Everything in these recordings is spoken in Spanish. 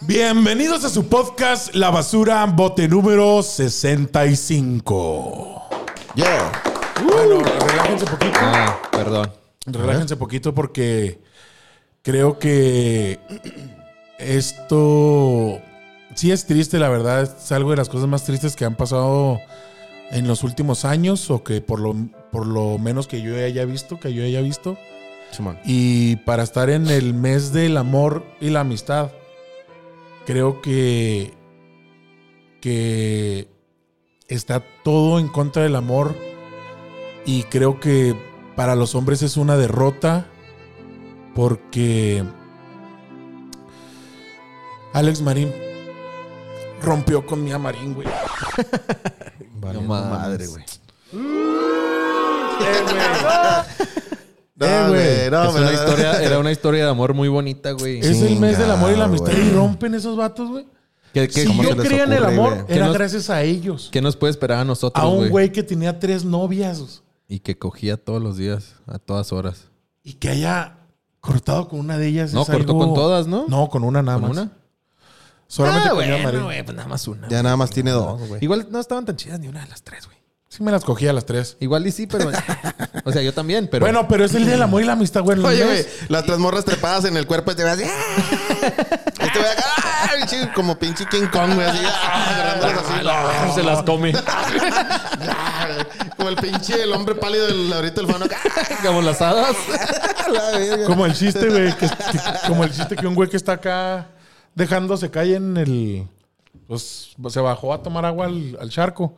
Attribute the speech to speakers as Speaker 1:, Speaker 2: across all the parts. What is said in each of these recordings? Speaker 1: Bienvenidos a su podcast La Basura, bote número 65.
Speaker 2: Yeah.
Speaker 1: Bueno, relájense poquito.
Speaker 3: Ah, perdón.
Speaker 1: Relájense poquito porque creo que esto sí es triste, la verdad. Es algo de las cosas más tristes que han pasado en los últimos años o que por lo, por lo menos que yo haya visto, que yo haya visto.
Speaker 2: Simón.
Speaker 1: Y para estar en el mes del amor y la amistad, creo que, que está todo en contra del amor. Y creo que para los hombres es una derrota porque Alex Marín rompió con Mía Marín, güey.
Speaker 3: Vale,
Speaker 2: No
Speaker 3: no
Speaker 2: mames.
Speaker 3: madre, güey. Eh,
Speaker 2: No,
Speaker 1: Eh, güey.
Speaker 2: güey, no,
Speaker 3: Es una
Speaker 2: me-
Speaker 3: historia- era una historia de amor muy bonita, güey.
Speaker 1: Es el mes del amor y la amistad.
Speaker 2: güey.
Speaker 1: Y rompen esos vatos, güey.
Speaker 3: ¿Qué, qué-
Speaker 1: Si
Speaker 3: cómo
Speaker 1: yo
Speaker 3: se les
Speaker 1: creía en el
Speaker 3: ocurre,
Speaker 1: amor,
Speaker 3: güey? ¿Qué
Speaker 1: era
Speaker 3: nos,
Speaker 1: gracias a ellos.
Speaker 3: qué nos puede esperar a
Speaker 1: A
Speaker 3: nosotros,
Speaker 1: un
Speaker 3: güey?
Speaker 1: güey que tenía tres novias
Speaker 3: Y que cogía todos los días, a todas horas.
Speaker 1: y que haya cortado con una de ellas.
Speaker 3: No,
Speaker 1: es
Speaker 3: cortó
Speaker 1: algo-
Speaker 3: con todas, ¿no?
Speaker 1: No, con una nada
Speaker 3: ¿Con
Speaker 1: más.
Speaker 3: una?
Speaker 1: Solamente con una Marín.
Speaker 3: pues nada más una.
Speaker 2: Ya nada más tiene dos.
Speaker 3: Igual no estaban tan chidas ni una de las tres, güey.
Speaker 1: Sí me las cogí a las tres.
Speaker 3: Igual y sí, pero... o sea, yo también, pero...
Speaker 1: bueno, pero es el día del amor y la amistad, güey. en el
Speaker 2: Oye, güey,
Speaker 1: mes.
Speaker 2: las tres morras trepadas en el cuerpo te vas así. ¡ah! Y te voy acá, ¡ah! pinche- como pinche King Kong, güey, así. ¡ah! agarrándolas así. ¡ah!
Speaker 3: se las come.
Speaker 2: Como el pinche el hombre pálido del ahorita el fano. ¡ah!
Speaker 3: Como las hadas.
Speaker 1: Como el chiste, güey. que- que- como el chiste que un güey que está acá dejándose caer en el. Pues se bajó a tomar agua al, al charco.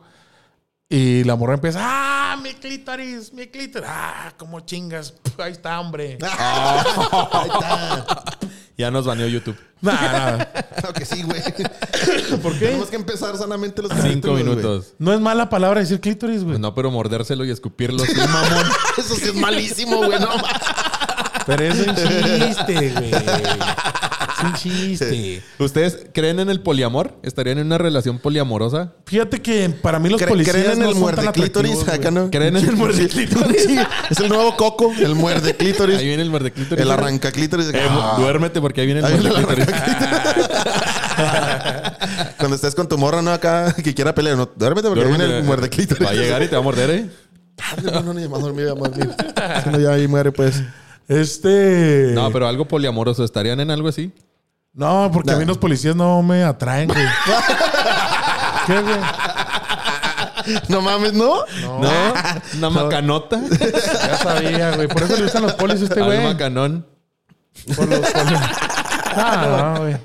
Speaker 1: Y la morra empieza, ¡ah, mi clítoris, mi clítoris! ¡Ah, cómo chingas! Puf, ahí está, hombre.
Speaker 3: ya nos baneó YouTube.
Speaker 1: Nah, nah.
Speaker 2: Claro que sí, güey.
Speaker 1: ¿Por qué?
Speaker 2: Tenemos que empezar sanamente los
Speaker 3: Cinco
Speaker 2: capítulos, güey.
Speaker 3: minutos. Pues
Speaker 1: No es mala palabra decir clítoris, güey.
Speaker 3: No, pero mordérselo y escupirlo sí, mamón.
Speaker 2: Eso sí es malísimo, güey. No, mames.
Speaker 1: Pero es un chiste, güey. Es un chiste.
Speaker 3: ¿Ustedes creen en el poliamor? ¿Estarían en una relación poliamorosa?
Speaker 1: Fíjate que para mí los
Speaker 2: Cre-
Speaker 1: policías
Speaker 2: ¿Creen en
Speaker 1: no son
Speaker 2: el
Speaker 1: tan
Speaker 2: muerde clítoris?
Speaker 1: atractivos,
Speaker 2: Acá
Speaker 1: güey.
Speaker 2: no.
Speaker 3: ¿Creen en el muerde clítoris?
Speaker 2: Sí, es el nuevo coco, el muerde clítoris.
Speaker 3: Ahí viene el muerde clítoris.
Speaker 2: El arranca clítoris.
Speaker 3: Eh, mu- Duérmete porque ahí viene el
Speaker 2: Ahí viene
Speaker 3: muerde
Speaker 2: el
Speaker 3: clítoris.
Speaker 2: Cuando estés con tu morra, no acá, que quiera pelear, no, duérmete porque ahí
Speaker 3: Duérmete.
Speaker 2: viene el muerde clítoris.
Speaker 3: Va a llegar y te va a morder, ¿eh?
Speaker 2: No, no, ni más dormir, ya más dormir. Si no, ya ahí muere, pues.
Speaker 1: Este.
Speaker 3: No, pero algo poliamoroso. ¿Estarían en algo así?
Speaker 1: No, porque a mí
Speaker 2: Nah.
Speaker 1: los policías no me atraen, güey. ¿Qué, güey?
Speaker 2: No mames, ¿no?
Speaker 3: ¿No? ¿Una macanota?
Speaker 1: Ya sabía, güey. Por eso le gustan los polis a este
Speaker 3: ¿Al
Speaker 1: güey.
Speaker 3: macanón?
Speaker 1: Por los polis. Ah, no, güey.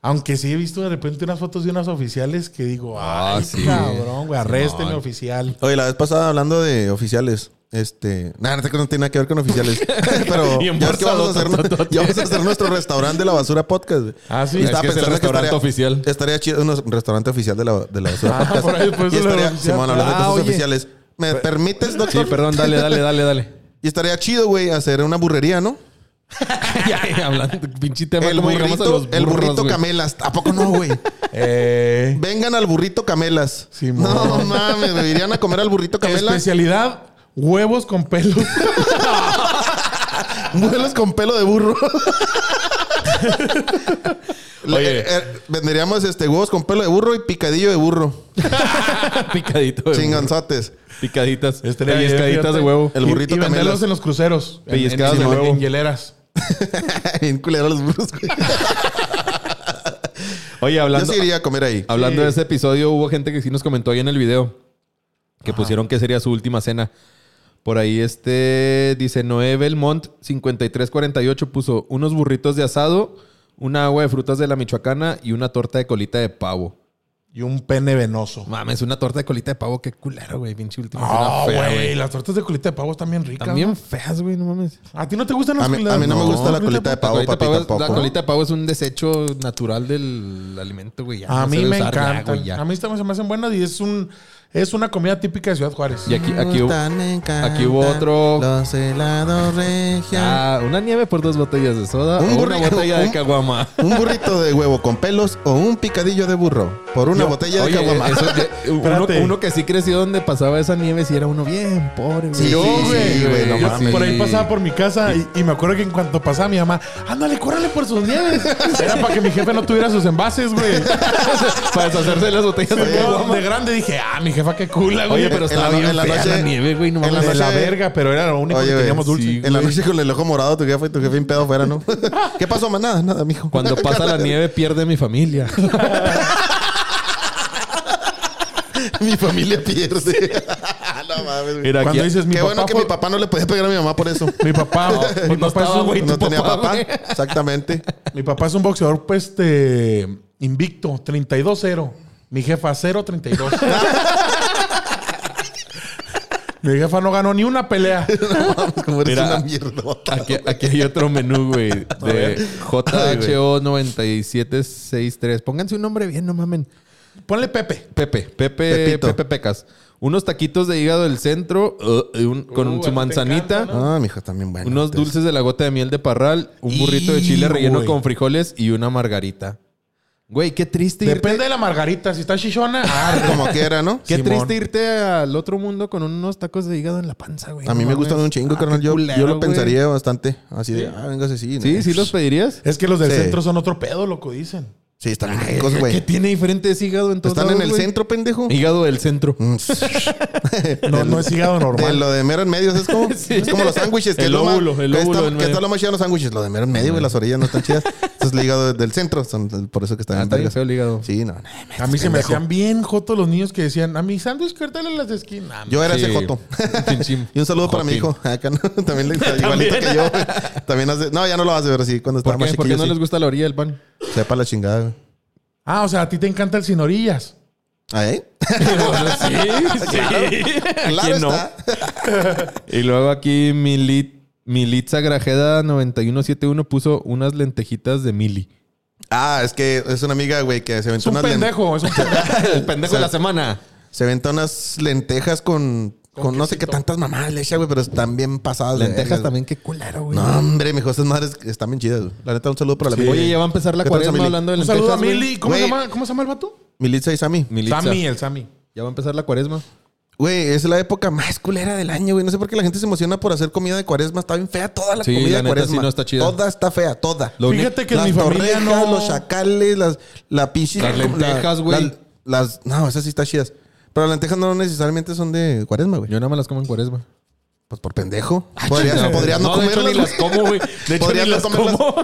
Speaker 1: Aunque sí he visto de repente unas fotos de unas oficiales que digo,
Speaker 3: Ah,
Speaker 1: ay,
Speaker 3: sí.
Speaker 1: cabrón, güey, arrésteme,
Speaker 3: Simón.
Speaker 1: oficial.
Speaker 2: Oye, la vez pasada hablando de oficiales. Este, nada, no te- no tiene nada que ver con oficiales. Pero
Speaker 3: Bien
Speaker 2: ya, es que vamos a hacer,
Speaker 3: forzado,
Speaker 2: ya vamos a hacer nuestro restaurante de la basura podcast. güey.
Speaker 1: Ah, sí.
Speaker 2: Y
Speaker 1: Es
Speaker 2: estaba
Speaker 3: que es el
Speaker 2: pensando
Speaker 3: restaurante oficial.
Speaker 2: Estaría chido un restaurante oficial de la, de la basura
Speaker 1: Ah,
Speaker 2: podcast.
Speaker 1: por ahí, pues,
Speaker 2: y
Speaker 1: de la
Speaker 2: estaría,
Speaker 1: oficial.
Speaker 2: Simón, hablando de
Speaker 3: Ah,
Speaker 2: cosas
Speaker 3: oye.
Speaker 2: oficiales. ¿Me permites,
Speaker 3: Sí,
Speaker 2: doctor?
Speaker 3: perdón. Dale, dale, dale, dale.
Speaker 2: Y estaría chido, güey, hacer una burrería, ¿no?
Speaker 3: Ya, ya, hablando. Pinche tema.
Speaker 2: El
Speaker 3: ¿cómo llegamos a
Speaker 2: burrito,
Speaker 3: los
Speaker 2: el
Speaker 3: burros,
Speaker 2: burrito
Speaker 3: güey?
Speaker 2: camelas. ¿A poco no, güey?
Speaker 1: Eh,
Speaker 2: Vengan al burrito camelas.
Speaker 1: Simón.
Speaker 2: no mames, me irían a comer al burrito camelas.
Speaker 1: especialidad, huevos con pelos.
Speaker 2: Vuelos con pelo de burro.
Speaker 3: Oye.
Speaker 2: Eh, eh, venderíamos este huevos con pelo de burro y picadillo de burro.
Speaker 3: Picadito. de burro.
Speaker 2: Chinganzotes.
Speaker 3: Picaditas.
Speaker 2: Este
Speaker 1: Estaría bien,
Speaker 3: Este, Pellizcaditas
Speaker 1: fíjate.
Speaker 3: de huevo.
Speaker 2: El burrito
Speaker 1: y, y venderlos
Speaker 2: camelas.
Speaker 1: en los cruceros. En- en-
Speaker 3: Pellizcados
Speaker 2: de
Speaker 1: en-
Speaker 2: huevo.
Speaker 1: En hieleras.
Speaker 2: Bien culero los burros, güey.
Speaker 3: Oye,
Speaker 2: Yo
Speaker 3: hablando...
Speaker 2: sí iría a comer ahí.
Speaker 3: Hablando
Speaker 1: Sí.
Speaker 3: de ese episodio, hubo gente que sí nos comentó ahí en el video que pusieron que sería su última cena. Por ahí este dice Noé Belmont 5348 puso unos burritos de asado, una agua de frutas de la Michoacana y una torta de colita de pavo.
Speaker 1: Y un pene venoso.
Speaker 3: Mames, una torta de colita de pavo, qué culero, güey. Pinche última
Speaker 1: Ah,
Speaker 3: cena fea,
Speaker 1: güey. Las tortas de colita de pavo están bien ricas.
Speaker 3: También feas, güey, no mames.
Speaker 1: ¿A ti no te gustan las
Speaker 2: A mí-
Speaker 1: colitas?
Speaker 2: a mí no me gusta la colita de
Speaker 3: La
Speaker 2: Pavo,
Speaker 3: colita, de
Speaker 2: papi,
Speaker 3: pavo es- la
Speaker 2: tampoco.
Speaker 3: colita de pavo es un desecho natural del alimento, güey. ya
Speaker 1: A
Speaker 3: no
Speaker 1: mí
Speaker 3: se debe
Speaker 1: me
Speaker 3: usar ya,
Speaker 1: encanta.
Speaker 3: güey, ya.
Speaker 1: A mí también se me hacen buenas y es un Es una comida típica de Ciudad Juárez.
Speaker 3: Y aquí, aquí hubo,
Speaker 2: Gustan, me
Speaker 3: aquí hubo
Speaker 2: encantan
Speaker 3: otro-
Speaker 2: Los helados regia.
Speaker 3: ah, una nieve por dos botellas de soda
Speaker 2: Un
Speaker 3: o una
Speaker 2: burrito,
Speaker 3: botella de
Speaker 2: un-
Speaker 3: caguama.
Speaker 2: Un burrito de huevo con pelos o un picadillo de burro por una
Speaker 1: No,
Speaker 2: botella de
Speaker 3: Oye,
Speaker 2: caguama.
Speaker 3: eso ya- uno,
Speaker 1: Espérate.
Speaker 3: uno que sí creció donde pasaba esa nieve, sí era uno bien pobre. güey.
Speaker 2: Sí,
Speaker 1: Yo,
Speaker 2: sí,
Speaker 1: güey.
Speaker 2: sí, güey, no
Speaker 1: yo
Speaker 2: mames.
Speaker 1: por ahí pasaba por mi casa y, y me acuerdo que en cuanto pasaba mi mamá, ándale, córrele por sus nieves. Era para que mi jefe no tuviera sus envases, güey.
Speaker 3: Para deshacerse de las botellas de
Speaker 1: Yo
Speaker 3: caguama.
Speaker 1: de grande dije, ah, mi jefa, qué cula, güey.
Speaker 3: Oye, pero
Speaker 2: en
Speaker 3: estaba
Speaker 2: la-
Speaker 3: bien
Speaker 2: en la
Speaker 3: fea
Speaker 2: noche-
Speaker 3: la nieve, güey. No
Speaker 2: en
Speaker 1: en
Speaker 3: mames.
Speaker 1: la,
Speaker 2: la noche-
Speaker 1: verga, pero era lo único
Speaker 2: Oye,
Speaker 1: que
Speaker 2: güey,
Speaker 1: teníamos dulce.
Speaker 3: sí,
Speaker 2: en la noche con el ojo morado, tu jefe y tu jefe empedado afuera, ¿no? ¿Qué pasó, mamá? Nada, nada, mijo.
Speaker 3: Cuando pasa la nieve pierde mi familia.
Speaker 2: mi familia pierde. no mames, güey.
Speaker 3: Mira, aquí-
Speaker 1: Cuando dices, mi
Speaker 2: Qué
Speaker 1: papá,
Speaker 2: bueno que
Speaker 1: fue-
Speaker 2: mi papá no le podía pegar a mi mamá por eso.
Speaker 1: mi papá, mi
Speaker 3: no
Speaker 1: papá es
Speaker 3: estaba,
Speaker 1: un-
Speaker 3: güey.
Speaker 2: No
Speaker 3: tu
Speaker 2: tenía
Speaker 3: papá,
Speaker 2: papá.
Speaker 3: güey.
Speaker 2: Exactamente.
Speaker 1: mi papá es un boxeador pues, este, invicto, 32-0. Mi jefa 0-32. mi jefa no ganó ni una pelea.
Speaker 2: No mames, como eres
Speaker 3: Mira.
Speaker 2: una mierdota.
Speaker 3: Aquí, aquí hay otro menú, güey. De JHO9763. Pónganse un nombre bien, no mamen.
Speaker 1: Ponle Pepe.
Speaker 3: Pepe, Pepe,
Speaker 2: Pepito.
Speaker 3: Pepe Pecas. Unos taquitos de hígado del centro uh, y un- con
Speaker 1: Uh,
Speaker 3: su
Speaker 1: a ti te
Speaker 3: manzanita.
Speaker 1: encanta,
Speaker 2: Ah, mijo, también bueno.
Speaker 3: Unos
Speaker 2: Entonces,
Speaker 3: dulces de la gota de miel de parral, un burrito de
Speaker 1: Y,
Speaker 3: chile relleno
Speaker 1: güey.
Speaker 3: con frijoles y una margarita. Güey, qué triste irte.
Speaker 1: Depende de la margarita. Si está chichona,
Speaker 2: Ah.
Speaker 1: arre.
Speaker 2: Como quiera, ¿no?
Speaker 3: Qué
Speaker 1: Simón.
Speaker 3: triste irte al otro mundo con unos tacos de hígado en la panza, güey.
Speaker 2: A mí
Speaker 3: No
Speaker 2: me
Speaker 3: mames.
Speaker 2: gustan un chingo,
Speaker 3: Ah,
Speaker 2: carnal.
Speaker 3: qué
Speaker 2: Yo,
Speaker 3: culero,
Speaker 2: yo lo
Speaker 3: güey.
Speaker 2: pensaría bastante. Así de, ah, véngase, sí.
Speaker 3: Sí,
Speaker 2: ¿no?
Speaker 3: sí los pedirías.
Speaker 1: Es que los del
Speaker 2: Sí.
Speaker 1: centro son otro pedo, loco, dicen.
Speaker 2: Sí, están ricos,
Speaker 3: ¿Qué
Speaker 2: güey.
Speaker 3: tiene diferente ese hígado en todos
Speaker 2: Están en
Speaker 3: lados,
Speaker 2: el
Speaker 3: güey?
Speaker 2: centro, pendejo.
Speaker 3: Hígado del centro.
Speaker 2: Mm,
Speaker 1: No, no es hígado
Speaker 2: De
Speaker 1: normal.
Speaker 2: lo de mero en medio, es como, es como los sándwiches. que
Speaker 3: El
Speaker 2: es lo más-
Speaker 3: óvulo, el
Speaker 2: que
Speaker 3: óvulo
Speaker 2: está-
Speaker 3: en
Speaker 2: Que
Speaker 3: medio.
Speaker 2: está lo más chido de los sándwiches. Lo de mero en medio, güey, las orillas no están chidas. Entonces, el hígado del centro, son por eso que están
Speaker 3: Ah,
Speaker 2: en
Speaker 3: está bien
Speaker 2: vergas.
Speaker 3: feo el hígado.
Speaker 2: Sí, no, no.
Speaker 1: A mí se me hacían bien jotos los niños que decían, a mi sándwich, córtale las esquinas.
Speaker 2: Yo era
Speaker 3: Sí.
Speaker 2: ese joto.
Speaker 3: Chin, chin.
Speaker 2: Y un saludo para mi
Speaker 3: Jotín.
Speaker 2: hijo. Acá, ¿no? También le igualito que yo. güey. También hace. No, ya no lo hace, pero sí, cuando estaba
Speaker 3: ¿Por
Speaker 2: más
Speaker 3: qué? ¿Por
Speaker 2: chiquillo.
Speaker 3: qué no les gusta la orilla del pan?
Speaker 2: sí. Sepa la chingada, güey.
Speaker 1: Ah, o sea, a ti te encanta el sin orillas.
Speaker 2: ¿Ah, eh?
Speaker 3: sí, sí.
Speaker 2: Claro
Speaker 3: quién no?
Speaker 2: está.
Speaker 3: Y luego aquí Milit, Militza Grajeda 9171 puso unas lentejitas de mili.
Speaker 2: Ah, es que es una amiga, güey, que se
Speaker 1: Es
Speaker 2: aventó
Speaker 1: un
Speaker 2: unas len-
Speaker 1: pendejo, es un pendejo.
Speaker 3: El pendejo de la semana.
Speaker 2: Se aventó unas lentejas con. Con, no sé qué
Speaker 1: quesito.
Speaker 2: tantas mamadas le echa, güey, pero están bien pasadas. de
Speaker 3: Lentejas
Speaker 2: vergas,
Speaker 3: también, qué culero,
Speaker 2: güey.
Speaker 3: güey.
Speaker 2: No, hombre, mijo, esas madres están bien chidas. güey. La neta, un saludo para la amiga.
Speaker 3: Oye, ya va a empezar la
Speaker 2: ¿Qué tranza,
Speaker 3: cuaresma
Speaker 2: Mili?
Speaker 3: hablando de
Speaker 1: Un
Speaker 3: lentejas.
Speaker 1: saludo a
Speaker 3: güey.
Speaker 1: Mili. ¿Cómo se,
Speaker 2: Güey.
Speaker 1: llama, ¿Cómo se llama el vato?
Speaker 2: Militza y Sammy.
Speaker 3: Militza.
Speaker 1: Sammy, el Sammy.
Speaker 3: Ya va a empezar la cuaresma.
Speaker 2: Güey, es la época más culera del año, güey. No sé por qué la gente se emociona por hacer comida de cuaresma. Está bien fea toda la
Speaker 3: Sí,
Speaker 2: comida
Speaker 3: la
Speaker 2: de
Speaker 3: neta,
Speaker 2: cuaresma.
Speaker 3: sí, no está chida.
Speaker 2: Toda está fea, toda.
Speaker 3: Lo
Speaker 1: Fíjate que en
Speaker 2: las
Speaker 1: mi familia
Speaker 2: torrejas,
Speaker 1: no...
Speaker 2: los chacales, las, la pinche...
Speaker 3: Las
Speaker 2: la-
Speaker 3: lentejas, güey.
Speaker 2: la- Las, no, esas sí están chidas. Pero las lentejas no necesariamente son de cuaresma, güey.
Speaker 3: Yo nada más las como en cuaresma.
Speaker 2: Pues por pendejo. Podrías, podrías no,
Speaker 3: Ah, de hecho,
Speaker 2: comerlas,
Speaker 3: ni
Speaker 2: güey.
Speaker 3: las como, güey. De hecho,
Speaker 2: Podrías
Speaker 3: ni
Speaker 2: no
Speaker 3: las
Speaker 2: comerlas.
Speaker 3: como.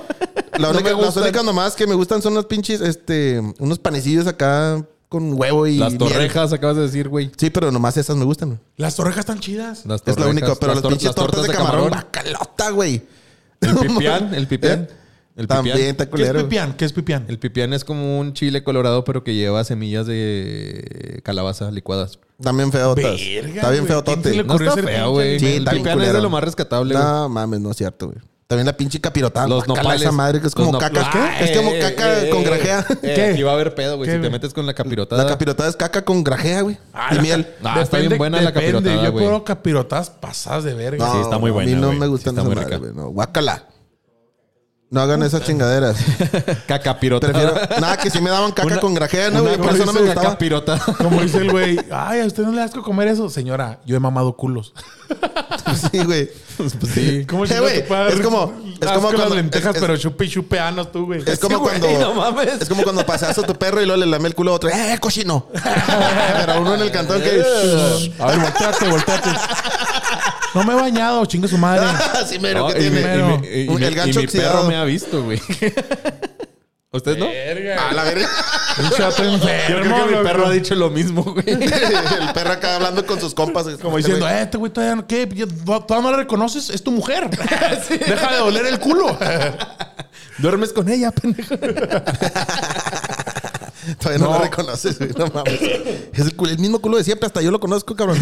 Speaker 2: La
Speaker 3: No
Speaker 2: única,
Speaker 3: me
Speaker 2: las
Speaker 3: gustan.
Speaker 2: únicas nomás que me gustan son las pinches, este... Unos panecillos acá con huevo y...
Speaker 3: Las
Speaker 2: miel.
Speaker 3: torrejas, acabas de decir, güey.
Speaker 2: Sí, pero nomás esas me gustan, güey.
Speaker 1: Las torrejas están chidas.
Speaker 3: Las
Speaker 2: Es la
Speaker 3: torrejas,
Speaker 2: única, pero las,
Speaker 3: tor-
Speaker 2: pinches tortas, de camarón, bacalota, güey.
Speaker 3: El pipián, el pipián.
Speaker 2: ¿Eh?
Speaker 3: El
Speaker 2: También
Speaker 3: pipián.
Speaker 2: está
Speaker 1: ¿Qué es
Speaker 2: culero.
Speaker 1: pipián? ¿Qué es pipián?
Speaker 3: El pipián es como un chile colorado, pero que lleva semillas de calabaza licuadas.
Speaker 2: También feotas.
Speaker 1: Verga,
Speaker 2: está bien
Speaker 1: güey. ¿Quién se
Speaker 2: feotote.
Speaker 1: le
Speaker 3: No
Speaker 1: Ocurrió
Speaker 3: está
Speaker 1: ser
Speaker 3: feo,
Speaker 1: pinche
Speaker 3: güey.
Speaker 2: Sí,
Speaker 3: el
Speaker 2: está bien
Speaker 3: pipián es
Speaker 2: culero.
Speaker 3: de lo más rescatable, güey.
Speaker 2: No mames, no es cierto, güey. También la pinche capirotada.
Speaker 3: Los
Speaker 2: guacala,
Speaker 3: nopales.
Speaker 2: Esa madre que es como
Speaker 3: Los
Speaker 2: caca.
Speaker 3: nopales.
Speaker 2: ¿Qué? Es
Speaker 3: Ah,
Speaker 2: como
Speaker 3: eh,
Speaker 2: caca
Speaker 3: eh,
Speaker 2: con
Speaker 3: eh,
Speaker 2: grajea.
Speaker 3: eh,
Speaker 1: ¿Qué?
Speaker 3: Aquí va a haber pedo, güey.
Speaker 1: ¿Qué,
Speaker 3: Si te
Speaker 1: güey?
Speaker 3: metes con la
Speaker 2: La
Speaker 3: capirotada.
Speaker 2: capirotada es caca con grajea, güey. y miel.
Speaker 3: Ah, está bien buena la capirotada,
Speaker 1: Yo
Speaker 3: güey.
Speaker 1: puedo capirotadas pasadas de verga.
Speaker 3: No. sí, está muy
Speaker 2: A
Speaker 3: buena,
Speaker 2: mí no
Speaker 3: güey.
Speaker 2: me
Speaker 3: Sí,
Speaker 2: gustan
Speaker 3: está muy
Speaker 2: esas madres,
Speaker 3: rica.
Speaker 2: güey. No, guácala. No hagan esas chingaderas.
Speaker 3: Cacapirotada.
Speaker 2: Prefiero... Nada, que si me daban caca
Speaker 3: Una-
Speaker 2: con grajea, no,
Speaker 3: Una
Speaker 2: güey. Por
Speaker 3: cosa
Speaker 2: eso no me
Speaker 3: dice
Speaker 2: gustaba.
Speaker 3: cacapirotada.
Speaker 1: Como dice el güey, ay, ¿a usted no le da asco comer eso? Señora, yo he mamado culos.
Speaker 2: Sí, güey.
Speaker 3: pues. Sí.
Speaker 1: ¿Cómo
Speaker 2: Eh,
Speaker 1: chingas
Speaker 2: güey,
Speaker 1: te puede dar
Speaker 2: es como- es
Speaker 1: asco
Speaker 2: como
Speaker 1: las
Speaker 2: cuando-
Speaker 1: lentejas,
Speaker 2: es- es-
Speaker 1: pero chupe y chupe anos tú, güey.
Speaker 2: Es como
Speaker 3: güey,
Speaker 2: cuando.
Speaker 3: no mames.
Speaker 2: Es como cuando paseas a tu perro y luego le lame el culo a otro. ¡Eh, cochino! Pero uno en el cantón que.
Speaker 1: A ver, volteate, volteate. No me he bañado, chingue su madre.
Speaker 2: Así "Ah, mero
Speaker 3: No,
Speaker 2: que
Speaker 3: y
Speaker 2: tiene.
Speaker 3: me- y me- y
Speaker 2: Un-
Speaker 3: me-
Speaker 2: el gancho
Speaker 3: y mi perro
Speaker 2: oxidado.
Speaker 3: me ha visto, güey. ¿Ustedes no?
Speaker 2: A la verga.
Speaker 1: Un chato
Speaker 3: Yo
Speaker 1: enfermo.
Speaker 3: creo que mi
Speaker 1: loco.
Speaker 3: perro ha dicho lo mismo, güey.
Speaker 2: el perro acá hablando con sus compas.
Speaker 1: Como diciendo, eh, este güey todavía no, ¿qué? Ya- Todavía no la reconoces, es tu mujer. Deja de doler el culo.
Speaker 3: Duermes con ella, pendejo. "Eh,
Speaker 2: Todavía no,
Speaker 1: no.
Speaker 2: lo reconoces, güey. No mames. Es el, culo- el mismo culo de siempre. Hasta yo lo conozco, cabrón.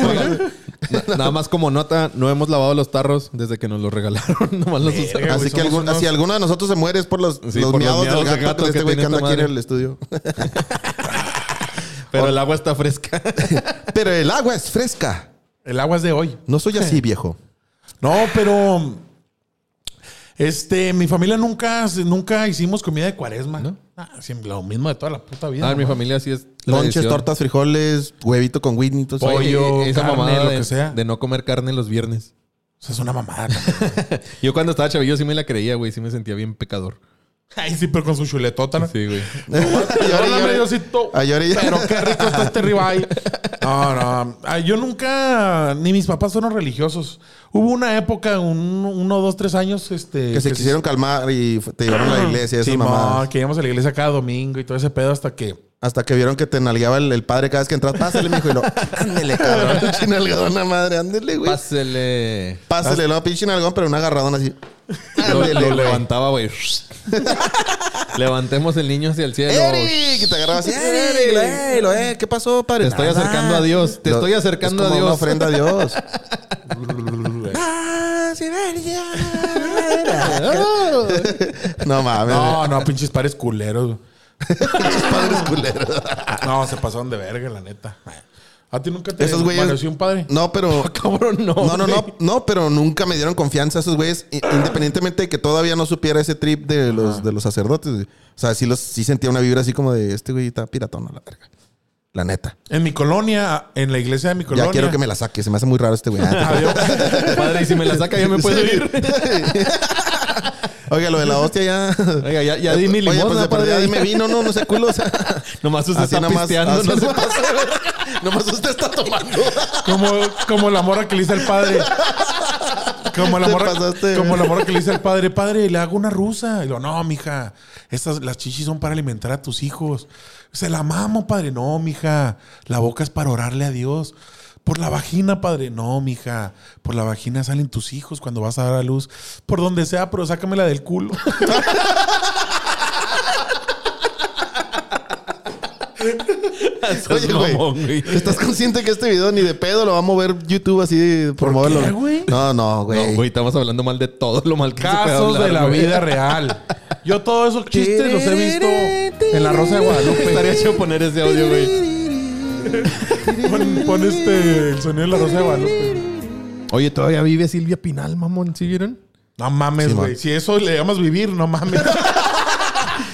Speaker 3: Na- Nada más como nota, no hemos lavado los tarros desde que nos los regalaron. Nomás los usamos.
Speaker 2: Así
Speaker 1: güey,
Speaker 2: que
Speaker 1: somos
Speaker 2: algún-
Speaker 1: unos-
Speaker 2: si alguno de nosotros se muere es por los,
Speaker 3: Sí,
Speaker 2: los
Speaker 3: por los
Speaker 2: miados
Speaker 3: miados
Speaker 2: del
Speaker 3: de
Speaker 2: gato,
Speaker 3: gato
Speaker 2: de este
Speaker 3: que
Speaker 2: güey que
Speaker 3: tiene
Speaker 2: anda
Speaker 3: esta
Speaker 2: aquí en
Speaker 3: madre.
Speaker 2: el estudio.
Speaker 3: Pero el agua está fresca.
Speaker 2: Pero el agua es fresca.
Speaker 1: El agua es de hoy.
Speaker 2: No soy así, viejo.
Speaker 1: No, pero. Este, mi familia nunca, nunca hicimos comida de cuaresma. Ah, siempre lo mismo de toda la puta vida.
Speaker 3: Ah, en mi
Speaker 1: mamá.
Speaker 3: familia sí es.
Speaker 2: Lonches,
Speaker 3: tradición.
Speaker 2: tortas, frijoles, huevito con Whitney. todo eso.
Speaker 1: Pollo.
Speaker 3: esa
Speaker 1: carne,
Speaker 3: mamada
Speaker 1: lo
Speaker 3: de,
Speaker 1: que sea.
Speaker 3: de no comer carne los viernes.
Speaker 1: O sea, es una mamada.
Speaker 3: Yo cuando estaba chavillo sí me la creía, güey. Sí me sentía bien pecador.
Speaker 1: Ay, sí, pero con su chuletota. ¿no?
Speaker 3: Sí, güey.
Speaker 2: Llore,
Speaker 1: Perdóname,
Speaker 2: llore.
Speaker 1: Diosito.
Speaker 2: Ay, llore, llore.
Speaker 1: Pero qué rico está este ribeye. No, no. Ay, Yo nunca, ni mis papás fueron religiosos. Hubo una época, un- uno, dos, tres años, este.
Speaker 2: que se quisieron calmar y fu- te llevaron a la iglesia, esas mamadas.
Speaker 1: que íbamos a la iglesia cada domingo y todo ese pedo hasta que.
Speaker 2: Hasta que vieron que te nalgueaba el, el padre cada vez que entras. Pásale, mijo. Y lo, ándele, cabrón. Pinche nalgadona madre, ándele, güey.
Speaker 3: Pásele.
Speaker 2: Pásale, luego pinche nalgón, pero una agarradona así.
Speaker 1: Ah,
Speaker 3: Lo,
Speaker 2: Ándele,
Speaker 3: lo
Speaker 2: güey.
Speaker 3: levantaba, güey. Levantemos el niño hacia el cielo.
Speaker 2: ¡Eric! Y te agarraba así. ¡Eric! Lo, eh, lo, eh, ¿Qué pasó, padre?
Speaker 3: Te estoy acercando a Dios, te estoy acercando
Speaker 2: es como
Speaker 3: a
Speaker 2: una
Speaker 3: Dios.
Speaker 2: ofrenda a Dios. no mames.
Speaker 1: No, no, pinches pares culeros.
Speaker 2: Pinches padres culeros.
Speaker 1: No, se pasaron de verga, la neta. A ti nunca te
Speaker 2: Esos güeyes-
Speaker 1: pareció un padre.
Speaker 2: No, pero...
Speaker 3: Cabrón, no.
Speaker 2: No, no, no,
Speaker 3: güey.
Speaker 2: no, pero nunca me dieron confianza esos güeyes, i- independientemente de que todavía no supiera ese trip de los, de los sacerdotes. güey. O sea, sí, los, sí sentía una vibra así como de este güey está piratón a la verga. La neta.
Speaker 1: En mi colonia, en la iglesia de mi colonia.
Speaker 2: Ya quiero que me la saque, se me hace muy raro este güey. Ah,
Speaker 1: había-
Speaker 3: Padre, y si me la saca, ya me puedo ir.
Speaker 2: Oiga, lo de la hostia ya.
Speaker 3: Oiga, ya, ya di mi
Speaker 2: Oye,
Speaker 3: limosna,
Speaker 2: pues de
Speaker 3: padre.
Speaker 2: perdida dime vino, no, no sé culo. O sea, pues,
Speaker 3: Nomás usted
Speaker 2: Así
Speaker 3: está
Speaker 2: nomás-
Speaker 3: pisteando,
Speaker 2: así
Speaker 3: no se
Speaker 2: nomás.
Speaker 3: pasa.
Speaker 2: nomás usted está tomando.
Speaker 1: Como, como la morra que le dice al padre. Como la,
Speaker 2: Te
Speaker 1: morra,
Speaker 2: pasaste.
Speaker 1: como la morra que le dice al padre, padre, le hago una rusa. Y lo, no, mija, estas, las chichis son para alimentar a tus hijos. Se la mamo, padre. No, mija, la boca es para orarle a Dios. Por la vagina, padre. No, mija, por la vagina salen tus hijos cuando vas a dar a luz. Por donde sea, pero sácamela del culo.
Speaker 3: Oye,
Speaker 2: güey.
Speaker 3: mamón, güey.
Speaker 2: ¿Estás consciente que este video ni de pedo lo va a mover YouTube así por moverlo?
Speaker 1: qué, güey?
Speaker 2: No, no,
Speaker 3: No,
Speaker 2: güey.
Speaker 3: güey, estamos hablando mal de todo lo mal que se puede
Speaker 1: Casos de
Speaker 3: hablar,
Speaker 1: la
Speaker 3: güey.
Speaker 1: vida real. Yo todos esos chistes los he visto en La Rosa de Guadalupe.
Speaker 3: Estaría chido poner ese audio, güey.
Speaker 1: Pon, pon este, el sonido de La Rosa de Guadalupe.
Speaker 3: Oye, todavía vive Silvia Pinal, mamón. ¿Sí vieron?
Speaker 1: No mames, güey. si eso le llamas vivir, no mames.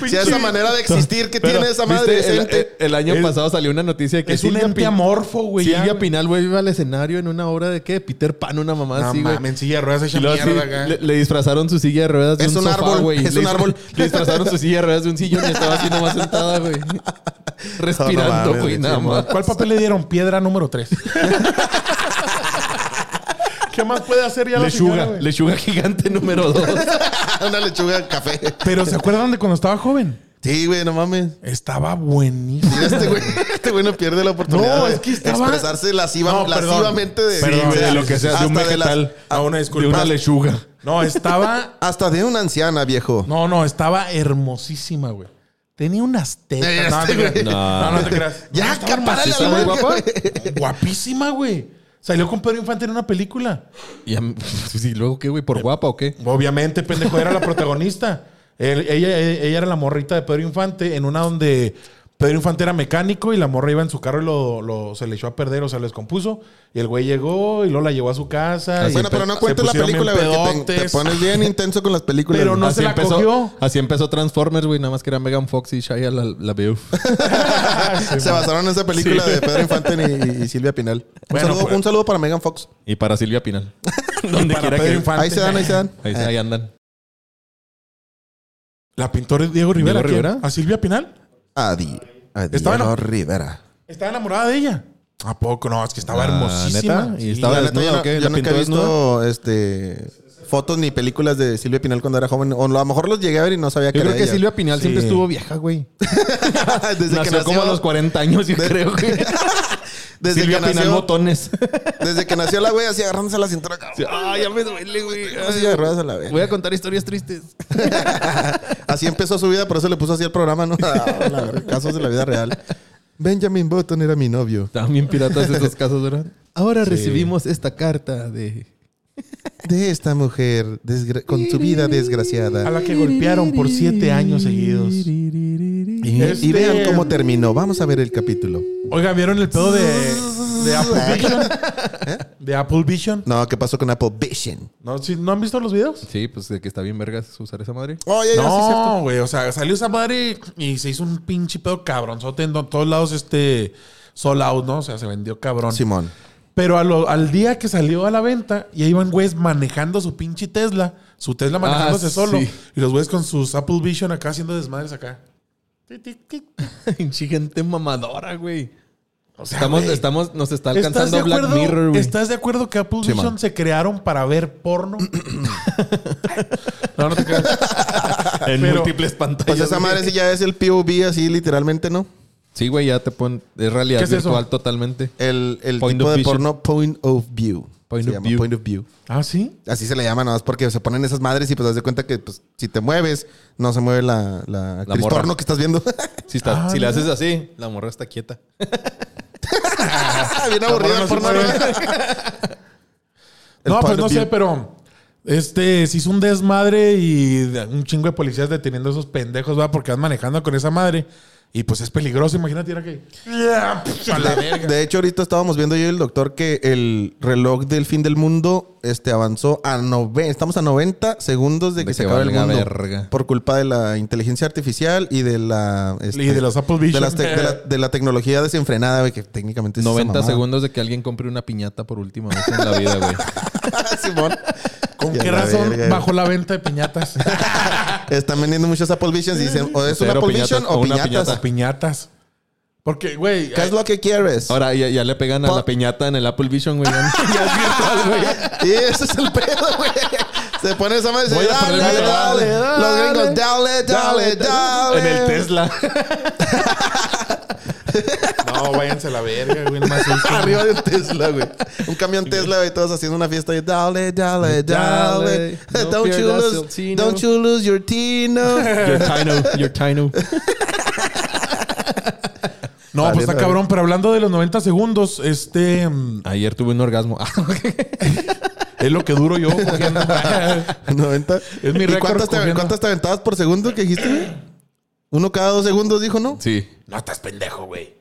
Speaker 2: Si a esa manera de existir que tiene esa madre
Speaker 3: ¿viste? El-
Speaker 2: decente.
Speaker 3: El, el año
Speaker 1: Es-
Speaker 3: pasado salió una noticia de que
Speaker 1: es un
Speaker 3: Silvia
Speaker 1: ente
Speaker 3: Pin-
Speaker 1: amorfo, güey. ya,
Speaker 3: Silvia
Speaker 1: güey.
Speaker 3: Pinal, güey, iba al escenario en una obra de qué? Peter Pan, una mamá
Speaker 1: No
Speaker 3: así, güey.
Speaker 1: mames, en silla de ruedas
Speaker 3: Y
Speaker 1: esa
Speaker 3: luego así
Speaker 1: mierda acá.
Speaker 3: le, le disfrazaron su silla de ruedas de
Speaker 2: Es un
Speaker 3: sofá,
Speaker 2: árbol,
Speaker 3: güey.
Speaker 2: es
Speaker 3: Le
Speaker 2: un
Speaker 3: dis-
Speaker 2: árbol.
Speaker 3: Le disfrazaron su silla de ruedas de un sillón y estaba así nomás sentada, güey.
Speaker 2: No, no
Speaker 3: Respirando,
Speaker 2: mames,
Speaker 3: güey,
Speaker 2: sí,
Speaker 3: nada más.
Speaker 1: ¿Cuál papel le dieron? Piedra número 3. ¿Qué más puede hacer ya la señora,
Speaker 3: Lechuga,
Speaker 1: güey?
Speaker 3: lechuga gigante número dos.
Speaker 2: Una lechuga de café.
Speaker 1: Pero ¿se acuerdan de cuando estaba joven?
Speaker 2: Sí, güey, no mames.
Speaker 1: Estaba buenísimo.
Speaker 2: Este güey, este güey no pierde la oportunidad
Speaker 1: No,
Speaker 2: de
Speaker 1: es que estaba-
Speaker 2: expresarse lasciva-
Speaker 1: No, perdón.
Speaker 2: lascivamente de,
Speaker 1: Perdón,
Speaker 2: o sea,
Speaker 1: de lo que sea, de un
Speaker 2: hasta las-
Speaker 1: vegetal. A una
Speaker 3: De
Speaker 1: disculpa.
Speaker 3: una lechuga.
Speaker 1: No, estaba...
Speaker 2: hasta de una anciana, viejo.
Speaker 1: No, no, estaba hermosísima, güey. Tenía unas tetas. No, no te creas. No, no te creas.
Speaker 2: Ya,
Speaker 1: estaba
Speaker 2: que para la
Speaker 1: maciza, güey.
Speaker 2: verga, güey.
Speaker 1: Guapísima, güey. Salió con Pedro Infante en una película.
Speaker 3: Y a mí- sí, luego qué, güey,
Speaker 2: Eh,
Speaker 3: por guapa o qué?
Speaker 1: Obviamente, pendejo, era la protagonista. Él- ella, ella era la morrita de Pedro Infante en una donde Pedro Infante era mecánico y la morra iba en su carro y lo, lo- se le echó a perder, o sea, lo descompuso. Y el güey llegó y luego la llevó a su casa. y
Speaker 2: Ah, Bueno, pero no
Speaker 1: se
Speaker 2: cuentes la
Speaker 1: pusieron
Speaker 2: película,
Speaker 1: bien
Speaker 2: güey. que Te, te
Speaker 1: pedotes.
Speaker 2: pones bien intenso con las películas.
Speaker 1: Pero
Speaker 2: güey.
Speaker 1: no se la cogió.
Speaker 3: así empezó Transformers, güey, nada más que era Megan Fox y Shia la, la Beauf.
Speaker 2: Se basaron en esa película de Pedro Infante y, y Silvia Pinal. Un,
Speaker 1: Bueno,
Speaker 2: saludo,
Speaker 1: pues.
Speaker 2: un saludo para Megan Fox.
Speaker 3: Y para Silvia Pinal. Donde
Speaker 1: Para
Speaker 3: quiera
Speaker 1: Pedro
Speaker 3: que.
Speaker 1: Infante.
Speaker 2: Ahí se dan, ahí se dan. Eh,
Speaker 3: Ahí, ahí andan.
Speaker 1: La pintora es Diego Rivera.
Speaker 3: ¿Diego
Speaker 1: ¿quién?
Speaker 3: Rivera?
Speaker 1: ¿A Silvia Pinal?
Speaker 2: Adi, Adi
Speaker 1: Estaba en-
Speaker 2: Diego Rivera.
Speaker 1: Estaba enamorada de ella. ¿A poco? No, es que estaba
Speaker 3: Ah,
Speaker 1: hermosísima.
Speaker 3: ¿neta? Y
Speaker 1: Sí.
Speaker 3: estaba-
Speaker 2: La
Speaker 3: desnuda
Speaker 2: neta, yo
Speaker 3: o
Speaker 2: no-
Speaker 3: qué?
Speaker 2: yo
Speaker 3: ¿La
Speaker 2: nunca
Speaker 3: pintó
Speaker 2: he visto este, fotos ni películas de Silvia Pinal cuando era joven. O a lo mejor los llegué a ver y no sabía que
Speaker 3: Yo creo
Speaker 2: era
Speaker 3: que
Speaker 2: ella.
Speaker 3: Silvia Pinal siempre
Speaker 1: Sí.
Speaker 3: estuvo vieja, güey.
Speaker 2: Desde que
Speaker 3: nació
Speaker 2: nació.
Speaker 3: como a los 40 años, yo creo que.
Speaker 2: desde
Speaker 3: Silvia
Speaker 2: que
Speaker 3: Pinal
Speaker 2: nació,
Speaker 3: botones.
Speaker 2: Desde que nació la güey así agarrándose la cintura.
Speaker 3: ah, ya me duele, güey.
Speaker 2: Así de ruedas a la vez.
Speaker 3: Voy a contar historias tristes.
Speaker 2: Así empezó su vida, por eso le puso así el programa, ¿no? Ah, la verga, Casos de la vida real. Benjamin Button era mi novio.
Speaker 3: También piratas esos casos, ¿verdad? Ahora recibimos esta carta de.
Speaker 2: De esta mujer desgra- con su vida
Speaker 1: A
Speaker 2: desgraciada.
Speaker 1: la que golpearon por siete años seguidos. Y
Speaker 2: Y,
Speaker 1: Este-
Speaker 2: y vean cómo terminó. Vamos a ver el capítulo.
Speaker 1: Oiga, ¿vieron el pedo de, de Apple Vision? ¿De Apple Vision?
Speaker 2: No, ¿qué pasó con Apple Vision?
Speaker 1: ¿Eh? ¿No, sí, ¿no han visto los videos?
Speaker 3: Sí, pues de que está bien vergas usar esa madre.
Speaker 2: Oye,
Speaker 1: No, güey. O sea, salió esa madre y y se hizo un pinche pedo cabronzote en do- todos lados este sold out, ¿no? O sea, se vendió cabrón.
Speaker 2: Simón.
Speaker 1: Pero a lo- al día que salió a la venta, y ahí iban güeyes manejando su pinche Tesla, su Tesla manejándose
Speaker 3: Ah,
Speaker 1: solo,
Speaker 3: sí.
Speaker 1: y los güeyes con sus Apple Vision acá haciendo desmadres acá. Tic, tic, tic.
Speaker 3: Pinche gente mamadora, güey.
Speaker 1: O sea,
Speaker 3: Estamos,
Speaker 1: güey,
Speaker 3: estamos, nos está
Speaker 1: ¿estás de
Speaker 3: alcanzando Black
Speaker 1: acuerdo-
Speaker 3: Mirror, güey.
Speaker 1: ¿Estás de acuerdo que Apple
Speaker 2: Sí,
Speaker 1: Vision
Speaker 2: man.
Speaker 1: se crearon para ver porno? no, no te creas.
Speaker 3: En
Speaker 1: pero-
Speaker 3: múltiples pantallas.
Speaker 2: Ah, Pues esa madre sí ya es el POV así literalmente, ¿no?
Speaker 3: Sí, güey, ya te ponen. Es realidad
Speaker 1: ¿Qué es eso?
Speaker 3: virtual totalmente.
Speaker 2: El, el
Speaker 3: Point
Speaker 2: tipo
Speaker 3: of
Speaker 2: de
Speaker 3: vision.
Speaker 2: porno point of view.
Speaker 3: Point
Speaker 2: Se
Speaker 3: of
Speaker 2: llama
Speaker 3: view.
Speaker 2: Point of view.
Speaker 1: ¿Ah, sí?
Speaker 2: Así se le llama nada más porque se ponen esas madres y pues das de cuenta que pues, si te mueves, no se mueve la, la actriz
Speaker 3: morra.
Speaker 2: porno que estás viendo.
Speaker 3: Si, estás-
Speaker 1: Ah,
Speaker 3: si le
Speaker 1: mira.
Speaker 3: haces así, la morra está quieta.
Speaker 1: Ah,
Speaker 2: Bien aburrido el
Speaker 1: no se
Speaker 2: porno.
Speaker 1: mueve.
Speaker 2: ¿no? El
Speaker 1: No, pues
Speaker 2: point
Speaker 1: no
Speaker 2: of
Speaker 1: sé,
Speaker 2: view.
Speaker 1: pero este se hizo un desmadre y de- un chingo de policías deteniendo a esos pendejos, va, porque van manejando con esa madre. Y pues es peligroso, imagínate, era que. pues, A la verga.
Speaker 2: De hecho, ahorita estábamos viendo yo y el doctor que el reloj del fin del mundo este, avanzó a 90, estamos a 90 segundos de que
Speaker 3: De
Speaker 2: se
Speaker 3: que
Speaker 2: acabe el
Speaker 3: valga
Speaker 2: mundo.
Speaker 3: verga.
Speaker 2: Por culpa de la inteligencia artificial y de la... este,
Speaker 1: Y de los Apple Vision.
Speaker 2: De, las te- de la, de la tecnología desenfrenada, güey, que técnicamente es esa
Speaker 3: 90
Speaker 2: mamada.
Speaker 3: segundos de que alguien compre una piñata por última vez en la vida, güey.
Speaker 2: Simón.
Speaker 1: ¿Con
Speaker 2: Y a
Speaker 1: qué
Speaker 2: la
Speaker 1: razón
Speaker 2: verga, güey.
Speaker 1: bajó la venta de piñatas?
Speaker 2: Están vendiendo muchas Apple Visions y dicen, o es una
Speaker 3: Cero
Speaker 2: Apple
Speaker 3: piñatas,
Speaker 2: Vision
Speaker 3: o
Speaker 2: o
Speaker 3: una
Speaker 2: piñatas.
Speaker 3: piñata.
Speaker 1: Las piñatas. Porque, güey.
Speaker 2: ¿Qué es lo que quieres?
Speaker 3: Ahora ya, ya le pegan a
Speaker 2: Pa-
Speaker 3: la piñata en el Apple Vision, güey. Ya, ya es virtual, güey.
Speaker 2: Y ese es el pedo, güey. Se pone esa madre y
Speaker 3: Voy
Speaker 2: dice,
Speaker 3: a
Speaker 2: dale, dale,
Speaker 3: poner
Speaker 2: dale,
Speaker 3: mi trabajo.
Speaker 2: Los gringos, dale, dale, dale.
Speaker 3: En el Tesla.
Speaker 1: No, váyanse a la verga, güey. no me asusten.
Speaker 2: Arriba de un Tesla, güey. Un camión Tesla, güey, todos haciendo una fiesta y dale, dale, dale.
Speaker 3: Dale, no
Speaker 2: Don't you
Speaker 3: pierdas
Speaker 2: lose,
Speaker 3: el tino.
Speaker 2: don't you lose your tino.
Speaker 3: Your Tino, your Tino.
Speaker 1: No, pues está
Speaker 2: Saliendo,
Speaker 1: cabrón. Pero hablando de los 90 segundos, este. mm,
Speaker 3: Ayer tuve un orgasmo.
Speaker 1: Es lo que duro yo cogiendo.
Speaker 2: 90.
Speaker 1: Es mi
Speaker 2: ¿Y
Speaker 1: récord
Speaker 2: cuántas te,
Speaker 1: cogiendo.
Speaker 2: cuántas te aventabas por segundo que dijiste, güey? Uno cada dos segundos, dijo, ¿no?
Speaker 3: sí.
Speaker 1: No estás pendejo, güey.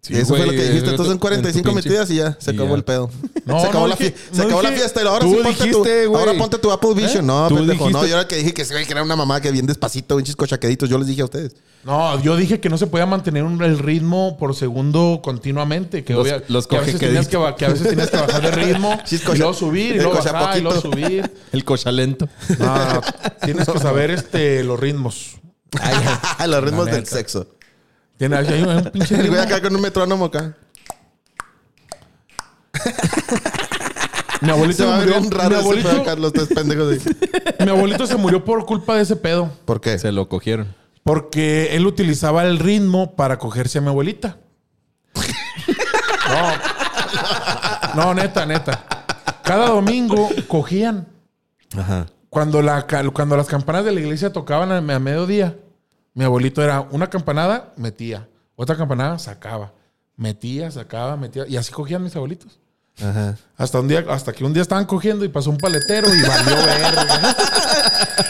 Speaker 3: Sí,
Speaker 2: Eso
Speaker 3: güey,
Speaker 2: fue lo que dijiste.
Speaker 3: eh,
Speaker 2: Entonces, en
Speaker 3: tu- tu
Speaker 2: 45
Speaker 3: pinche-
Speaker 2: metidas y ya se
Speaker 3: y
Speaker 2: acabó
Speaker 3: ya.
Speaker 2: el pedo.
Speaker 1: No,
Speaker 2: se acabó,
Speaker 1: no
Speaker 2: la,
Speaker 1: dije-
Speaker 2: fie- se
Speaker 1: no
Speaker 2: acabó la
Speaker 1: dije-
Speaker 2: fiesta. Y ahora
Speaker 3: tú
Speaker 2: sí ponte
Speaker 3: dijiste,
Speaker 2: tu,
Speaker 3: güey.
Speaker 2: ahora ponte tu Apple Vision. No,
Speaker 3: Tú
Speaker 2: pendejo. No,
Speaker 3: dijiste-
Speaker 2: yo era el que dije que, se- que era una mamá que bien despacito, pinches cochaqueditos. Yo les dije a ustedes.
Speaker 1: No, yo dije que no se podía mantener un- el ritmo por segundo continuamente. Que,
Speaker 3: Los-
Speaker 1: obvia-
Speaker 3: los
Speaker 1: que, a veces
Speaker 3: coge que
Speaker 1: tenías
Speaker 3: di-
Speaker 1: que, ba- que a veces tenías que bajar de ritmo
Speaker 2: Sí, es
Speaker 1: y
Speaker 2: cosa-
Speaker 1: luego subir y
Speaker 2: es
Speaker 1: luego
Speaker 2: cosa
Speaker 1: bajar y luego
Speaker 2: poquito.
Speaker 1: subir.
Speaker 3: El cochalento.
Speaker 1: No, no, no. tienes que saber este, los ritmos.
Speaker 2: Los ritmos
Speaker 1: neta.
Speaker 2: del sexo.
Speaker 1: Tiene- hay un- hay un pinche
Speaker 2: El güey
Speaker 1: ritmo.
Speaker 2: acá con un metrónomo acá.
Speaker 1: Mi
Speaker 2: Se
Speaker 1: abuelito
Speaker 2: va a
Speaker 1: se
Speaker 2: ver
Speaker 1: murió.
Speaker 2: un raro
Speaker 1: mi,
Speaker 2: ese pedo,
Speaker 1: abuelito,
Speaker 2: Carlos. Tres pendejos. ahí.
Speaker 1: mi abuelito se murió por culpa de ese pedo.
Speaker 2: ¿Por qué?
Speaker 3: Se lo cogieron.
Speaker 1: Porque él utilizaba el ritmo para cogerse a mi abuelita. No. No, neta, neta. Cada domingo cogían.
Speaker 2: Ajá.
Speaker 1: Cuando, la, ca- cuando las campanas de la iglesia tocaban a, a mediodía, mi abuelito era una campanada, metía. Otra campanada, sacaba. Metía, sacaba, metía. Y así cogían mis abuelitos.
Speaker 2: Ajá.
Speaker 1: Hasta, un día, hasta que un día estaban cogiendo y pasó un paletero y valió verga.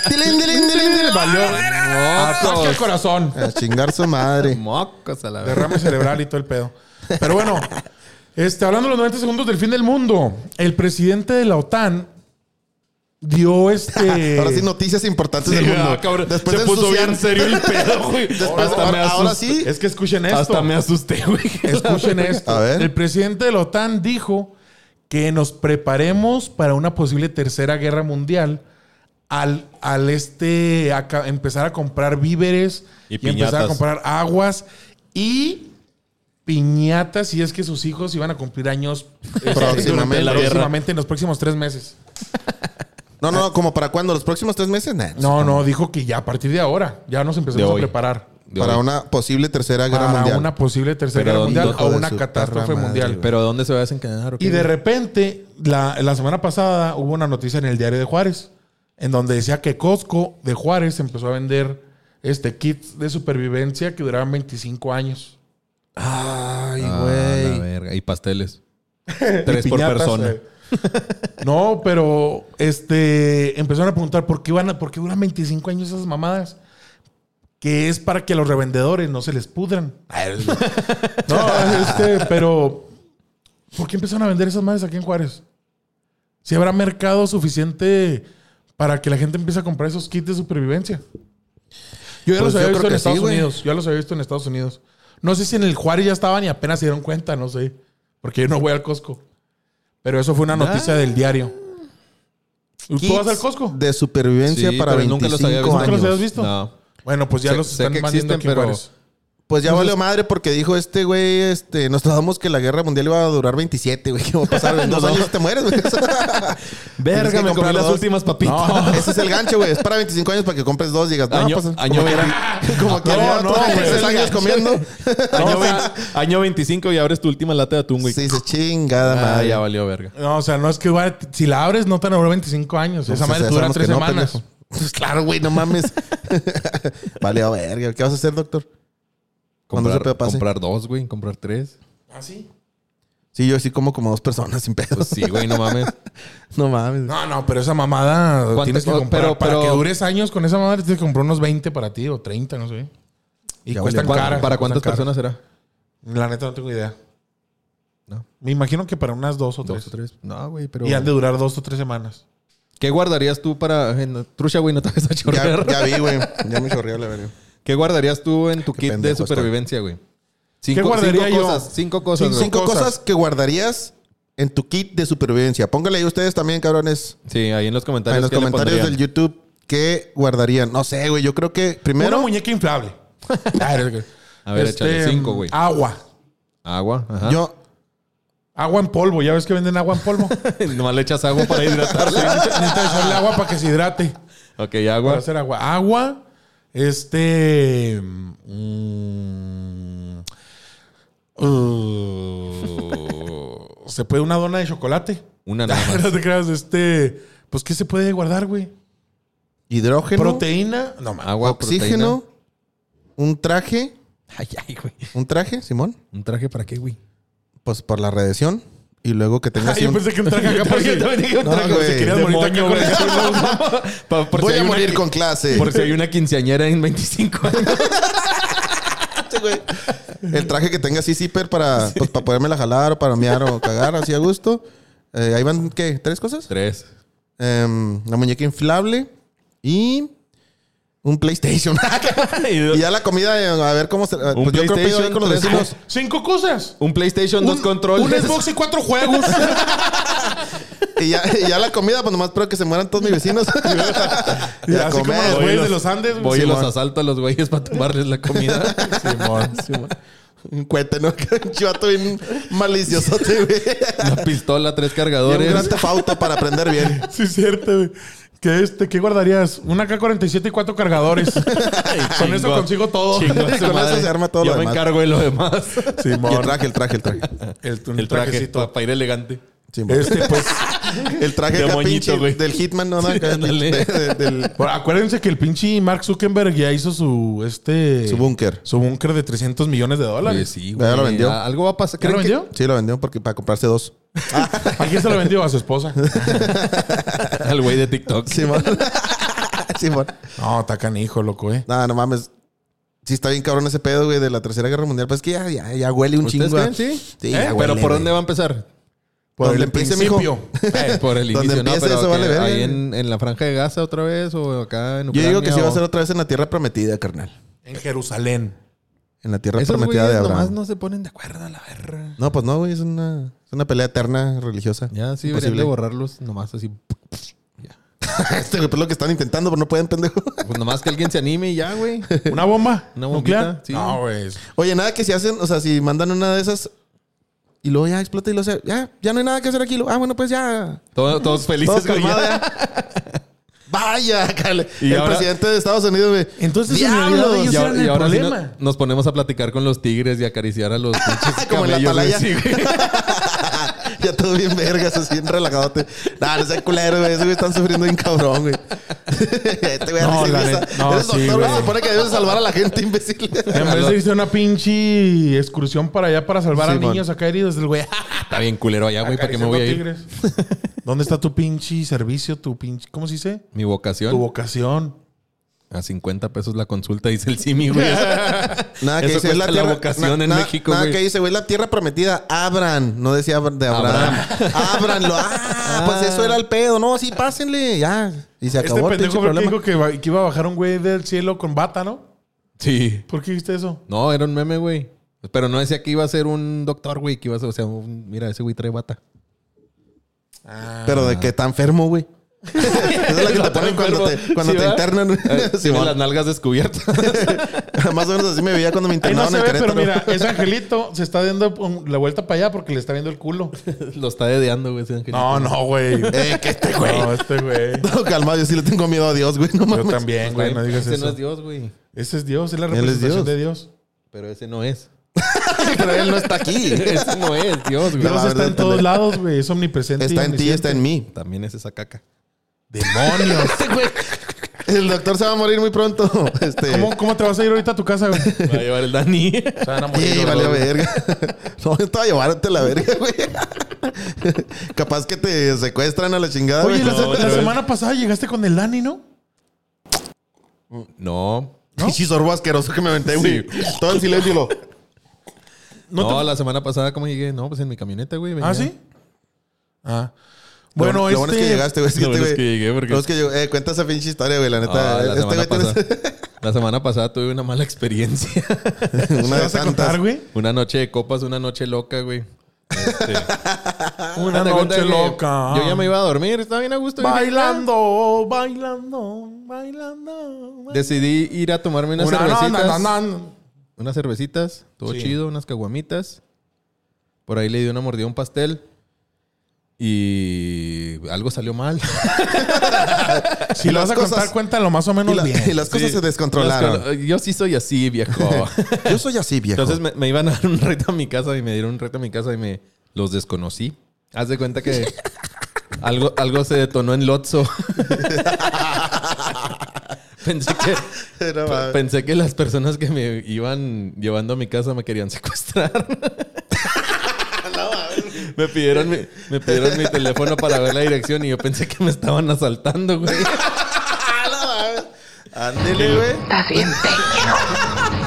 Speaker 2: Tilín, tilín, tilín, tilín.
Speaker 1: valió Ataque al corazón.
Speaker 2: A chingar su madre.
Speaker 3: Mocos a la verga.
Speaker 1: Derrame cerebral y todo el pedo. Pero bueno, este, hablando de los 90 segundos del fin del mundo, el presidente de la OTAN dio este...
Speaker 2: Ahora sí, ah, noticias importantes del mundo.
Speaker 3: ah,
Speaker 2: Después de ensuciar-
Speaker 3: serio el pedo, güey.
Speaker 2: Después- ahora, ahora sí.
Speaker 1: Es que escuchen esto.
Speaker 3: Hasta me asusté, güey.
Speaker 1: Escuchen esto.
Speaker 2: A ver.
Speaker 1: El presidente de la OTAN dijo que nos preparemos para una posible tercera guerra mundial al, al este aca- empezar a comprar víveres
Speaker 3: Y
Speaker 1: y empezar a
Speaker 3: piñatas.
Speaker 1: comprar aguas y piñatas si es que sus hijos iban a cumplir años este,
Speaker 2: Próximamente.
Speaker 1: durante-
Speaker 3: La guerra.
Speaker 1: próximamente en los próximos tres meses.
Speaker 2: No, no, no, como para cuándo, los próximos tres meses, Nah,
Speaker 1: No, no, dijo que ya a partir de ahora ya nos empezamos
Speaker 3: De
Speaker 1: a
Speaker 3: hoy.
Speaker 1: preparar
Speaker 2: Para una posible tercera guerra
Speaker 1: para
Speaker 2: mundial.
Speaker 1: una posible tercera guerra
Speaker 3: Pero ¿dónde-
Speaker 1: mundial o
Speaker 2: hijo de
Speaker 1: una
Speaker 2: su
Speaker 1: catástrofe
Speaker 2: perra madre,
Speaker 1: mundial.
Speaker 2: güey?
Speaker 3: Pero ¿dónde se va a desencadenar? o qué,
Speaker 1: Y de
Speaker 3: güey?
Speaker 1: repente, la, la semana pasada hubo una noticia en el diario de Juárez, en donde decía que Costco de Juárez empezó a vender este kits de supervivencia que duraban 25 años.
Speaker 2: Ay,
Speaker 3: Ah, la
Speaker 2: güey.
Speaker 3: verga. Y pasteles. Tres por
Speaker 1: Piñatas,
Speaker 3: persona.
Speaker 1: eh. No, pero este empezaron a preguntar por qué van a, por qué duran 25 años esas mamadas. que es para que los revendedores no se les pudran.
Speaker 3: Ah,
Speaker 1: No, este, pero ¿por qué empezaron a vender esas madres aquí en Juárez? Si habrá mercado suficiente para que la gente empiece a comprar esos kits de supervivencia. Yo ya los
Speaker 2: Pues
Speaker 1: había
Speaker 2: yo creo
Speaker 1: visto en
Speaker 2: que
Speaker 1: Estados
Speaker 2: sí, güey.
Speaker 1: Unidos. Yo ya los había visto en Estados Unidos. No sé si en el Juárez ya estaban y apenas se dieron cuenta, no sé. Porque yo no voy al Costco. Pero eso fue una noticia del diario. ¿Tú vas al Costco?
Speaker 2: Ah. De supervivencia
Speaker 3: Sí,
Speaker 2: para
Speaker 3: pero nunca
Speaker 2: 25
Speaker 3: los había visto.
Speaker 1: ¿Nunca los
Speaker 2: años.
Speaker 1: habías visto?
Speaker 3: No.
Speaker 1: Bueno, pues ya
Speaker 3: Sé-
Speaker 1: los
Speaker 3: sé
Speaker 1: están
Speaker 3: que
Speaker 1: vendiendo
Speaker 3: existen,
Speaker 1: aquí en
Speaker 3: pero-
Speaker 1: Juárez.
Speaker 2: Pues ya valió madre porque dijo este güey, este, nos tratamos que la guerra mundial iba a durar 27, güey. ¿Qué va a pasar? En dos años te mueres, güey. Tienes que
Speaker 3: Verga, me compré
Speaker 2: comprar
Speaker 3: las
Speaker 2: dos.
Speaker 3: últimas papitas.
Speaker 2: No, ese es el gancho, güey. Es para 25 años para que compres dos y digas, no,
Speaker 3: Año-
Speaker 2: pues,
Speaker 3: año
Speaker 2: como que- como que
Speaker 1: No,
Speaker 2: había
Speaker 1: no,
Speaker 2: otros
Speaker 1: güey.
Speaker 2: tres
Speaker 1: Es el
Speaker 2: años
Speaker 3: gancho,
Speaker 2: comiendo.
Speaker 3: Año, vein- año 25 y abres tu última lata de atún, güey.
Speaker 2: Sí, dices, chingada
Speaker 3: Ah,
Speaker 2: madre.
Speaker 3: ya valió verga.
Speaker 1: No, o sea, no es que va- si la abres no te duró 25 años. Esa
Speaker 2: Entonces,
Speaker 1: madre
Speaker 2: ya
Speaker 1: dura
Speaker 2: sabemos
Speaker 1: tres
Speaker 2: que no,
Speaker 1: semanas.
Speaker 2: pendejo. Pues claro, güey, no mames. vale, a verga. ¿Qué vas a hacer, doctor? Cuando ese
Speaker 3: Comprar,
Speaker 2: pedo pase.
Speaker 3: comprar dos, güey. Comprar tres.
Speaker 1: ¿Ah, sí?
Speaker 2: Sí, yo sí como como dos personas sin pedos.
Speaker 3: Pues sí, güey, no mames.
Speaker 2: No mames.
Speaker 1: No, no, pero esa mamada
Speaker 3: ¿Cuánto-
Speaker 1: tienes
Speaker 2: Oh,
Speaker 1: que
Speaker 3: o-
Speaker 1: comprar.
Speaker 3: pero-
Speaker 1: para
Speaker 3: pero-
Speaker 1: que dures años con esa mamada tienes que comprar unos 20 para ti o 30, no sé. Y
Speaker 2: Ya
Speaker 1: cuestan
Speaker 2: valió.
Speaker 3: ¿Cuán-
Speaker 1: caras. cuestan
Speaker 3: ¿Para cuántas
Speaker 1: caras.
Speaker 3: personas será?
Speaker 1: La neta no tengo idea.
Speaker 3: No.
Speaker 1: Me imagino que para unas dos o tres.
Speaker 3: ¿Dos o tres? No, güey, pero...
Speaker 1: Y han de durar dos o tres semanas.
Speaker 3: ¿Qué guardarías tú para... en- Trucha, güey, no te vas
Speaker 2: Ya,
Speaker 3: a chorrear.
Speaker 2: ya vi, güey. Ya me chorreé la verga.
Speaker 3: ¿Qué guardarías tú en tu kit de
Speaker 2: pendejo
Speaker 3: supervivencia, güey? Cinco,
Speaker 1: guardaría
Speaker 3: cinco
Speaker 1: yo?
Speaker 3: cosas, cinco cosas,
Speaker 1: Cinco-
Speaker 3: güey.
Speaker 2: Cinco
Speaker 1: cosas.
Speaker 2: cosas. que guardarías en tu kit de supervivencia. Póngale ahí ustedes también, cabrones,
Speaker 3: Sí, ahí en los comentarios.
Speaker 2: en los
Speaker 3: ¿qué le
Speaker 2: comentarios
Speaker 3: pondrían?
Speaker 2: del YouTube qué guardarían. No sé, güey. Yo creo que primero
Speaker 1: Una muñeca inflable. Ah, es que-
Speaker 3: A ver, échale cinco, güey.
Speaker 1: Agua.
Speaker 3: Agua, ajá.
Speaker 2: yo
Speaker 1: Agua en polvo. Ya ves que venden agua en polvo.
Speaker 3: Nomás le echas agua para hidratarse.
Speaker 1: Necesitas echarle agua para que se hidrate.
Speaker 3: ok,
Speaker 1: Para
Speaker 3: agua.
Speaker 1: hacer agua. Agua, este. mm, uh, se puede una dona de chocolate.
Speaker 3: Una nada más.
Speaker 1: No te creas, este. Pues, ¿qué se puede guardar, güey?
Speaker 2: hidrógeno,
Speaker 3: Ah,
Speaker 1: Proteína. No, mames.
Speaker 3: Agua,
Speaker 2: oxígeno, un traje,
Speaker 3: proteína. Ay, ay, güey.
Speaker 2: un traje, Simón,
Speaker 3: ¿Un traje para qué, güey?
Speaker 2: pues por la radiación y luego que
Speaker 3: Ah,
Speaker 2: tengas
Speaker 1: Ay, yo
Speaker 2: un-
Speaker 1: pensé que un traje acá por si-
Speaker 2: No, güey.
Speaker 1: si querías
Speaker 3: De
Speaker 1: morir acá
Speaker 3: moño,
Speaker 1: con el-
Speaker 3: Pa- por si
Speaker 2: Voy
Speaker 3: hay
Speaker 2: a
Speaker 3: una
Speaker 2: morir
Speaker 3: qui-
Speaker 2: con clase.
Speaker 3: Por si hay una quinceañera en 25 años.
Speaker 2: El traje que tenga así zipper para, pues, para podérmela jalar o para mear o cagar así a gusto. Eh, ahí van, ¿qué? ¿Tres cosas?
Speaker 3: Tres.
Speaker 2: Em, la muñeca inflable y un PlayStation. y ya la comida, eh, a ver cómo se. Pues yo creo que pido ahí con los
Speaker 3: PlayStation,
Speaker 2: vecinos.
Speaker 1: Cinco cosas.
Speaker 3: Un PlayStation, dos
Speaker 1: Un-
Speaker 3: controles.
Speaker 1: Un Xbox y cuatro juegos.
Speaker 2: Y ya, y ya la comida, pues nomás espero que se mueran todos mis vecinos. y a
Speaker 1: así como
Speaker 2: comer.
Speaker 1: los
Speaker 3: Voy y
Speaker 1: güeyes de los Andes. güey.
Speaker 3: Voy y los
Speaker 2: Simón.
Speaker 3: asalto a los güeyes para tomarles la comida.
Speaker 2: Un cohete, ¿no? un chivato bien malicioso, güey.
Speaker 3: Una pistola, tres
Speaker 2: Y un gran
Speaker 3: cargadores.
Speaker 2: tefauto para aprender bien.
Speaker 1: Sí, es cierto, güey. ¿Qué, este, ¿Qué guardarías? Una K-47 y cuatro cargadores. Con eso
Speaker 3: Chingo.
Speaker 1: consigo todo.
Speaker 3: Chingo a su
Speaker 2: Con eso
Speaker 3: madre.
Speaker 2: se arma todo
Speaker 3: Yo
Speaker 2: lo
Speaker 3: me
Speaker 2: demás.
Speaker 3: encargo de lo demás.
Speaker 2: Y el
Speaker 1: Simón.
Speaker 2: traje, el traje, el traje.
Speaker 1: El, un
Speaker 3: El traje
Speaker 1: trajecito.
Speaker 3: para ir elegante.
Speaker 2: Simón.
Speaker 1: Este, pues,
Speaker 2: El traje
Speaker 3: De
Speaker 2: acá
Speaker 3: moñito,
Speaker 2: pinche
Speaker 3: güey.
Speaker 2: del Hitman, ¿no?
Speaker 3: Sí,
Speaker 2: Acá,
Speaker 3: ándale.
Speaker 2: de- de- del-
Speaker 1: por- acuérdense que el pinche Mark Zuckerberg ya hizo su este
Speaker 2: Su búnker.
Speaker 1: Su búnker de 300 millones de
Speaker 3: Oye,
Speaker 1: dólares.
Speaker 3: sí,
Speaker 2: Ya
Speaker 3: güey.
Speaker 2: lo vendió.
Speaker 3: Ah, Algo va a pasar.
Speaker 1: ¿Ya lo
Speaker 3: ¿Creen que-
Speaker 1: vendió?
Speaker 2: Sí, lo vendió porque para comprarse dos.
Speaker 1: ¿A quién se lo vendió? A su esposa.
Speaker 3: Al güey de TikTok.
Speaker 2: Simón. Simón.
Speaker 1: No, está canijo, loco, eh.
Speaker 2: No, no mames. Sí está bien cabrón ese pedo, güey, de la Tercera Guerra Mundial. Pues es que ya, ya, ya huele un
Speaker 3: ¿Ustedes
Speaker 2: chingo. a-
Speaker 3: creen? Sí.
Speaker 2: Sí,
Speaker 3: ¿Eh?
Speaker 2: ya huele,
Speaker 3: Pero ¿por
Speaker 2: güey.
Speaker 3: dónde va a empezar?
Speaker 1: Por
Speaker 2: ¿Dónde
Speaker 1: el
Speaker 2: empiece,
Speaker 1: principio.
Speaker 3: Eh, por el
Speaker 2: Donde
Speaker 3: inicio, ¿no?
Speaker 2: empiece
Speaker 3: Pero
Speaker 2: eso
Speaker 3: que
Speaker 2: vale verga.
Speaker 3: ahí en, en la franja de Gaza otra vez o acá en
Speaker 2: Yo
Speaker 3: Ucrania.
Speaker 2: digo que sí va a
Speaker 3: o-
Speaker 2: ser otra vez en la Tierra Prometida, carnal.
Speaker 1: En Jerusalén.
Speaker 2: En la Tierra
Speaker 3: Esos
Speaker 2: Prometida de
Speaker 3: güeyes
Speaker 2: Abraham.
Speaker 3: nomás
Speaker 2: No...
Speaker 3: no se ponen de acuerdo a la verga.
Speaker 2: pues no, güey. Es una, es una pelea eterna religiosa.
Speaker 3: Ya, sí, deberían
Speaker 2: Imposible.
Speaker 3: de borrarlos nomás así.
Speaker 2: Este, güey, pues lo que están intentando, pero no pueden, pendejo.
Speaker 3: Pues nomás que alguien se anime y ya, güey.
Speaker 1: ¿Una bomba?
Speaker 3: Una bombita,
Speaker 1: ¿Nuclear?
Speaker 3: sí.
Speaker 1: No, pues. güey.
Speaker 2: Oye, nada que si hacen, o sea, si mandan una de esas y luego ya explota y lo se, ya, ya no hay nada que hacer aquí. Lo- ah, bueno, pues ya.
Speaker 3: Todos, todos
Speaker 2: Todos
Speaker 3: felices, güey.
Speaker 2: calmados
Speaker 3: ya.
Speaker 2: ya. Vaya, cale.
Speaker 3: Y
Speaker 2: el
Speaker 3: ahora-
Speaker 2: presidente de Estados Unidos, güey.
Speaker 1: Entonces, en
Speaker 2: ¡Diablos!
Speaker 1: realidad, ellos
Speaker 3: Y ahora,
Speaker 1: eran
Speaker 3: y
Speaker 1: el
Speaker 3: ahora sí no-
Speaker 1: problema.
Speaker 3: nos ponemos a platicar con los tigres y acariciar a los pinches
Speaker 2: Como en la
Speaker 3: camellos, güey.
Speaker 2: atalaya.
Speaker 3: Sí, güey.
Speaker 2: ya todo bien vergas, así bien relajadote. No, no sean culero, güey. Esos güey están sufriendo bien cabrón, güey. este güey
Speaker 1: No,
Speaker 2: no,
Speaker 1: la neta, no,
Speaker 2: Eres
Speaker 1: sí,
Speaker 2: doctor, güey.
Speaker 1: güey.
Speaker 2: Se supone que debes de salvar a la gente, imbécil.
Speaker 1: En vez de irse a una pinche excursión para allá para salvar a
Speaker 2: Simón.
Speaker 1: niños acá heridos, el güey. ah,
Speaker 3: Está bien culero allá, güey. ¿Para qué me voy a ir?
Speaker 1: acariciando tigres. ¿Dónde está tu pinche servicio, tu pinche. ¿Cómo se dice?
Speaker 3: Mi vocación.
Speaker 1: Tu vocación.
Speaker 3: A 50 pesos la consulta, dice el Simi, güey.
Speaker 2: Nada que
Speaker 3: Eso
Speaker 2: dice, es la,
Speaker 3: cuesta la
Speaker 2: tierra,
Speaker 3: vocación en México,
Speaker 2: Nada
Speaker 3: güey.
Speaker 2: que dice, güey, la tierra prometida. Abran. No decía abra- de Abraham. Abranlo. Ah, pues eso era el pedo. No, sí, pásenle. Ya. Y se
Speaker 1: Este
Speaker 2: acabó el
Speaker 1: pendejo fue
Speaker 2: pinche
Speaker 1: el que
Speaker 2: problema.
Speaker 1: dijo que, va- que iba a bajar un güey del cielo con bata, ¿no?
Speaker 3: Sí.
Speaker 1: ¿Por qué dijiste eso?
Speaker 3: No, era un meme, güey. Pero no decía que iba a ser un doctor, güey. Que iba a ser, o sea, un- mira, ese güey trae bata.
Speaker 2: Pero de que está enfermo, güey. Esa es la que te ponen cuando te, cuando
Speaker 3: Sí,
Speaker 2: te
Speaker 3: ¿verdad?
Speaker 2: internan.
Speaker 3: Eh,
Speaker 2: Sí,
Speaker 3: tiene
Speaker 2: mon.
Speaker 3: las nalgas descubiertas.
Speaker 2: Más o menos así me veía cuando me
Speaker 1: Ahí no
Speaker 2: internaban
Speaker 1: se
Speaker 2: Ah, en
Speaker 1: ve, pero
Speaker 2: Querétaro.
Speaker 1: mira, ese angelito se está dando um, la vuelta para allá porque le está viendo el culo.
Speaker 3: Lo está dedeando, güey. ese angelito.
Speaker 1: No, no, güey.
Speaker 2: Eh, que este güey.
Speaker 1: No, este güey.
Speaker 2: No, calmado, yo sí le tengo miedo a Dios, güey.
Speaker 1: Yo
Speaker 2: No mames.
Speaker 1: también, güey, no digas
Speaker 3: ese no
Speaker 1: eso.
Speaker 3: es Dios, güey.
Speaker 1: Ese es Dios, es la
Speaker 2: Él es
Speaker 1: representación
Speaker 2: Dios. Ah,
Speaker 1: de Dios.
Speaker 3: Pero ese no es.
Speaker 2: Pero él no está aquí.
Speaker 3: ese no es Dios, güey.
Speaker 2: No.
Speaker 1: Dios
Speaker 2: la
Speaker 1: está
Speaker 2: verdad,
Speaker 1: en todos
Speaker 2: pendejo.
Speaker 1: lados, güey. Es omnipresente. y
Speaker 2: Está en ti,
Speaker 1: omnisciente.
Speaker 2: está en mí.
Speaker 3: También es esa caca.
Speaker 1: ¡Demonios!
Speaker 2: El doctor se va a morir muy pronto. Este.
Speaker 1: ¿Cómo, cómo te vas a ir ahorita a tu casa, güey?
Speaker 3: Va a llevar el Dani.
Speaker 1: Se van a morir,
Speaker 2: Sí,
Speaker 1: los
Speaker 2: vale
Speaker 1: dos, güey.
Speaker 2: verga. No, yo estaba llevándote la verga, güey. Capaz que te secuestran a la chingada,
Speaker 1: Oye,
Speaker 2: güey.
Speaker 1: la, se-
Speaker 3: otra
Speaker 1: la
Speaker 3: vez.
Speaker 1: semana pasada llegaste con el Dani, ¿no?
Speaker 3: No.
Speaker 2: ¿No? Sí, sorbo asqueroso que me aventé, güey. Todo en silencio. y lo-
Speaker 3: No, la semana pasada, ¿cómo llegué? No, pues en mi camioneta, güey. venía.
Speaker 1: ¿Ah, sí? Ah. Bueno,
Speaker 2: lo,
Speaker 1: este...
Speaker 2: lo bueno es que llegaste, güey.
Speaker 3: Lo bueno
Speaker 2: güey.
Speaker 3: es que llegué, porque-
Speaker 2: Lo bueno es que llegó. Eh, cuenta esa pinche historia, güey. La
Speaker 3: Ah,
Speaker 2: neta,
Speaker 3: la,
Speaker 2: este
Speaker 3: semana
Speaker 2: güey tienes
Speaker 3: pasada, la semana pasada tuve una mala experiencia.
Speaker 2: una
Speaker 1: ¿Te
Speaker 2: de
Speaker 1: vas a contar,
Speaker 2: tantas.
Speaker 1: güey?
Speaker 3: una noche de copas, una noche loca, güey. Este,
Speaker 1: Una
Speaker 3: haz de cuenta
Speaker 1: noche
Speaker 3: que
Speaker 1: loca.
Speaker 3: Yo ya me iba a dormir, estaba bien a gusto. dije,
Speaker 1: Bailando, bailando, bailando.
Speaker 3: "Ah". Decidí ir a tomarme unas
Speaker 1: Una- no,
Speaker 3: cervecitas.
Speaker 1: no, no, no.
Speaker 3: Unas cervecitas, todo
Speaker 1: Sí.
Speaker 3: chido, unas caguamitas. Por ahí le di una mordida a un pastel. Y algo salió mal.
Speaker 1: Si
Speaker 2: Y
Speaker 1: lo
Speaker 2: las
Speaker 1: vas a contar,
Speaker 2: cosas-
Speaker 1: cuéntalo más o
Speaker 2: Y,
Speaker 1: menos
Speaker 2: la- y
Speaker 1: bien.
Speaker 2: las cosas
Speaker 3: Sí.
Speaker 2: se descontrolaron.
Speaker 3: Yo sí soy así, viejo.
Speaker 2: Yo soy así, viejo.
Speaker 3: Entonces me, me iban a dar un reto a mi casa y me dieron un reto a mi casa y me los desconocí. Haz de cuenta que algo, algo se detonó en Lotso. pensé, que,
Speaker 2: Pero,
Speaker 3: pe-
Speaker 2: va.
Speaker 3: pensé que las personas que me iban llevando a mi casa me querían secuestrar. Me pidieron, mi, me pidieron mi teléfono para ver la dirección y yo pensé que me estaban asaltando, güey.
Speaker 2: Ah, Ándele, güey.
Speaker 4: Está bien,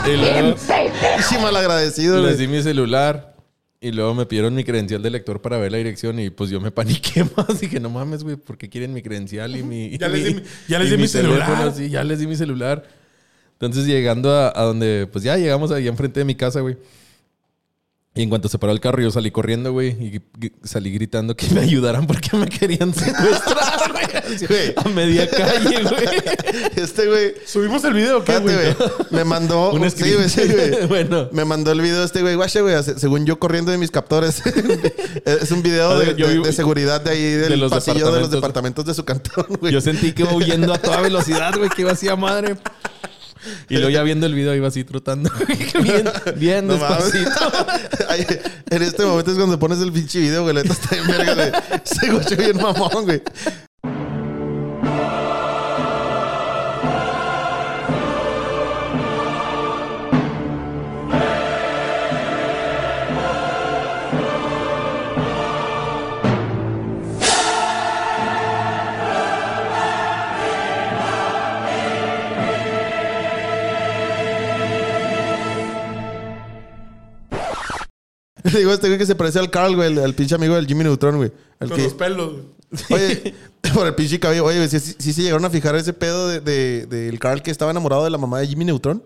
Speaker 3: Y luego-
Speaker 2: Sí, mal agradecido,
Speaker 3: Les
Speaker 2: güey.
Speaker 3: di mi celular y luego me pidieron mi credencial de lector para ver la dirección y pues yo me paniqué más. Dije, no mames, güey, ¿por qué quieren mi credencial y mi... y
Speaker 1: Ya les di
Speaker 3: mi-
Speaker 1: mi- ya les
Speaker 3: y
Speaker 1: di mi celular.
Speaker 3: teléfono? Sí, ya les di mi celular. Entonces llegando a, a donde, pues ya llegamos allá enfrente de mi casa, güey. Y en cuanto se paró el carro, yo salí corriendo, güey, y gr- salí gritando que me ayudaran porque me querían secuestrar, güey. Así,
Speaker 2: Güey.
Speaker 3: A media calle, güey.
Speaker 2: Este, güey.
Speaker 1: ¿Subimos el video o qué, güey?
Speaker 2: Espérate, güey. Me mandó.
Speaker 3: Un
Speaker 2: sí, güey, sí, güey.
Speaker 3: screenshot. Bueno.
Speaker 2: Me mandó el video este güey, guache, güey, se- según yo corriendo de mis captores. es un video de,
Speaker 3: Yo
Speaker 2: de-
Speaker 3: vi-
Speaker 2: de seguridad de ahí, del
Speaker 3: de los
Speaker 2: pasillo de los departamentos
Speaker 3: departamentos.
Speaker 2: de su cantón, güey.
Speaker 3: Yo sentí que iba huyendo a toda velocidad, güey, que iba así a madre. Y luego ya viendo el video iba así trotando, güey, bien, bien
Speaker 2: No mames.
Speaker 3: despacito.
Speaker 2: Ay, en este momento es cuando pones el pinche video, güey. La neta está en verga, güey. Se guache bien mamón, güey. Le digo a este güey que se parece al Carl, güey, al, al pinche amigo del Jimmy Neutron, güey. Al
Speaker 1: Con
Speaker 2: que-
Speaker 1: los pelos, güey.
Speaker 2: Oye, por el pinche cabello. Oye, güey, ¿sí, sí, sí se llegaron a fijar ese pedo de- de- del Carl que estaba enamorado de la mamá de Jimmy Neutron.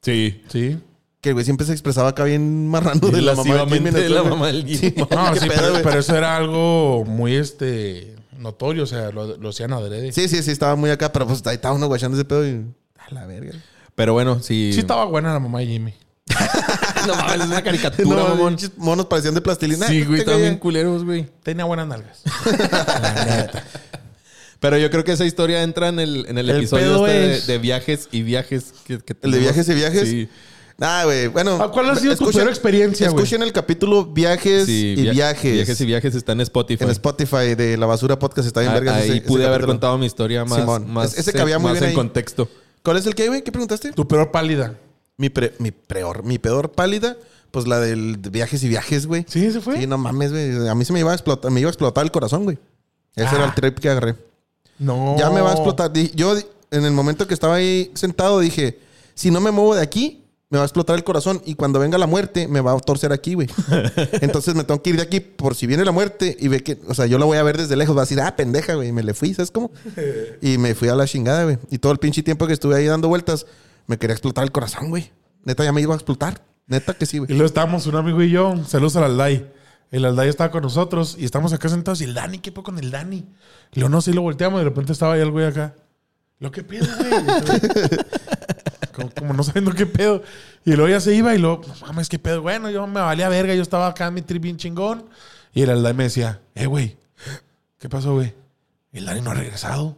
Speaker 3: Sí.
Speaker 1: Sí.
Speaker 2: Que el güey siempre se expresaba acá bien marrando de
Speaker 3: Bien
Speaker 2: la mamá de Jimmy
Speaker 3: lascivamente de la
Speaker 2: Neutron, güey.
Speaker 3: mamá del Jimmy.
Speaker 2: Sí,
Speaker 1: No,
Speaker 2: ¿qué
Speaker 1: sí,
Speaker 2: pedo,
Speaker 1: pero,
Speaker 2: güey?
Speaker 1: pero eso era algo muy este notorio, o sea, lo, lo hacían adrede. Sí.
Speaker 2: Sí, sí, sí, estaba muy acá, pero pues ahí estaba uno guachando ese pedo y. A la verga.
Speaker 3: Pero bueno, sí.
Speaker 1: estaba buena la mamá de Jimmy.
Speaker 3: No mames, es una caricatura,
Speaker 2: No,
Speaker 3: mamón.
Speaker 2: pinches monos parecían de plastilina.
Speaker 3: Sí, güey,
Speaker 2: Este
Speaker 3: también culeros, güey.
Speaker 1: Tenía buenas nalgas.
Speaker 3: Pero yo creo que esa historia entra en el, en el,
Speaker 1: El
Speaker 3: episodio
Speaker 1: pedo
Speaker 3: este de-
Speaker 1: es-
Speaker 3: de, viajes y viajes. Que,
Speaker 2: El de
Speaker 3: que tenemos.
Speaker 2: viajes y viajes.
Speaker 3: Sí.
Speaker 2: Ah, güey, bueno.
Speaker 1: ¿Ah, cuál ha sido tu peor experiencia, güey?
Speaker 2: Escuchen el capítulo Viajes
Speaker 3: Sí,
Speaker 2: y
Speaker 3: via-
Speaker 2: Viajes.
Speaker 3: Viajes y viajes está en Spotify.
Speaker 2: En Spotify de La Basura Podcast está bien
Speaker 3: Ah,
Speaker 2: vergas
Speaker 3: ahí
Speaker 2: ese- ese
Speaker 3: pude haber
Speaker 2: capítulo.
Speaker 3: contado mi historia más,
Speaker 2: Simón.
Speaker 3: más,
Speaker 2: Ese cabía muy
Speaker 3: más
Speaker 2: bien
Speaker 3: en
Speaker 2: ahí.
Speaker 3: contexto.
Speaker 2: ¿Cuál es el que, güey? ¿Qué preguntaste?
Speaker 1: Tu peor pálida.
Speaker 2: Mi, pre- mi peor, mi peor pálida, pues la del de viajes y viajes, güey.
Speaker 1: ¿Sí? ¿Ese fue?
Speaker 2: Sí, no mames, güey. A mí se me iba a explotar, me iba a explotar el corazón, güey. Ese
Speaker 1: Ah.
Speaker 2: era el trip que agarré.
Speaker 1: no.
Speaker 2: Ya me va a explotar. Di- Yo di- en el momento que estaba ahí sentado, dije, si no me muevo de aquí, me va a explotar el corazón y cuando venga la muerte, me va a torcer aquí, güey. Entonces me tengo que ir de aquí por si viene la muerte y ve que, o sea, yo la voy a ver desde lejos, va a decir, ah, pendeja, güey, y me le fui, ¿sabes cómo? Y me fui a la chingada, güey. Y todo el pinche tiempo que estuve ahí dando vueltas, me quería explotar el corazón, güey. Neta, ya me iba a explotar. Neta que sí,
Speaker 1: Y
Speaker 2: güey.
Speaker 1: luego estábamos un amigo y yo. Saludos al Aldai. El Aldai estaba con nosotros y estamos acá sentados. Y el Dani, ¿qué pedo con el Dani? Y lo no, sí lo volteamos. Y de repente estaba ahí el güey acá. Lo que pedo, güey. como, como no sabiendo qué pedo. Y luego ya se iba y luego, no mames, qué pedo. Bueno, yo me valía verga. Yo estaba acá en mi trip bien chingón. Y el Aldai me decía, eh, güey, ¿qué pasó, güey? El Dani no ha regresado.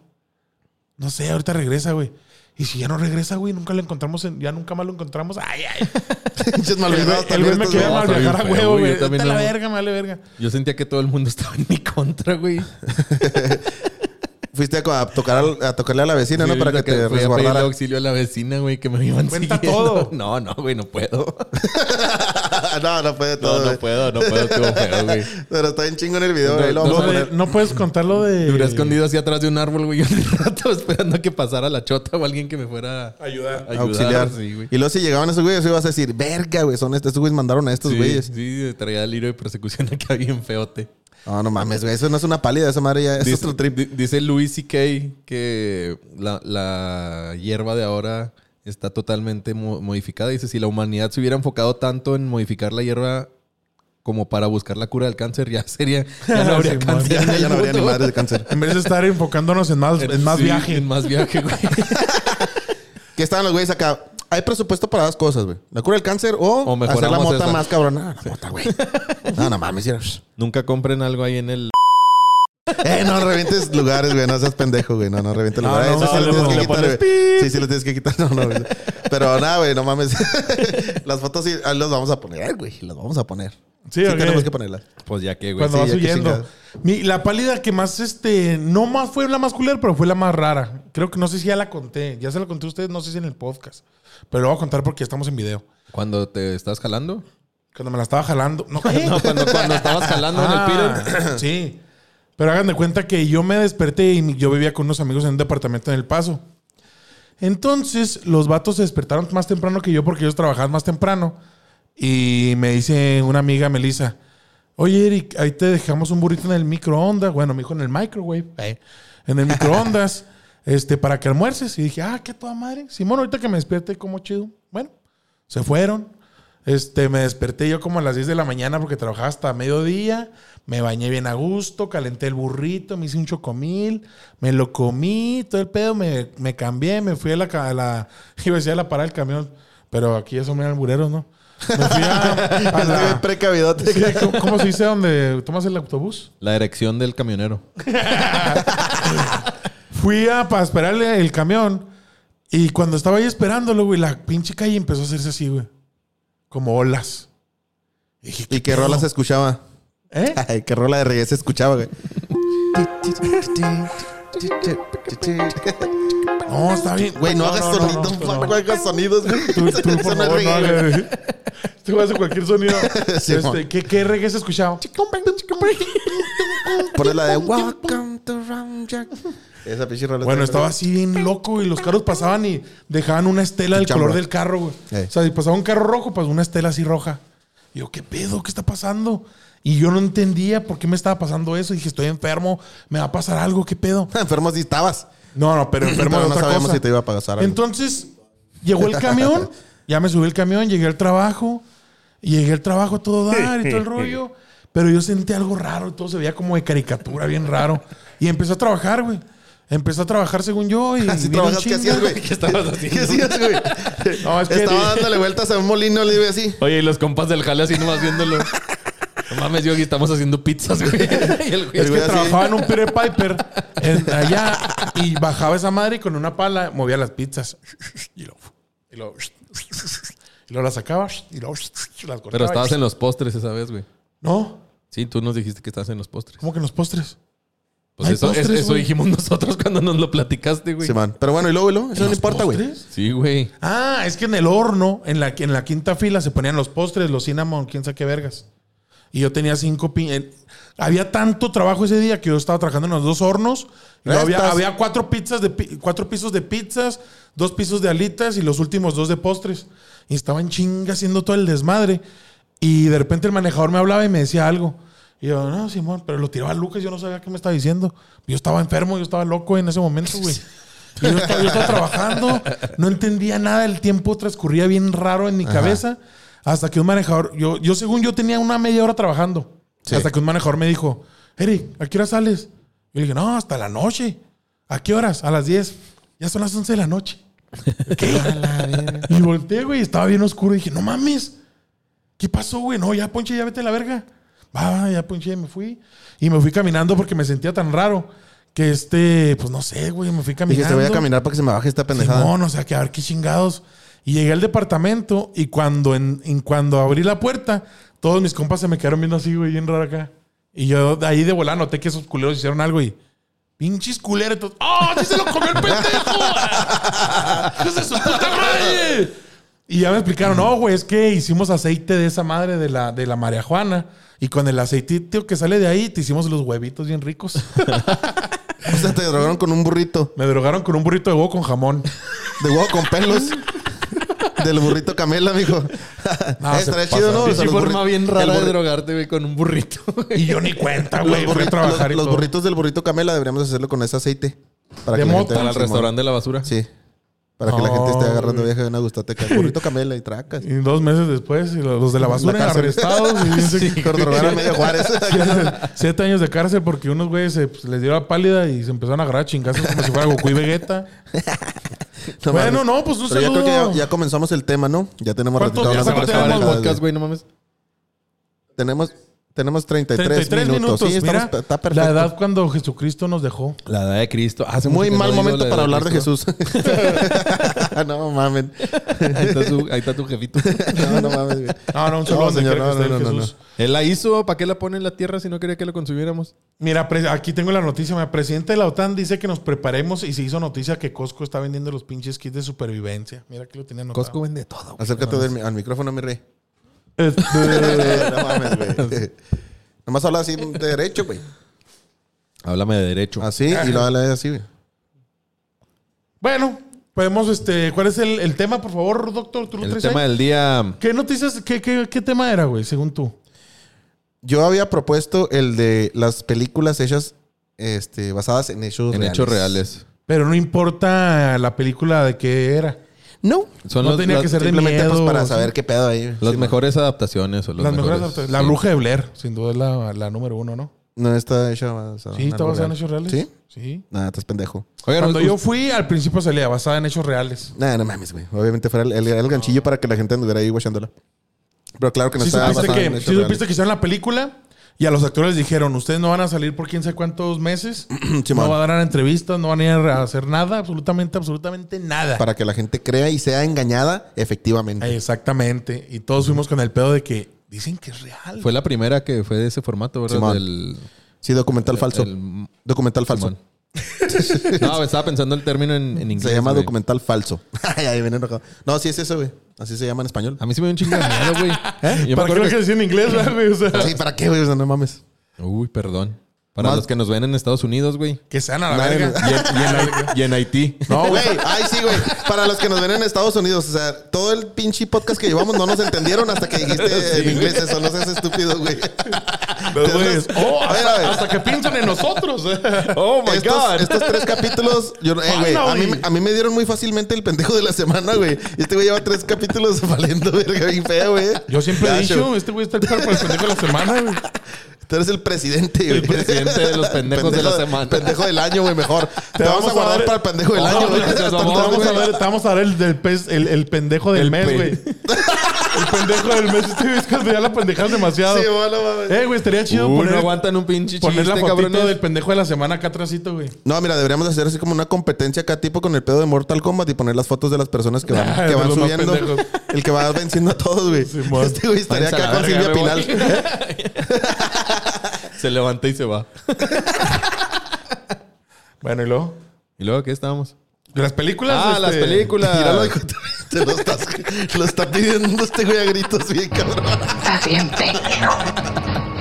Speaker 1: No sé, ahorita regresa, güey. Y si ya no regresa, güey, nunca lo encontramos, en- ya nunca más lo encontramos. Ay, ay. El
Speaker 2: Pinches
Speaker 1: güey-
Speaker 2: malvibrados
Speaker 1: El güey me
Speaker 2: también estos
Speaker 1: quería
Speaker 3: no,
Speaker 1: mal
Speaker 3: está bien
Speaker 1: viajar a
Speaker 3: feo,
Speaker 1: huevo,
Speaker 3: güey, yo
Speaker 1: güey.
Speaker 3: también
Speaker 1: Está la
Speaker 3: no.
Speaker 1: verga, me vale verga.
Speaker 3: Yo sentía que todo el mundo estaba en mi contra, güey.
Speaker 2: Fuiste a, a tocar al- a tocarle a la vecina, ¿no?
Speaker 3: Sí,
Speaker 2: Para que te
Speaker 3: ahorita fui a pedirle
Speaker 2: resguardara.
Speaker 3: auxilio a la vecina, güey, que me iban
Speaker 1: Cuenta
Speaker 3: siguiendo.
Speaker 1: todo.
Speaker 3: No, no, güey, no puedo.
Speaker 2: Ah, no, no puede todo.
Speaker 3: No,
Speaker 2: güey.
Speaker 3: no puedo, no puedo, estuvo feo, güey.
Speaker 2: Pero está bien chingo en el video, güey. Ahí lo vamos
Speaker 1: Lo
Speaker 2: a
Speaker 1: de-
Speaker 2: poner.
Speaker 1: no puedes contar lo de.
Speaker 2: Eh.
Speaker 3: Duré escondido así atrás de un árbol, güey, un rato esperando a que pasara la chota o alguien que me fuera a
Speaker 1: Ayudar.
Speaker 3: ayudar.
Speaker 2: auxiliar.
Speaker 3: Sí, güey.
Speaker 2: y luego si llegaban esos güeyes, ibas a decir, verga, güey, son estos, estos güeyes mandaron a estos
Speaker 3: Sí,
Speaker 2: güeyes.
Speaker 3: sí, traía el hilo de persecución acá bien feote.
Speaker 2: No, no mames, güey, eso no es una pálida, esa madre ya es
Speaker 3: Dice,
Speaker 2: otro trip.
Speaker 3: di- dice Luis C.K. que la, la hierba de ahora está totalmente mo- modificada. Dice, si la humanidad se hubiera enfocado tanto en modificar la hierba como para buscar la cura del cáncer, ya sería... Ya no habría
Speaker 1: Sí,
Speaker 3: cáncer.
Speaker 2: Ya,
Speaker 3: en el
Speaker 2: ya no habría ni
Speaker 3: mundo.
Speaker 2: madre de cáncer.
Speaker 1: En vez de estar enfocándonos en más, en más
Speaker 3: Sí,
Speaker 1: viaje.
Speaker 3: En más viaje, güey.
Speaker 2: Que estaban los güeyes acá. Hay presupuesto para dos cosas, güey. La cura del cáncer o,
Speaker 3: O mejoramos
Speaker 2: hacer la mota
Speaker 3: esa.
Speaker 2: más cabrona. Ah, La mota, güey. No, no mames. ya.
Speaker 3: Nunca compren algo ahí en el...
Speaker 2: Eh, no revientes lugares, güey. No seas pendejo, güey. No, no revientes
Speaker 1: No,
Speaker 2: lugares.
Speaker 1: no,
Speaker 2: Eso sí
Speaker 1: no,
Speaker 2: lo tienes
Speaker 1: no,
Speaker 2: que
Speaker 1: le
Speaker 2: quitar,
Speaker 1: pones
Speaker 2: güey. Sí, sí lo tienes que quitar. No, no, güey. Pero nada, güey. No mames. Las fotos sí ahí las vamos a poner, güey. Las vamos a poner.
Speaker 1: Sí, ok.
Speaker 2: tenemos que ponerlas.
Speaker 3: Pues ya que, güey.
Speaker 1: Cuando
Speaker 2: sí,
Speaker 1: vas
Speaker 2: ya que
Speaker 1: huyendo.
Speaker 2: chingada.
Speaker 1: Mi- la pálida que más, este, no más fue la más culera, pero fue la más rara. Creo que no sé si ya la conté. Ya se la conté a ustedes, no sé si en el podcast. Pero lo voy a contar porque estamos en video.
Speaker 3: Cuando te estás jalando.
Speaker 1: Cuando me la estaba jalando. No, ¿qué?
Speaker 3: No, cuando, cuando estabas jalando en el
Speaker 1: Ah,
Speaker 3: piro.
Speaker 1: Sí. Pero hagan de cuenta que yo me desperté y mi- yo vivía con unos amigos en un departamento en El Paso. Entonces, los vatos se despertaron más temprano que yo porque ellos trabajaban más temprano. Y me dice una amiga, Melissa, oye, Eric, ahí te dejamos un burrito en el microondas. Bueno, me dijo en el microwave. eh, en el microondas, este, para que almuerces. Y dije, ah, qué toda madre. Simón, ahorita que me despierte, como chido. Bueno, se fueron. Este, me desperté yo como a las 10 de la mañana porque trabajaba hasta mediodía. Me bañé bien a gusto, calenté el burrito, me hice un chocomil, me lo comí, todo el pedo, me, me cambié, me fui a la, ca- a la- iba a decir a la parada del camión, pero aquí ya son bien albureros, ¿no? Me fui a, a
Speaker 2: Estoy bien
Speaker 1: la-
Speaker 2: precavido.
Speaker 1: sí, ¿cómo- ¿Cómo se dice donde tomas el autobús?
Speaker 3: La erección del camionero.
Speaker 1: Fui a para esperarle el camión y cuando estaba ahí esperándolo, güey, la pinche calle empezó a hacerse así, güey. Como olas. dije,
Speaker 2: ¿Y qué rola se escuchaba?
Speaker 1: ¿Eh?
Speaker 2: Ay, qué rola de reggae se escuchaba, güey.
Speaker 1: No, está bien.
Speaker 2: Güey, no, hagas
Speaker 1: no,
Speaker 2: sonidos.
Speaker 1: no,
Speaker 2: No,
Speaker 1: no.
Speaker 2: hagas sonidos, güey.
Speaker 1: Tú, tú, por
Speaker 2: Eso no es
Speaker 1: favor, no
Speaker 2: reggae, güey.
Speaker 1: hagas. Tú haces cualquier sonido.
Speaker 2: Sí,
Speaker 1: este,
Speaker 2: mon.
Speaker 1: ¿qué, ¿Qué reggae se escuchaba?
Speaker 2: Pones la de Welcome to Round Jack. Esa pinche rola.
Speaker 1: Bueno,
Speaker 2: está
Speaker 1: estaba así bien loco y los carros pasaban y dejaban una estela del
Speaker 2: Chamba.
Speaker 1: color del carro, güey.
Speaker 2: Ey.
Speaker 1: O sea, si pasaba un carro rojo, pues una estela así roja. Y yo, ¿qué pedo? ¿Qué está pasando? Y yo no entendía por qué me estaba pasando eso. Y dije, estoy enfermo, me va a pasar algo, ¿qué pedo?
Speaker 2: Enfermo si estabas.
Speaker 1: No, no, pero enfermo de
Speaker 2: No, no
Speaker 1: otra
Speaker 2: sabíamos
Speaker 1: cosa.
Speaker 2: si te iba a pasar algo.
Speaker 1: Entonces, llegó el camión, ya me subí el camión, llegué al trabajo, y llegué al trabajo a todo dar y todo el rollo, pero yo sentí algo raro, y todo se veía como de caricatura, bien raro. Y empecé a trabajar, güey. Empecé a trabajar según yo y...
Speaker 2: Así
Speaker 1: vine
Speaker 2: trabajas,
Speaker 1: en
Speaker 2: ¿qué hacías,
Speaker 1: chinga.
Speaker 2: güey?
Speaker 3: ¿Qué estabas
Speaker 2: ¿Qué
Speaker 3: haciendo?
Speaker 2: hacías, güey?
Speaker 1: No, es que-
Speaker 2: Estaba dándole vueltas a un molino, le iba así.
Speaker 3: Oye, y los compas del jale así nomás viéndolo. No mames, yo aquí estamos haciendo pizzas, güey. Y el güey
Speaker 1: Es que
Speaker 2: güey así.
Speaker 1: trabajaba en un Peter Piper en- allá y bajaba esa madre y con una pala movía las pizzas. Y luego... Y luego, y luego las sacaba y luego las cortaba.
Speaker 3: Pero estabas en los postres esa vez, güey.
Speaker 1: No,
Speaker 3: Sí, tú nos dijiste que estabas en los postres.
Speaker 1: ¿cómo que en los postres?
Speaker 3: Pues
Speaker 1: Hay
Speaker 3: eso, es-
Speaker 1: postres,
Speaker 3: eso
Speaker 1: güey.
Speaker 3: dijimos nosotros cuando nos lo platicaste, güey.
Speaker 2: Simón. Pero bueno, y luego, y luego. Eso no
Speaker 1: ¿Los
Speaker 2: importa, güey.
Speaker 1: postres?
Speaker 3: Sí, güey.
Speaker 1: Ah, es que en el horno, en la, en la quinta fila, se ponían los postres, los cinnamon, quién sabe qué vergas. Y yo tenía cinco pi- eh, Había tanto trabajo ese día que yo estaba trabajando en los dos hornos. Y luego había,
Speaker 2: Restas.
Speaker 1: había cuatro, pizzas de, pi- cuatro pisos de pizzas, dos pisos de alitas y los últimos dos de postres. Y estaban chingas haciendo todo el desmadre. Y de repente el manejador me hablaba y me decía algo. Y yo, no, Simón, pero lo tiraba Lucas, yo no sabía qué me estaba diciendo. Yo estaba enfermo, yo estaba loco en ese momento, güey. Y Yo estaba, yo estaba trabajando, no entendía nada, el tiempo transcurría bien raro en mi cabeza. Hasta que un manejador, yo, yo según yo tenía una media hora trabajando.
Speaker 2: Sí.
Speaker 1: Hasta que un manejador me dijo, Eric, ¿a qué hora sales? Y le dije, no, hasta la noche. ¿A qué horas? A las 10. Ya son las 11 de la noche. ¿Qué? y volteé, güey, estaba bien oscuro. Y dije, no mames. ¿Qué pasó, güey? No, ya ponche, ya vete a la verga. Va, va, ya ponche, me fui. Y me fui caminando porque me sentía tan raro que este, pues no sé, güey, me fui caminando.
Speaker 2: Dije, te voy a caminar para que se me baje esta pendejada.
Speaker 1: Simón, o sea, que a ver qué chingados. Y llegué al departamento y cuando, en, en cuando abrí la puerta, todos mis compas se me quedaron viendo así, güey, bien raro acá. Y yo de ahí de volada noté que esos culeros hicieron algo y... Pinches culeros. todos, ¡Ah, sí se lo comió el pendejo! ¡Hijos de su puta madre! Y ya me explicaron, no, güey, es que hicimos aceite de esa madre de la, de la marihuana. Y con el aceitito que sale de ahí, te hicimos los huevitos bien ricos.
Speaker 2: O sea, te drogaron con un burrito
Speaker 1: Me drogaron con un burrito de huevo con jamón.
Speaker 2: de huevo con pelos. Del burrito camela, mijo.
Speaker 1: No,
Speaker 2: Eh,
Speaker 1: se
Speaker 2: estaría
Speaker 1: pasa.
Speaker 2: chido, ¿no? O sea,
Speaker 3: Pinche
Speaker 2: los
Speaker 3: forma
Speaker 2: burri-
Speaker 3: bien
Speaker 2: el
Speaker 3: rara de
Speaker 2: burri-
Speaker 3: drogarte, güey, con un burrito. güey.
Speaker 1: Y yo ni cuenta,
Speaker 2: Los,
Speaker 1: güey. Fui a
Speaker 2: burri-
Speaker 1: trabajar
Speaker 2: los-
Speaker 1: y
Speaker 2: los
Speaker 1: todo.
Speaker 2: burritos del burrito camela deberíamos hacerlo con ese aceite. Para
Speaker 1: De
Speaker 2: la
Speaker 1: mota.
Speaker 2: gente-
Speaker 3: Al
Speaker 2: Simón.
Speaker 3: restaurante de la basura.
Speaker 2: Sí. Para que la gente esté
Speaker 1: No,
Speaker 2: agarrando
Speaker 1: güey.
Speaker 2: vieja de una gustoteca. Burrito camela y tracas.
Speaker 1: Y dos meses después, y los los de la basura
Speaker 2: La cárcel.
Speaker 1: arrestados. Y dicen que-
Speaker 2: Por drogar a medio Juárez.
Speaker 1: Siete años de cárcel porque unos güeyes se- pues, les dio la pálida y se empezaron a agarrar a chingazos como si fuera Goku y Vegeta.
Speaker 2: No
Speaker 1: bueno,
Speaker 2: mames.
Speaker 1: no, pues un
Speaker 2: Pero ya creo
Speaker 1: saludo.
Speaker 2: que ya, ya comenzamos el tema, ¿no? Ya tenemos
Speaker 1: ¿Cuánto-
Speaker 2: ratito
Speaker 1: ya
Speaker 2: hablando
Speaker 1: se
Speaker 2: por
Speaker 1: va a
Speaker 2: esta
Speaker 1: acabar el
Speaker 2: pendejada,
Speaker 3: podcast, güey, no mames.
Speaker 2: güey. Tenemos, tenemos 33,
Speaker 1: 33
Speaker 2: minutos.
Speaker 1: minutos.
Speaker 2: Sí, estamos,
Speaker 1: Mira,
Speaker 2: está perfecto.
Speaker 1: la edad cuando Jesucristo nos dejó.
Speaker 3: La edad de Cristo. Hace
Speaker 2: Muy
Speaker 3: mucho que
Speaker 2: mal
Speaker 3: no digo
Speaker 2: momento
Speaker 3: la
Speaker 2: para
Speaker 3: edad
Speaker 2: hablar de Jesús. no mames.
Speaker 3: Cristo. ahí, está su- ahí está tu jefito.
Speaker 2: No, no mames. güey.
Speaker 1: No, no, un saludo
Speaker 2: No,
Speaker 1: donde
Speaker 2: señor,
Speaker 1: quiera que
Speaker 2: no,
Speaker 1: esté
Speaker 2: no, no,
Speaker 1: Jesús.
Speaker 3: Él la hizo. ¿Para qué la pone en la tierra si no quería que lo consumiéramos?
Speaker 1: Mira, pre- aquí tengo la noticia. El presidente de la OTAN dice que nos preparemos y se hizo noticia que Costco está vendiendo los pinches kits de supervivencia. Mira que lo tenía anotado.
Speaker 3: Costco vende todo. güey.
Speaker 2: Acércate del mi- al micrófono, mi rey.
Speaker 1: Este,
Speaker 2: no mames, güey. Nomás habla así de derecho, güey.
Speaker 3: Háblame de derecho.
Speaker 1: ¿Ah,
Speaker 2: Así y lo habla así, güey.
Speaker 1: bueno, podemos, este, ¿cuál es el, el tema, por favor, doctor? ¿Tú lo
Speaker 3: El
Speaker 1: traes
Speaker 3: tema
Speaker 1: ahí?
Speaker 3: del día.
Speaker 1: ¿Qué noticias, qué, qué, qué tema era, güey, según tú?
Speaker 2: Yo había propuesto el de las películas hechas este, basadas en hechos
Speaker 3: En
Speaker 2: reales.
Speaker 3: hechos reales.
Speaker 1: Pero no importa la película de qué era.
Speaker 2: No.
Speaker 3: Son
Speaker 1: No
Speaker 3: los-
Speaker 1: tenía
Speaker 3: las,
Speaker 1: que ser de
Speaker 2: Simplemente pues,
Speaker 1: miedo,
Speaker 2: para
Speaker 1: sí.
Speaker 2: saber qué pedo ahí.
Speaker 3: las
Speaker 2: Sí,
Speaker 3: mejores adaptaciones. O los
Speaker 1: Las mejores
Speaker 3: mejores-
Speaker 1: adaptaciones. La
Speaker 3: sí.
Speaker 1: bruja de Blair, sin duda es la, la número uno, ¿no?
Speaker 2: No está hecha basada
Speaker 1: Sí, está
Speaker 2: algo
Speaker 1: basada en
Speaker 2: real.
Speaker 1: hechos reales.
Speaker 2: ¿Sí?
Speaker 1: Sí.
Speaker 2: Nada, estás pendejo.
Speaker 3: Oigan,
Speaker 1: Cuando
Speaker 3: us-
Speaker 1: yo fui, al principio salía basada en hechos reales.
Speaker 2: Nada, no mames, güey. Obviamente fuera el, el- el ganchillo para que la gente anduviera ahí guachándola. Pero claro que no
Speaker 1: Sí
Speaker 2: está
Speaker 1: supiste
Speaker 2: basada
Speaker 1: que,
Speaker 2: en
Speaker 1: sí
Speaker 2: hechos
Speaker 1: supiste
Speaker 2: reales.
Speaker 1: que hicieron la película y a los actores les dijeron, ustedes no van a salir por quién sabe cuántos meses,
Speaker 2: Simón.
Speaker 1: no van a dar entrevistas, no van a ir a hacer nada, absolutamente, absolutamente nada.
Speaker 2: Para que la gente crea y sea engañada efectivamente.
Speaker 1: Exactamente. Y todos fuimos con el pedo de que dicen que es real.
Speaker 3: Fue la primera que fue de ese formato, ¿verdad?
Speaker 2: Simón.
Speaker 3: Del-
Speaker 2: Sí, documental falso.
Speaker 3: el-
Speaker 2: documental falso.
Speaker 3: Simón. no, estaba pensando el término en, en inglés.
Speaker 2: Se llama
Speaker 3: güey.
Speaker 2: documental falso. Ay, ahí viene enojado. No, sí es eso, güey. Así se llama en español.
Speaker 3: A mí sí me dio un chingo de miedo, güey. Yo me
Speaker 1: ¿Eh? ¿Para qué
Speaker 3: acuerdo
Speaker 1: lo
Speaker 3: que-
Speaker 1: que decía en inglés, ¿verdad, güey? O sea,
Speaker 2: Sí, ¿para qué, güey? O sea, no mames.
Speaker 3: Uy, perdón. Para
Speaker 2: Más-
Speaker 3: los que nos ven en Estados Unidos, güey.
Speaker 1: que sean a la
Speaker 2: Nadie
Speaker 1: verga.
Speaker 2: nos-
Speaker 3: Y en, y en Hai- y en Haití.
Speaker 2: No, güey. Ay, sí, güey. Para los que nos ven en Estados Unidos, o sea, todo el pinche podcast que llevamos no nos entendieron hasta que dijiste en inglés eso. No seas estúpido, güey.
Speaker 1: Los güeyes, Oh,
Speaker 2: A ver, a ver.
Speaker 1: hasta, hasta que piensan en nosotros. Oh
Speaker 2: estos, estos tres capítulos, yo, eh, güey, a, mí,
Speaker 1: Finally.
Speaker 2: a mí me dieron muy fácilmente el pendejo de la semana, güey. Y Este güey lleva tres capítulos valiendo verga bien feo, güey.
Speaker 1: Yo siempre
Speaker 2: Ya,
Speaker 1: he dicho,
Speaker 2: show.
Speaker 1: este güey está el perro para el pendejo de la semana, güey.
Speaker 2: Tú eres el presidente, güey.
Speaker 3: El presidente de los pendejos de la semana.
Speaker 2: Pendejo del año, güey, mejor. Te, vamos, a guardar
Speaker 1: dar-
Speaker 2: para el pendejo del
Speaker 1: No,
Speaker 2: año, güey.
Speaker 1: güey, te vamos a dar- Te vamos a dar el, del pez- el, el pendejo del
Speaker 3: El
Speaker 1: mes,
Speaker 3: pe-
Speaker 1: güey. El pendejo del mes. Este güey es que ya la pendejas demasiado.
Speaker 2: Sí, bueno, mames.
Speaker 1: eh, güey, estaría chido
Speaker 3: Uy,
Speaker 1: poner,
Speaker 3: no aguantan un pinche
Speaker 1: poner la
Speaker 3: chiste,
Speaker 1: fotito
Speaker 3: cabrones.
Speaker 1: del pendejo de la semana acá atrásito, güey.
Speaker 2: No, mira, deberíamos hacer así como una competencia acá, tipo con el pedo de Mortal Kombat y poner las fotos de las personas que van,
Speaker 1: Ah,
Speaker 2: que
Speaker 1: de
Speaker 2: van
Speaker 1: los más
Speaker 2: subiendo.
Speaker 1: pendejos.
Speaker 2: El que va venciendo a todos, güey.
Speaker 1: Simón.
Speaker 2: este güey estaría
Speaker 3: Váyanse a
Speaker 2: acá
Speaker 3: la
Speaker 2: con
Speaker 3: verga,
Speaker 2: Silvia
Speaker 3: me voy.
Speaker 2: Pinal.
Speaker 3: Se levanta y se va.
Speaker 1: Bueno, ¿y luego?
Speaker 3: ¿Y luego qué estábamos?
Speaker 1: ¿De las películas?
Speaker 3: Ah, las
Speaker 1: este,
Speaker 3: películas.
Speaker 2: Míralo, hijo, te lo, estás, lo está pidiendo este güey a gritos bien, cabrón.
Speaker 4: Estás bien pendejo.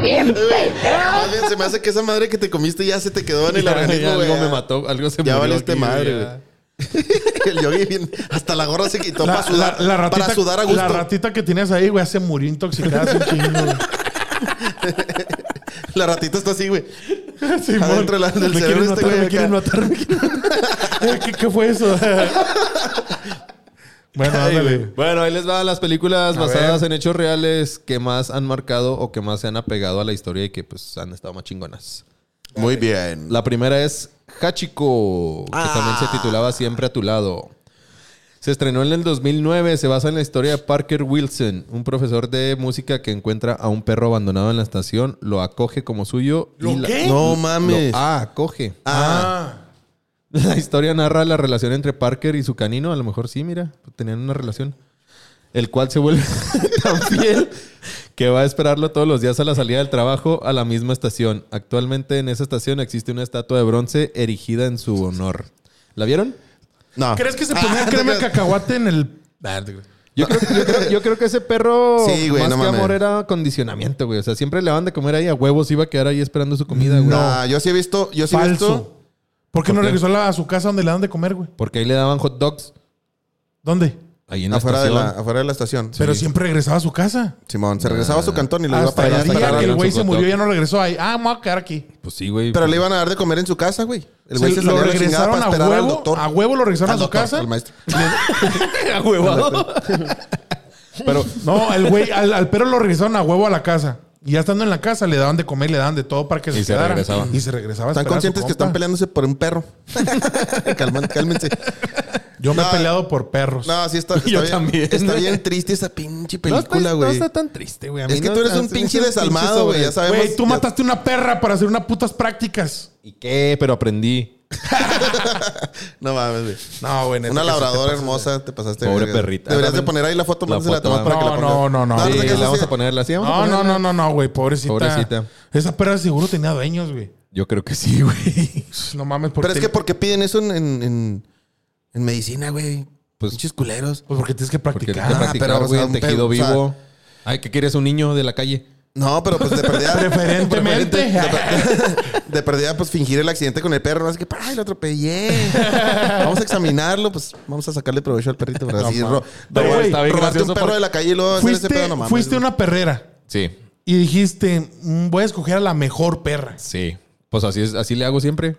Speaker 4: Bien
Speaker 2: Más bien, se me hace que esa madre que te comiste ya se te quedó en el
Speaker 3: Ya,
Speaker 2: organismo,
Speaker 3: ya
Speaker 2: güey.
Speaker 3: algo me mató, algo se
Speaker 2: Ya
Speaker 3: murió
Speaker 2: valiste
Speaker 3: aquí,
Speaker 2: madre,
Speaker 3: ya.
Speaker 2: güey. El yogi bien- Hasta la gorra se quitó para sudar.
Speaker 1: Ah. la- la ratita-
Speaker 2: para sudar a
Speaker 1: La
Speaker 2: gusto.
Speaker 1: ratita que tienes ahí, güey, se murió intoxicada hace un chingo, güey.
Speaker 2: La ratita está así, güey.
Speaker 1: Simón.
Speaker 2: Adentro del- del
Speaker 1: me quieren
Speaker 2: cerebro este
Speaker 1: matar,
Speaker 2: güey
Speaker 1: me quieren
Speaker 2: acá.
Speaker 1: matar, me quieren- Eh, ¿Qué, qué fue eso? bueno,
Speaker 3: Ay, güey.
Speaker 1: ándale.
Speaker 3: Bueno, ahí les va las películas
Speaker 1: A
Speaker 3: basadas en hechos reales que más han marcado o que más se han apegado a la historia y que pues han estado más chingonas.
Speaker 2: Muy bien. Ah.
Speaker 3: La primera es Hachiko, que también se titulaba Siempre a tu lado. Se estrenó en el 2009, se basa en la historia de Parker Wilson, un profesor de música que encuentra a un perro abandonado en la estación, lo acoge como suyo y la-
Speaker 1: Eh.
Speaker 2: No mames.
Speaker 3: lo acoge.
Speaker 1: Ah,
Speaker 3: La historia narra la relación entre Parker y su canino. A lo mejor sí, mira, tenían una relación. El cual se vuelve tan fiel que va a esperarlo todos los días a la salida del trabajo a la misma estación. Actualmente en esa estación existe una estatua de bronce erigida en su honor. ¿La vieron?
Speaker 2: Ah, No.
Speaker 1: Ah. ¿Crees que se ponía crema de cacahuate en el. Ah, te-
Speaker 3: Yo creo, yo creo- yo creo que ese perro,
Speaker 2: Sí, güey,
Speaker 3: más
Speaker 2: no
Speaker 3: que
Speaker 2: mames.
Speaker 3: amor, era condicionamiento, güey. O sea, siempre le daban de comer ahí a huevos, iba a quedar ahí esperando su comida, güey.
Speaker 2: No, yo sí he visto. Yo sí he visto.
Speaker 1: Falso. ¿Por qué no
Speaker 3: ¿Por qué?
Speaker 1: regresó a, la- a su casa donde le dan de comer, güey?
Speaker 3: Porque ahí le daban hot dogs.
Speaker 1: ¿Dónde?
Speaker 3: Ahí en la
Speaker 2: Afuera de
Speaker 3: estación.
Speaker 2: la, afuera de la estación.
Speaker 1: Pero siempre regresaba a su casa.
Speaker 2: Simón, se regresaba
Speaker 3: Ah.
Speaker 2: a su cantón y lo iba
Speaker 1: Hasta
Speaker 2: para allá.
Speaker 1: el
Speaker 2: hasta
Speaker 1: día
Speaker 3: que
Speaker 1: que el
Speaker 3: agarraron
Speaker 2: agarrarlo.
Speaker 1: güey
Speaker 3: su
Speaker 1: se
Speaker 3: hot
Speaker 1: murió,
Speaker 3: dog.
Speaker 1: ya no regresó ahí. Ah, me voy a quedar aquí.
Speaker 3: Pues sí, güey.
Speaker 2: Pero le iban a dar de comer en su casa, güey. El güey
Speaker 1: Sí,
Speaker 2: se
Speaker 1: lo
Speaker 2: salía a la chingada
Speaker 1: regresaron
Speaker 2: para
Speaker 1: a
Speaker 2: esperar al
Speaker 1: huevo.
Speaker 2: doctor.
Speaker 1: A huevo lo regresaron
Speaker 2: Al
Speaker 1: a su
Speaker 2: doctor,
Speaker 1: casa.
Speaker 2: Al maestro.
Speaker 3: a huevado. Pero
Speaker 1: No, el güey, al, al perro lo regresaron a huevo a la casa. Y ya estando en la casa, le daban de comer, le daban de todo para que se
Speaker 3: Y se
Speaker 1: quedara.
Speaker 3: regresaba.
Speaker 1: Y se regresaba. a esperar
Speaker 2: Están
Speaker 1: a su
Speaker 2: conscientes que
Speaker 1: compa.
Speaker 2: están peleándose por un perro. Calman- cálmense.
Speaker 1: Yo me
Speaker 2: No.
Speaker 1: he peleado por perros.
Speaker 2: No, sí está, está
Speaker 3: Yo
Speaker 2: bien.
Speaker 3: también.
Speaker 2: Está bien triste esa pinche película,
Speaker 3: No
Speaker 2: güey.
Speaker 3: está tan triste, güey. A mí
Speaker 2: es que
Speaker 3: no
Speaker 2: tú eres
Speaker 3: está-
Speaker 2: un
Speaker 3: es
Speaker 2: pinche desalmado, güey. Ya
Speaker 3: sobre-
Speaker 2: sabemos.
Speaker 1: Güey, tú
Speaker 2: Ya-
Speaker 1: mataste una perra para hacer unas putas prácticas.
Speaker 3: ¿Y qué? Pero aprendí.
Speaker 2: No mames, güey.
Speaker 1: No, güey. neta
Speaker 2: Una
Speaker 1: que sí te
Speaker 2: labradora
Speaker 1: pasas de-
Speaker 2: hermosa, te pasaste.
Speaker 3: Pobre
Speaker 2: verga.
Speaker 3: perrita.
Speaker 2: Deberías de
Speaker 3: También-
Speaker 2: poner ahí la foto,
Speaker 3: la
Speaker 2: mándensela a
Speaker 3: foto,
Speaker 2: tomar para que la
Speaker 1: ah. no,
Speaker 2: pongas.
Speaker 1: no, no, no.
Speaker 2: no,
Speaker 1: Sí,
Speaker 2: te
Speaker 3: Sí,
Speaker 2: quedes
Speaker 3: la vamos
Speaker 2: así.
Speaker 3: a ponerla así. vamos a
Speaker 1: No, no,
Speaker 3: ponerla.
Speaker 1: no, no, no, güey. Pobrecita.
Speaker 3: Pobrecita.
Speaker 1: Esa perra seguro tenía dueños, güey.
Speaker 3: Yo creo que sí, güey.
Speaker 1: No mames.
Speaker 2: Pero
Speaker 1: porque-
Speaker 2: es que porque piden eso en, en, en, en medicina, güey.
Speaker 3: Pues-
Speaker 2: Pinches culeros.
Speaker 1: Pues porque tienes que
Speaker 3: Porque
Speaker 1: practicar.
Speaker 3: te practicar,
Speaker 2: Ah, pero, o
Speaker 3: güey,
Speaker 2: sea,
Speaker 3: el
Speaker 2: un pedo,
Speaker 3: tejido
Speaker 2: o sea-
Speaker 3: vivo. Ay, ¿qué quieres? ¿Un niño de la calle?
Speaker 2: No, pero pues de perdida.
Speaker 1: Preferentemente.
Speaker 2: de perdida, pues fingir el accidente con el perro. Así que, "Pues, ¡ay, lo atropellé! vamos a examinarlo, pues vamos a sacarle provecho al perrito. Pero así, ro-
Speaker 1: Pero,
Speaker 2: robar-
Speaker 1: güey, está
Speaker 3: bien
Speaker 2: robarte un
Speaker 3: gracioso
Speaker 2: perro
Speaker 3: porque-
Speaker 2: de la calle y luego hacer ese
Speaker 1: fuiste
Speaker 2: pedo, no mames.
Speaker 1: fuiste
Speaker 2: güey.
Speaker 1: una perrera
Speaker 3: Sí,
Speaker 1: y dijiste, "Mm, voy a escoger a la mejor perra.
Speaker 3: sí. Pues así, es, así le hago siempre.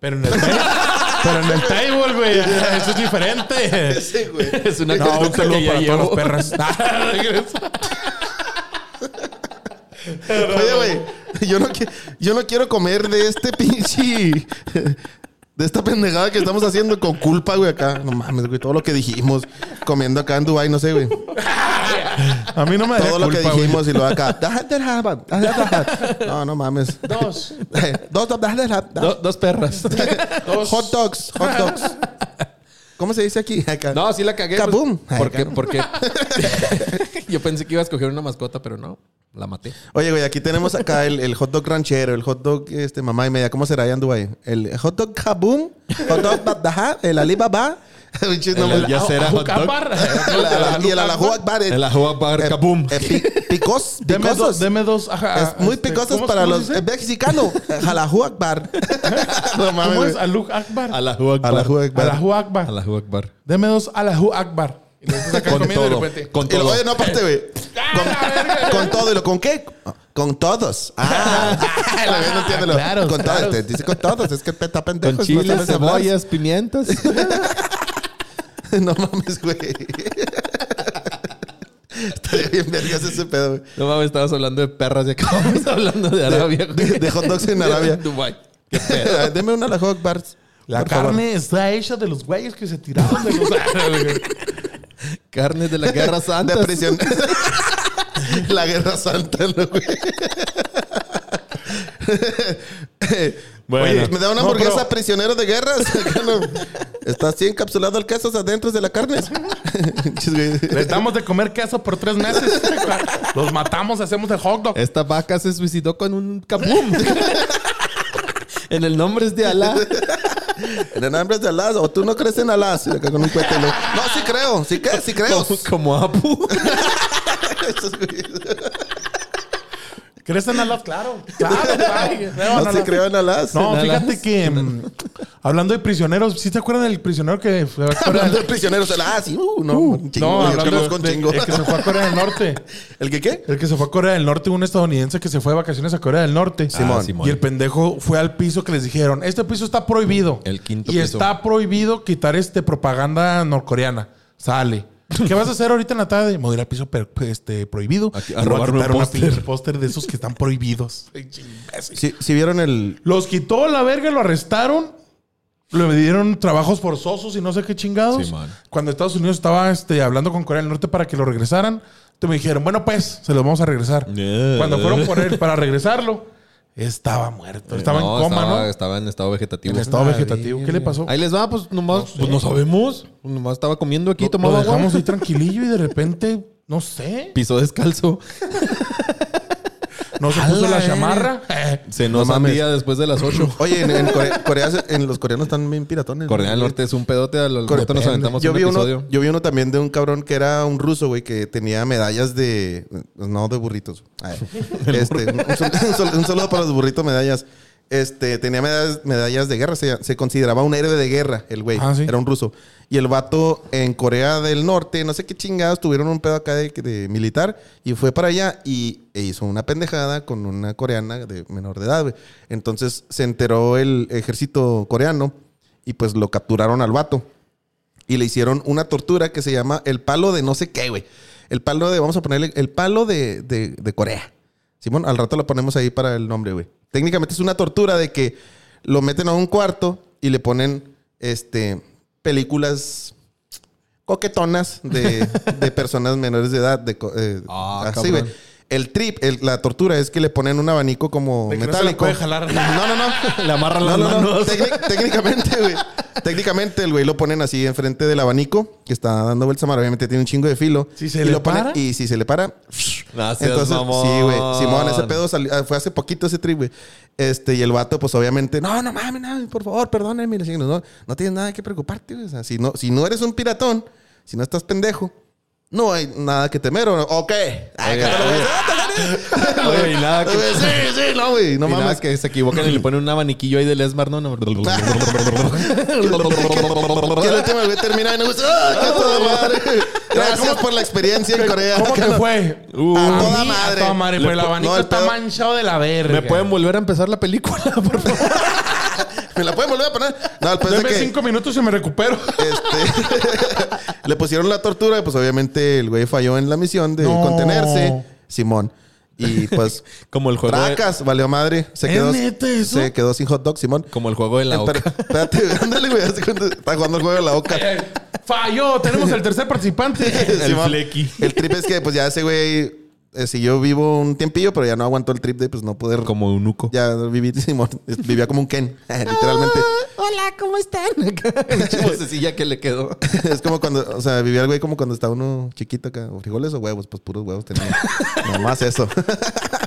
Speaker 1: Pero en el table, pero en el table, güey. Eso es diferente.
Speaker 2: Sí, güey.
Speaker 3: Es una
Speaker 1: No, un saludo para todas las perras.
Speaker 2: Oye, güey, yo no, qui- yo no quiero comer de este pinche. De esta pendejada que estamos haciendo con culpa, güey, acá. No mames, güey, todo lo que dijimos comiendo acá en Dubai, no sé, güey.
Speaker 1: A mí no me daría
Speaker 2: Todo lo que
Speaker 1: culpa, güey.
Speaker 2: dijimos y lo acá. No, no mames.
Speaker 1: Dos.
Speaker 2: Dos, dos, dos,
Speaker 3: Do-
Speaker 2: dos,
Speaker 3: dos perras.
Speaker 2: dos. Hot dogs, hot dogs. ¿Cómo se dice aquí? Acá.
Speaker 3: No, sí la cagué.
Speaker 2: Kaboom.
Speaker 3: pues, porque, porque yo pensé que iba a escoger una mascota, pero no. La maté.
Speaker 2: Oye, güey, aquí tenemos acá el, el hot dog ranchero, el hot dog este, mamá y media. ¿Cómo será ahí en Dubai? El hot dog kaboom, hot dog badaja, el alibaba. Un chis- no,
Speaker 3: El
Speaker 2: el-
Speaker 1: Ah,
Speaker 3: yacera hot dog.
Speaker 2: el- Y el alajú akbar.
Speaker 3: El ajo
Speaker 2: eh,
Speaker 3: bar kaboom.
Speaker 2: eh, pi- Picos,
Speaker 1: Deme dos.
Speaker 2: picosos.
Speaker 1: Deme dos. ajá,
Speaker 2: Es muy
Speaker 1: este,
Speaker 2: picosos
Speaker 1: ¿cómo-
Speaker 2: para
Speaker 1: cómo
Speaker 2: los eh,
Speaker 1: se dice?
Speaker 2: mexicanos. Alajú akbar. No
Speaker 1: ¿Cómo es?
Speaker 2: güey.
Speaker 1: Alú Akbar.
Speaker 3: Alajú Akbar.
Speaker 2: Alajú Akbar.
Speaker 1: Alajú Akbar.
Speaker 3: Alajú Akbar.
Speaker 1: Deme dos Alajú Akbar. Y lo estás acá
Speaker 3: Con
Speaker 1: comiendo y de
Speaker 3: todo.
Speaker 1: repente.
Speaker 3: Con
Speaker 2: Y lo-
Speaker 3: todo.
Speaker 2: Oye, no, aparte, güey.
Speaker 1: Ah,
Speaker 2: Con, con todo. ¿Y lo con qué? Con todos. Ah, la verdad no entiende lo.
Speaker 1: Claro,
Speaker 2: con
Speaker 1: claro.
Speaker 2: todos. Te dice con todos. Es que está pendejo.
Speaker 3: Con chiles,
Speaker 2: no sabes hablar.
Speaker 3: cebollas, pimientas.
Speaker 2: No mames, güey. Estaría bien vergas ese pedo, güey.
Speaker 3: No mames, estabas hablando de perras y acabamos hablando de Arabia. güey.
Speaker 2: de hot dogs en Arabia.
Speaker 3: Dubái. Qué pedo.
Speaker 2: Deme una la Hawk Bars.
Speaker 1: La
Speaker 2: por favor.
Speaker 1: carne está hecha de los güeyes que se tiraron de los
Speaker 3: Carne de la Guerra Santa.
Speaker 2: De prisión. la Guerra Santa, ¿no, güey?
Speaker 1: Bueno.
Speaker 2: Oye, ¿me da una
Speaker 1: No,
Speaker 2: hamburguesa
Speaker 1: pero-
Speaker 2: prisionero de guerras? Acá no. Está así encapsulado el queso adentro de la carne. Chis, güey.
Speaker 1: Les damos de comer queso por tres meses. Los matamos, hacemos el hot dog.
Speaker 3: Esta vaca se suicidó con un kaboom. en el nombre es de Alá.
Speaker 2: En hambre de Alas. O tú no crees en Alas. Acá con un cohete, No, No, sí creo. Sí, que, sí creo.
Speaker 3: Como Apu.
Speaker 2: Esos güeyes.
Speaker 1: ¿Crees en Allah? Claro. Claro, claro. Creo en
Speaker 2: No se
Speaker 1: Allah.
Speaker 2: crean alas.
Speaker 1: No,
Speaker 3: En
Speaker 1: fíjate
Speaker 3: Alas.
Speaker 1: que mm, hablando de prisioneros, ¿sí te acuerdas del prisionero que fue a Corea?
Speaker 2: Hablando de prisioneros, el- ah, sí, uh, no, un chingo,
Speaker 1: no,
Speaker 2: yo
Speaker 1: hablando
Speaker 2: conozco un
Speaker 1: de-
Speaker 2: chingo.
Speaker 1: el que se fue a Corea del Norte.
Speaker 2: ¿El que qué?
Speaker 1: El que se fue a Corea del Norte, un estadounidense que se fue de vacaciones a Corea del Norte.
Speaker 3: Ah,
Speaker 2: Simón.
Speaker 1: Y el pendejo fue al piso que les dijeron, este piso está prohibido.
Speaker 3: El quinto
Speaker 1: Y
Speaker 3: piso.
Speaker 1: está prohibido quitar este propaganda norcoreana. Sale. ¿Qué vas a hacer ahorita en la tarde? Me voy a ir al piso per- este, prohibido.
Speaker 3: Aquí- a
Speaker 1: Y voy
Speaker 3: robarme un
Speaker 1: quitar una
Speaker 3: póster.
Speaker 1: pinche póster de esos que están prohibidos.
Speaker 2: Si, si vieron el.
Speaker 1: Los quitó a la verga, lo arrestaron. Le dieron trabajos forzosos y no sé qué chingados.
Speaker 3: Sí, man.
Speaker 1: Cuando Estados Unidos estaba este, hablando con Corea del Norte para que lo regresaran, te me dijeron, bueno, pues, se los vamos a regresar.
Speaker 3: Yeah.
Speaker 1: Cuando fueron por él para regresarlo, estaba muerto.
Speaker 2: Eh,
Speaker 1: Estaba
Speaker 3: No,
Speaker 1: en coma,
Speaker 3: estaba,
Speaker 1: ¿no?
Speaker 3: Estaba en estado vegetativo.
Speaker 1: En estado
Speaker 2: la
Speaker 1: vegetativo. ¿Qué le pasó?
Speaker 3: Ahí les va, pues nomás, pues no sabemos. Nomás estaba comiendo aquí,
Speaker 1: Lo
Speaker 3: tomando agua.
Speaker 1: dejamos ahí tranquilillo y de repente, no sé,
Speaker 3: Pisó descalzo.
Speaker 1: no se
Speaker 3: A
Speaker 1: puso
Speaker 3: la
Speaker 1: la
Speaker 2: eh.
Speaker 3: verga.
Speaker 1: chamarra.
Speaker 3: Se nos
Speaker 2: No mames.
Speaker 3: sandía después de las 8.
Speaker 2: Oye, en, en Corea, Corea se- en los coreanos están bien piratones.
Speaker 3: Corea del Norte es un pedote. Al al
Speaker 2: Core-
Speaker 3: rato nos aventamos
Speaker 2: yo
Speaker 3: un
Speaker 2: vi
Speaker 3: episodio.
Speaker 2: uno yo vi uno también de un cabrón que era un ruso güey que tenía medallas de no de burritos Ay, este, un, un sol- un sol- un saludo para los burritos medallas este tenía medallas, medallas de guerra se, se consideraba un héroe de guerra el güey
Speaker 1: Ah, sí.
Speaker 2: era un ruso y el vato en Corea del Norte no sé qué chingados tuvieron un pedo acá de, de militar y fue para allá y e hizo una pendejada con una coreana de menor de edad güey. entonces se enteró el ejército coreano y pues lo capturaron al vato y le hicieron una tortura que se llama el palo de no sé qué, güey. El palo de, vamos a ponerle, el palo de, de, de Corea. Simón, al rato lo ponemos ahí para el nombre, güey. Técnicamente es una tortura de que lo meten a un cuarto y le ponen, este, películas coquetonas de, de personas menores de edad. De, co- eh,
Speaker 3: Ah,
Speaker 2: así, güey.
Speaker 3: cabrón.
Speaker 2: El trip, el- la tortura es que le ponen un abanico como
Speaker 1: De que no se la
Speaker 2: metálico.
Speaker 1: puede jalar.
Speaker 2: No, no, no.
Speaker 3: Le amarran
Speaker 2: No,
Speaker 3: las
Speaker 2: no, no.
Speaker 3: manos.
Speaker 2: Técnic- técnicamente, güey. Técnicamente, el güey lo ponen así enfrente del abanico que está dando vueltas a mar. Obviamente tiene un chingo de filo.
Speaker 1: Si se
Speaker 2: y
Speaker 1: le
Speaker 2: lo ponen-
Speaker 1: para.
Speaker 2: Y si se le para.
Speaker 3: No seas mamón.
Speaker 2: sí, güey. Simón, ese pedo salió- ah, fue hace poquito ese trip, güey. Este, y el vato, pues obviamente, no, no mames, no, por favor, perdónenme. No, no tienes nada que preocuparte, güey. O sea, si no, si no eres un piratón, si no estás pendejo, no hay nada que temer, ¿o no? ¿O qué? Ay,
Speaker 3: Oiga,
Speaker 2: cántalo, güey.
Speaker 3: Oye, y nada que-
Speaker 2: Güey, Sí, sí, no, güey. No
Speaker 3: y nada
Speaker 2: mames.
Speaker 3: que se equivocan y le ponen un abaniquillo ahí del Esmar, ¿no? No.
Speaker 2: Que el último güey termina y nos gusta. ¡Ah, qué toda madre! Gracias por la experiencia en Corea.
Speaker 1: ¿Cómo que fue?
Speaker 3: Uh,
Speaker 1: A
Speaker 2: A toda
Speaker 1: mí,
Speaker 2: madre.
Speaker 1: A toda madre. Pues el
Speaker 2: Le-
Speaker 1: abanico
Speaker 2: no, el
Speaker 1: está
Speaker 2: pedo-
Speaker 1: manchado de la verga.
Speaker 3: ¿Me pueden volver a empezar la película, por favor?
Speaker 2: ¿Me la pueden volver a poner? No, el pedo es pues de
Speaker 1: Dame
Speaker 2: que
Speaker 1: cinco minutos y me recupero.
Speaker 2: este, le pusieron la tortura y pues obviamente el güey falló en la misión de
Speaker 1: No.
Speaker 2: contenerse. Simón. Y pues,
Speaker 3: Como el juego. de-
Speaker 2: tracas, valió madre. Se
Speaker 1: ¿Es
Speaker 2: quedó,
Speaker 1: neta eso?
Speaker 2: se quedó sin hot dog, Simón.
Speaker 3: Como el juego de la
Speaker 2: Espera-
Speaker 3: oca.
Speaker 2: Espérate, güey, ándale, güey. hazte cuenta, Está jugando el juego de la oca.
Speaker 1: Eh, Falló. Tenemos el tercer participante.
Speaker 3: El
Speaker 2: Simón.
Speaker 3: flequi.
Speaker 2: El trip es que pues ya ese güey eh, siguió vivo un tiempillo, pero ya no aguantó el trip de pues no poder
Speaker 3: Como un nuco.
Speaker 2: Ya viví, Simón, vivía como un Ken, literalmente.
Speaker 3: Ah. Hola, ¿cómo están? Vocecilla que le quedó.
Speaker 2: es como cuando, o sea, vivía el güey como cuando estaba uno chiquito acá. ¿O ¿Frijoles o huevos? Pues puros huevos tenía. Nomás eso.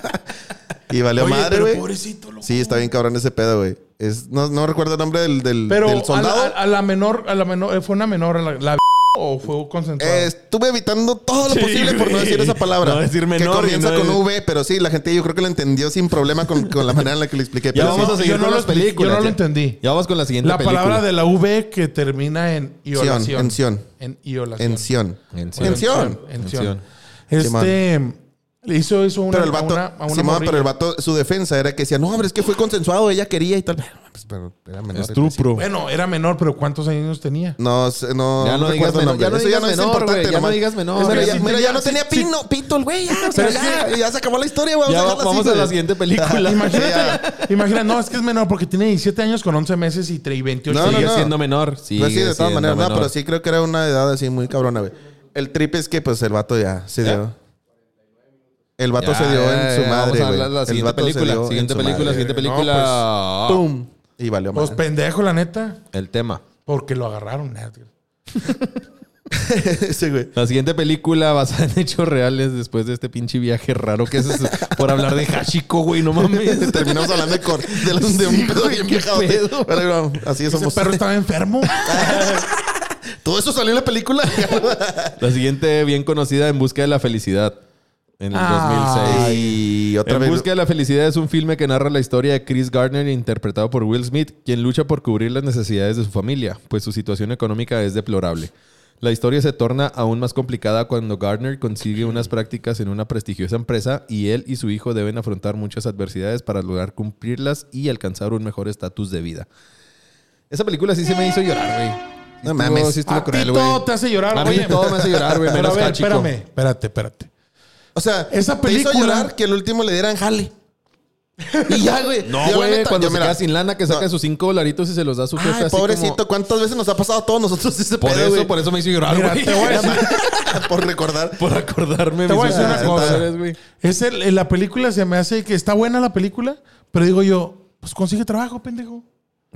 Speaker 2: y valió
Speaker 1: Oye,
Speaker 2: madre,
Speaker 1: pero
Speaker 2: güey.
Speaker 1: pobrecito, loco.
Speaker 2: Sí, está bien cabrón ese pedo, güey. Es, no, no recuerdo el nombre del, del,
Speaker 1: Pero
Speaker 2: del soldado.
Speaker 1: A, la, a la menor, a la menor, eh, fue una menor, a la, la o fue concentrado.
Speaker 2: Eh, estuve evitando todo lo
Speaker 3: Sí,
Speaker 2: posible por no
Speaker 3: güey.
Speaker 2: decir esa palabra.
Speaker 3: No decir menor
Speaker 2: Que
Speaker 3: y
Speaker 2: comienza
Speaker 3: no
Speaker 2: con
Speaker 3: es-
Speaker 2: V, pero sí, la gente yo creo que lo entendió sin problema con, con la manera en la que lo expliqué.
Speaker 3: Ya
Speaker 2: pero
Speaker 3: vamos
Speaker 2: sí.
Speaker 3: a seguir
Speaker 1: yo no
Speaker 3: con
Speaker 1: lo
Speaker 3: las
Speaker 1: expli-
Speaker 3: películas.
Speaker 1: yo no lo
Speaker 3: ya.
Speaker 1: entendí.
Speaker 3: Ya vamos con la siguiente
Speaker 1: la
Speaker 3: película.
Speaker 1: palabra de la V que termina en iolación.
Speaker 2: en Sion.
Speaker 1: En iolación.
Speaker 2: En Sion.
Speaker 3: En Sion.
Speaker 2: En Sion.
Speaker 1: En
Speaker 3: En
Speaker 1: Sion.
Speaker 3: Sion.
Speaker 1: Este le hizo, hizo una,
Speaker 2: Pero el vato,
Speaker 1: a una, a una
Speaker 2: Simón,
Speaker 1: morrilla.
Speaker 2: pero el vato, su defensa era que decía, no, hombre, es que fue consensuado, ella quería y tal. Pues, Pero era menor.
Speaker 3: Estupro.
Speaker 1: Bueno, era menor, pero ¿cuántos años tenía?
Speaker 2: No, sé, no,
Speaker 3: Ya no
Speaker 2: no
Speaker 3: digas
Speaker 2: recuerdo el
Speaker 3: menor,
Speaker 2: nombre.
Speaker 3: ya no
Speaker 2: Eso
Speaker 3: digas
Speaker 2: es
Speaker 3: menor,
Speaker 2: importante,
Speaker 3: güey, ya no
Speaker 2: nomás.
Speaker 3: digas menor.
Speaker 2: Es que
Speaker 1: Pero
Speaker 2: ya-
Speaker 1: si
Speaker 2: mira,
Speaker 1: te-
Speaker 2: ya no
Speaker 1: si-
Speaker 2: tenía
Speaker 1: si-
Speaker 2: pino, pito el güey. Ya, o sea,
Speaker 1: Pero es
Speaker 2: ya, ya se acabó la historia, güey. Vamos,
Speaker 3: Ya
Speaker 2: a
Speaker 3: va-
Speaker 2: dejarla
Speaker 3: vamos
Speaker 2: así,
Speaker 3: a la
Speaker 2: güey.
Speaker 3: siguiente película.
Speaker 1: Imagínate, imagina, no, es que es menor porque tiene 17 años con 11 meses y tre- y 28
Speaker 2: No, no,
Speaker 3: Sigue
Speaker 1: días.
Speaker 2: no.
Speaker 3: siendo menor. Sigue
Speaker 2: Pues sí, de todas
Speaker 3: siendo
Speaker 2: maneras. No,
Speaker 3: menor.
Speaker 2: pero sí creo que era una edad así muy cabrona, güey. El trip es que, pues, el vato ya se dio. El vato
Speaker 3: Ya,
Speaker 2: se dio
Speaker 3: ya,
Speaker 2: en su
Speaker 3: ya, vamos
Speaker 2: madre,
Speaker 3: a
Speaker 2: güey.
Speaker 3: la- La
Speaker 2: El
Speaker 3: siguiente
Speaker 2: vato se dio
Speaker 3: película.
Speaker 2: en
Speaker 3: Siguiente
Speaker 2: su
Speaker 3: película,
Speaker 2: madre.
Speaker 3: siguiente
Speaker 1: No,
Speaker 3: película.
Speaker 2: ¡Pum! Y valió
Speaker 1: Pues
Speaker 2: madre.
Speaker 1: pendejo, la neta,
Speaker 3: El tema.
Speaker 1: porque lo agarraron.
Speaker 2: Ese güey.
Speaker 3: La siguiente película basada en hechos reales después de este pinche viaje raro que es por hablar de Hashiko, güey, no mames.
Speaker 2: Terminamos hablando de, cor- de, los- de un pedo bien viajado.
Speaker 3: pedo.
Speaker 2: Pero, no, así
Speaker 1: Ese
Speaker 2: somos.
Speaker 1: perro estaba enfermo.
Speaker 2: Todo eso salió en la película.
Speaker 3: La siguiente bien conocida en busca de la felicidad. en el
Speaker 1: Ah,
Speaker 3: 2006.
Speaker 2: Y otra
Speaker 3: en
Speaker 2: vez.
Speaker 3: Busca de la Felicidad es un filme que narra la historia de Chris Gardner, interpretado por Will Smith, quien lucha por cubrir las necesidades de su familia, pues su situación económica es deplorable. La historia se torna aún más complicada cuando Gardner consigue unas prácticas en una prestigiosa empresa y él y su hijo deben afrontar muchas adversidades para lograr cumplirlas y alcanzar un mejor estatus de vida. Esa película sí se me hizo llorar, güey. Sí
Speaker 2: No
Speaker 3: estuvo-
Speaker 2: mames.
Speaker 3: sí estuvo
Speaker 1: A
Speaker 3: cruel,
Speaker 1: ti
Speaker 3: güey.
Speaker 1: todo te hace llorar,
Speaker 3: A mí
Speaker 1: oye.
Speaker 3: todo me hace llorar, güey.
Speaker 1: Pero a
Speaker 3: Menos
Speaker 1: ver,
Speaker 3: Cachico.
Speaker 1: espérame. Espérate, espérate.
Speaker 2: O sea,
Speaker 1: Esa
Speaker 2: te hizo
Speaker 1: película-
Speaker 2: llorar que al último le dieran jale. Y ya, güey.
Speaker 3: No,
Speaker 2: Yo, la
Speaker 3: güey,
Speaker 2: neta,
Speaker 3: cuando
Speaker 2: yo,
Speaker 3: se
Speaker 2: mira,
Speaker 3: queda sin lana que saca
Speaker 2: no.
Speaker 3: sus cinco dolaritos y se los da a su jefe
Speaker 2: Ay,
Speaker 3: así
Speaker 2: pobrecito,
Speaker 3: como-
Speaker 2: ¿cuántas veces nos ha pasado a todos nosotros ese
Speaker 3: Por
Speaker 2: pedo,
Speaker 3: eso,
Speaker 2: güey?
Speaker 3: por eso me hizo llorar,
Speaker 1: Mira,
Speaker 3: güey.
Speaker 1: te voy a decir-
Speaker 2: por recordar.
Speaker 3: Por acordarme.
Speaker 1: Te voy a decir una cosa.
Speaker 3: güey.
Speaker 1: Es el- la película se me hace que está buena la película, pero digo yo, pues consigue trabajo, pendejo.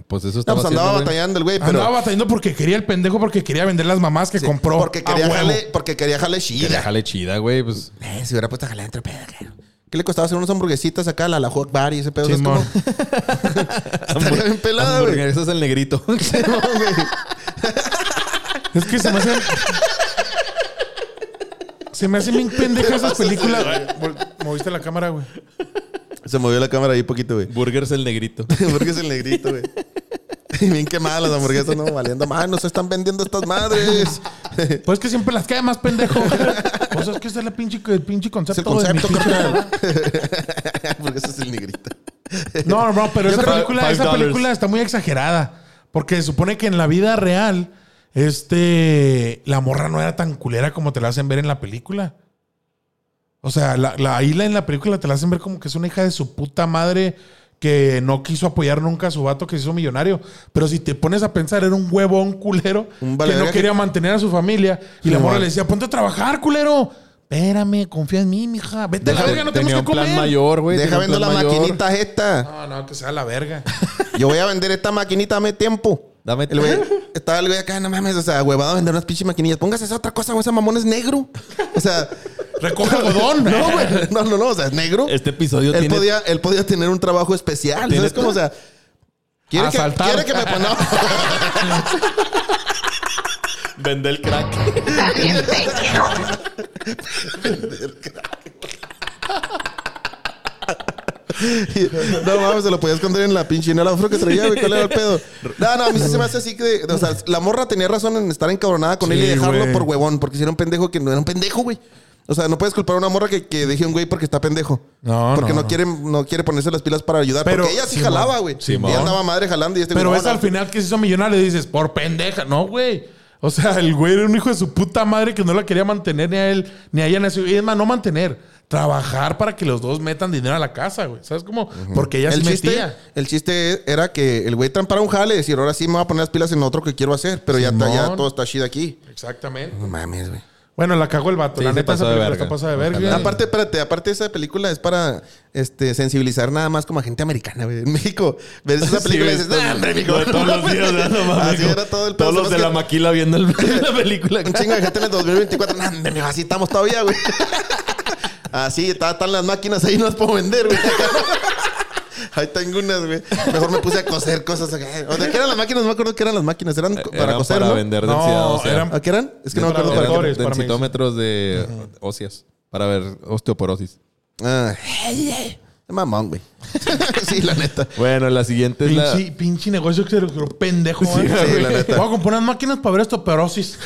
Speaker 3: Pues eso
Speaker 2: No,
Speaker 3: estaba
Speaker 2: pues andaba
Speaker 3: haciendo, güey.
Speaker 2: batallando el güey, pero.
Speaker 1: Andaba batallando porque quería el pendejo, porque quería vender las mamás que
Speaker 2: Sí,
Speaker 1: compró.
Speaker 2: Porque
Speaker 1: A
Speaker 2: quería,
Speaker 1: huevo.
Speaker 2: jale, porque quería jale
Speaker 3: Que
Speaker 2: chida.
Speaker 3: déjale chida, güey. Pues
Speaker 2: Eh, si hubiera puesto jale entre pedo, claro. ¿Qué le costaba hacer unas hamburguesitas acá a la, la Hot Bar y ese pedo? ¿Sabes
Speaker 1: Simón.
Speaker 2: cómo? Estaría bien pelada, güey.
Speaker 3: Hamburguesas al negrito.
Speaker 1: Es que se me hacen. se me hacen bien pendejas esas películas. Vol- Moviste la cámara, güey.
Speaker 2: Se movió la cámara ahí poquito, güey.
Speaker 3: Burgers el negrito.
Speaker 2: Porque es el negrito, güey. Y bien quemadas las hamburguesas, no valiendo más. No se están vendiendo estas madres.
Speaker 1: Pues que siempre las cae más pendejo. Pues es que ese es la pinche, el pinche
Speaker 2: Es
Speaker 1: concepto.
Speaker 2: el concepto,
Speaker 1: de mi pinche-
Speaker 2: carnal. Porque ese es el negrito.
Speaker 1: No, no, pero esa
Speaker 3: creo-
Speaker 1: película,
Speaker 3: Five
Speaker 1: esa
Speaker 3: dollars.
Speaker 1: película está muy exagerada. Porque se supone que en la vida real, este, la morra no era tan culera como te la hacen ver en la película. O sea, la, la ahí la- en la película te la hacen ver como que es una hija de su puta madre que no quiso apoyar nunca a su vato que se hizo millonario. Pero si te pones a pensar, era un huevón culero
Speaker 2: Un
Speaker 1: que
Speaker 2: valeverga
Speaker 1: no
Speaker 2: que-
Speaker 1: quería mantener a su familia. Y la
Speaker 2: Sí,
Speaker 1: morra
Speaker 2: man.
Speaker 1: le decía, ponte a trabajar, culero. Espérame, confía en mí, mija. Vete a la verga, no
Speaker 3: Tenía
Speaker 1: tenemos
Speaker 3: un
Speaker 1: que comer.
Speaker 3: plan mayor, güey.
Speaker 2: Deja
Speaker 3: tenía un
Speaker 2: vendo la
Speaker 3: plan mayor.
Speaker 2: maquinita esta.
Speaker 1: No, no, que sea la verga.
Speaker 2: Yo voy a vender esta maquinita, dame tiempo.
Speaker 3: Dame
Speaker 2: El güey, estaba el güey acá, no mames, o sea, huevado a vender unas pinches maquinillas. Póngase esa otra cosa, güey, ese mamón es negro. O sea,
Speaker 1: Recoge algodón.
Speaker 2: no, güey, no, no, no, o sea, es negro.
Speaker 3: Este episodio
Speaker 2: él,
Speaker 3: tiene.
Speaker 2: podía, él podía tener un trabajo especial.
Speaker 3: Tiene-
Speaker 2: ¿Sabes cómo? O sea, quiere, que,
Speaker 1: Asaltar.
Speaker 2: quiere que me ponga. Este
Speaker 3: Vende el crack.
Speaker 2: No mames, se lo podía esconder en la pinche en el afro que traía, güey. ¿Cuál era el pedo? No, no, a mí sí se me hace así que. O sea, la morra tenía razón en estar encabronada con él y
Speaker 1: Sí,
Speaker 2: dejarlo
Speaker 1: güey.
Speaker 2: por huevón, porque si era un pendejo que no era un pendejo, güey. O sea, no puedes culpar a una morra que, que deje a un güey porque está pendejo.
Speaker 1: No,
Speaker 2: Porque
Speaker 1: no,
Speaker 2: no,
Speaker 1: no.
Speaker 2: quiere no quiere ponerse las pilas para ayudar.
Speaker 1: Pero-
Speaker 2: porque ella sí
Speaker 1: Simón,
Speaker 2: jalaba, güey.
Speaker 3: Simón.
Speaker 2: Ella andaba madre jalando y este
Speaker 1: Pero
Speaker 2: güey,
Speaker 1: ves
Speaker 2: no,
Speaker 1: al
Speaker 2: no.
Speaker 1: final que se hizo millonario y dices, por pendeja. No, güey. O sea, el güey era un hijo de su puta madre que no la quería mantener ni a él, ni a ella, ni a su... Y es más, no mantener. Trabajar para que los dos metan dinero a la casa, güey. ¿Sabes cómo? Porque ella se
Speaker 2: El chiste,
Speaker 1: metía.
Speaker 2: el chiste era que el güey trampara un jale y decir, ahora sí me voy a poner las pilas en otro que quiero hacer. Pero ya, está- ya
Speaker 1: Simón.
Speaker 2: todo está chido aquí.
Speaker 1: Exactamente.
Speaker 2: No mames, güey.
Speaker 1: Bueno, la cagó el vato.
Speaker 3: Sí,
Speaker 1: la
Speaker 3: se
Speaker 1: neta,
Speaker 3: pasó
Speaker 1: esa
Speaker 3: de
Speaker 1: película
Speaker 3: verga.
Speaker 1: está pasada de verga.
Speaker 3: Ojalá.
Speaker 2: Aparte, espérate, aparte esa película es para este, sensibilizar nada más como a gente americana, güey. En México, ves esa
Speaker 3: Sí,
Speaker 2: película y
Speaker 3: ves
Speaker 2: dices,
Speaker 3: todo-
Speaker 2: ¡Ah, hombre, mijo!
Speaker 3: lo de todos los días, ¿verdad? No mames,
Speaker 2: Así
Speaker 3: mijo.
Speaker 2: era todo el pedo,
Speaker 3: Todos los
Speaker 2: nomás
Speaker 3: de
Speaker 2: que
Speaker 3: la maquila viendo el- la película.
Speaker 2: Un chingo de gente en el 2024, ¡No, hombre, mijo! Así estamos todavía, güey. Así, está- están las máquinas ahí, no las puedo vender, güey. Ahí tengo unas, güey. Mejor me puse a coser cosas. acá. O sea, ¿qué eran las máquinas? No me acuerdo qué eran las máquinas. Eran, co- para
Speaker 3: Eh, Eran
Speaker 2: coser,
Speaker 3: para
Speaker 2: ¿no?
Speaker 3: vender
Speaker 1: No,
Speaker 3: densidad ósea.
Speaker 1: eran-
Speaker 2: ¿A qué eran? Es que no me
Speaker 1: Para
Speaker 2: acuerdo para qué.
Speaker 1: doctores, para
Speaker 3: densitómetros de óseas para ver osteoporosis.
Speaker 2: Ah, mamón, güey. sí, la neta.
Speaker 3: Bueno, la siguiente es la...
Speaker 1: Pinche, pinche negocio que se le ocurrió, pendejo. güey.
Speaker 2: sí, la neta.
Speaker 1: Voy a comprar unas máquinas para ver osteoporosis.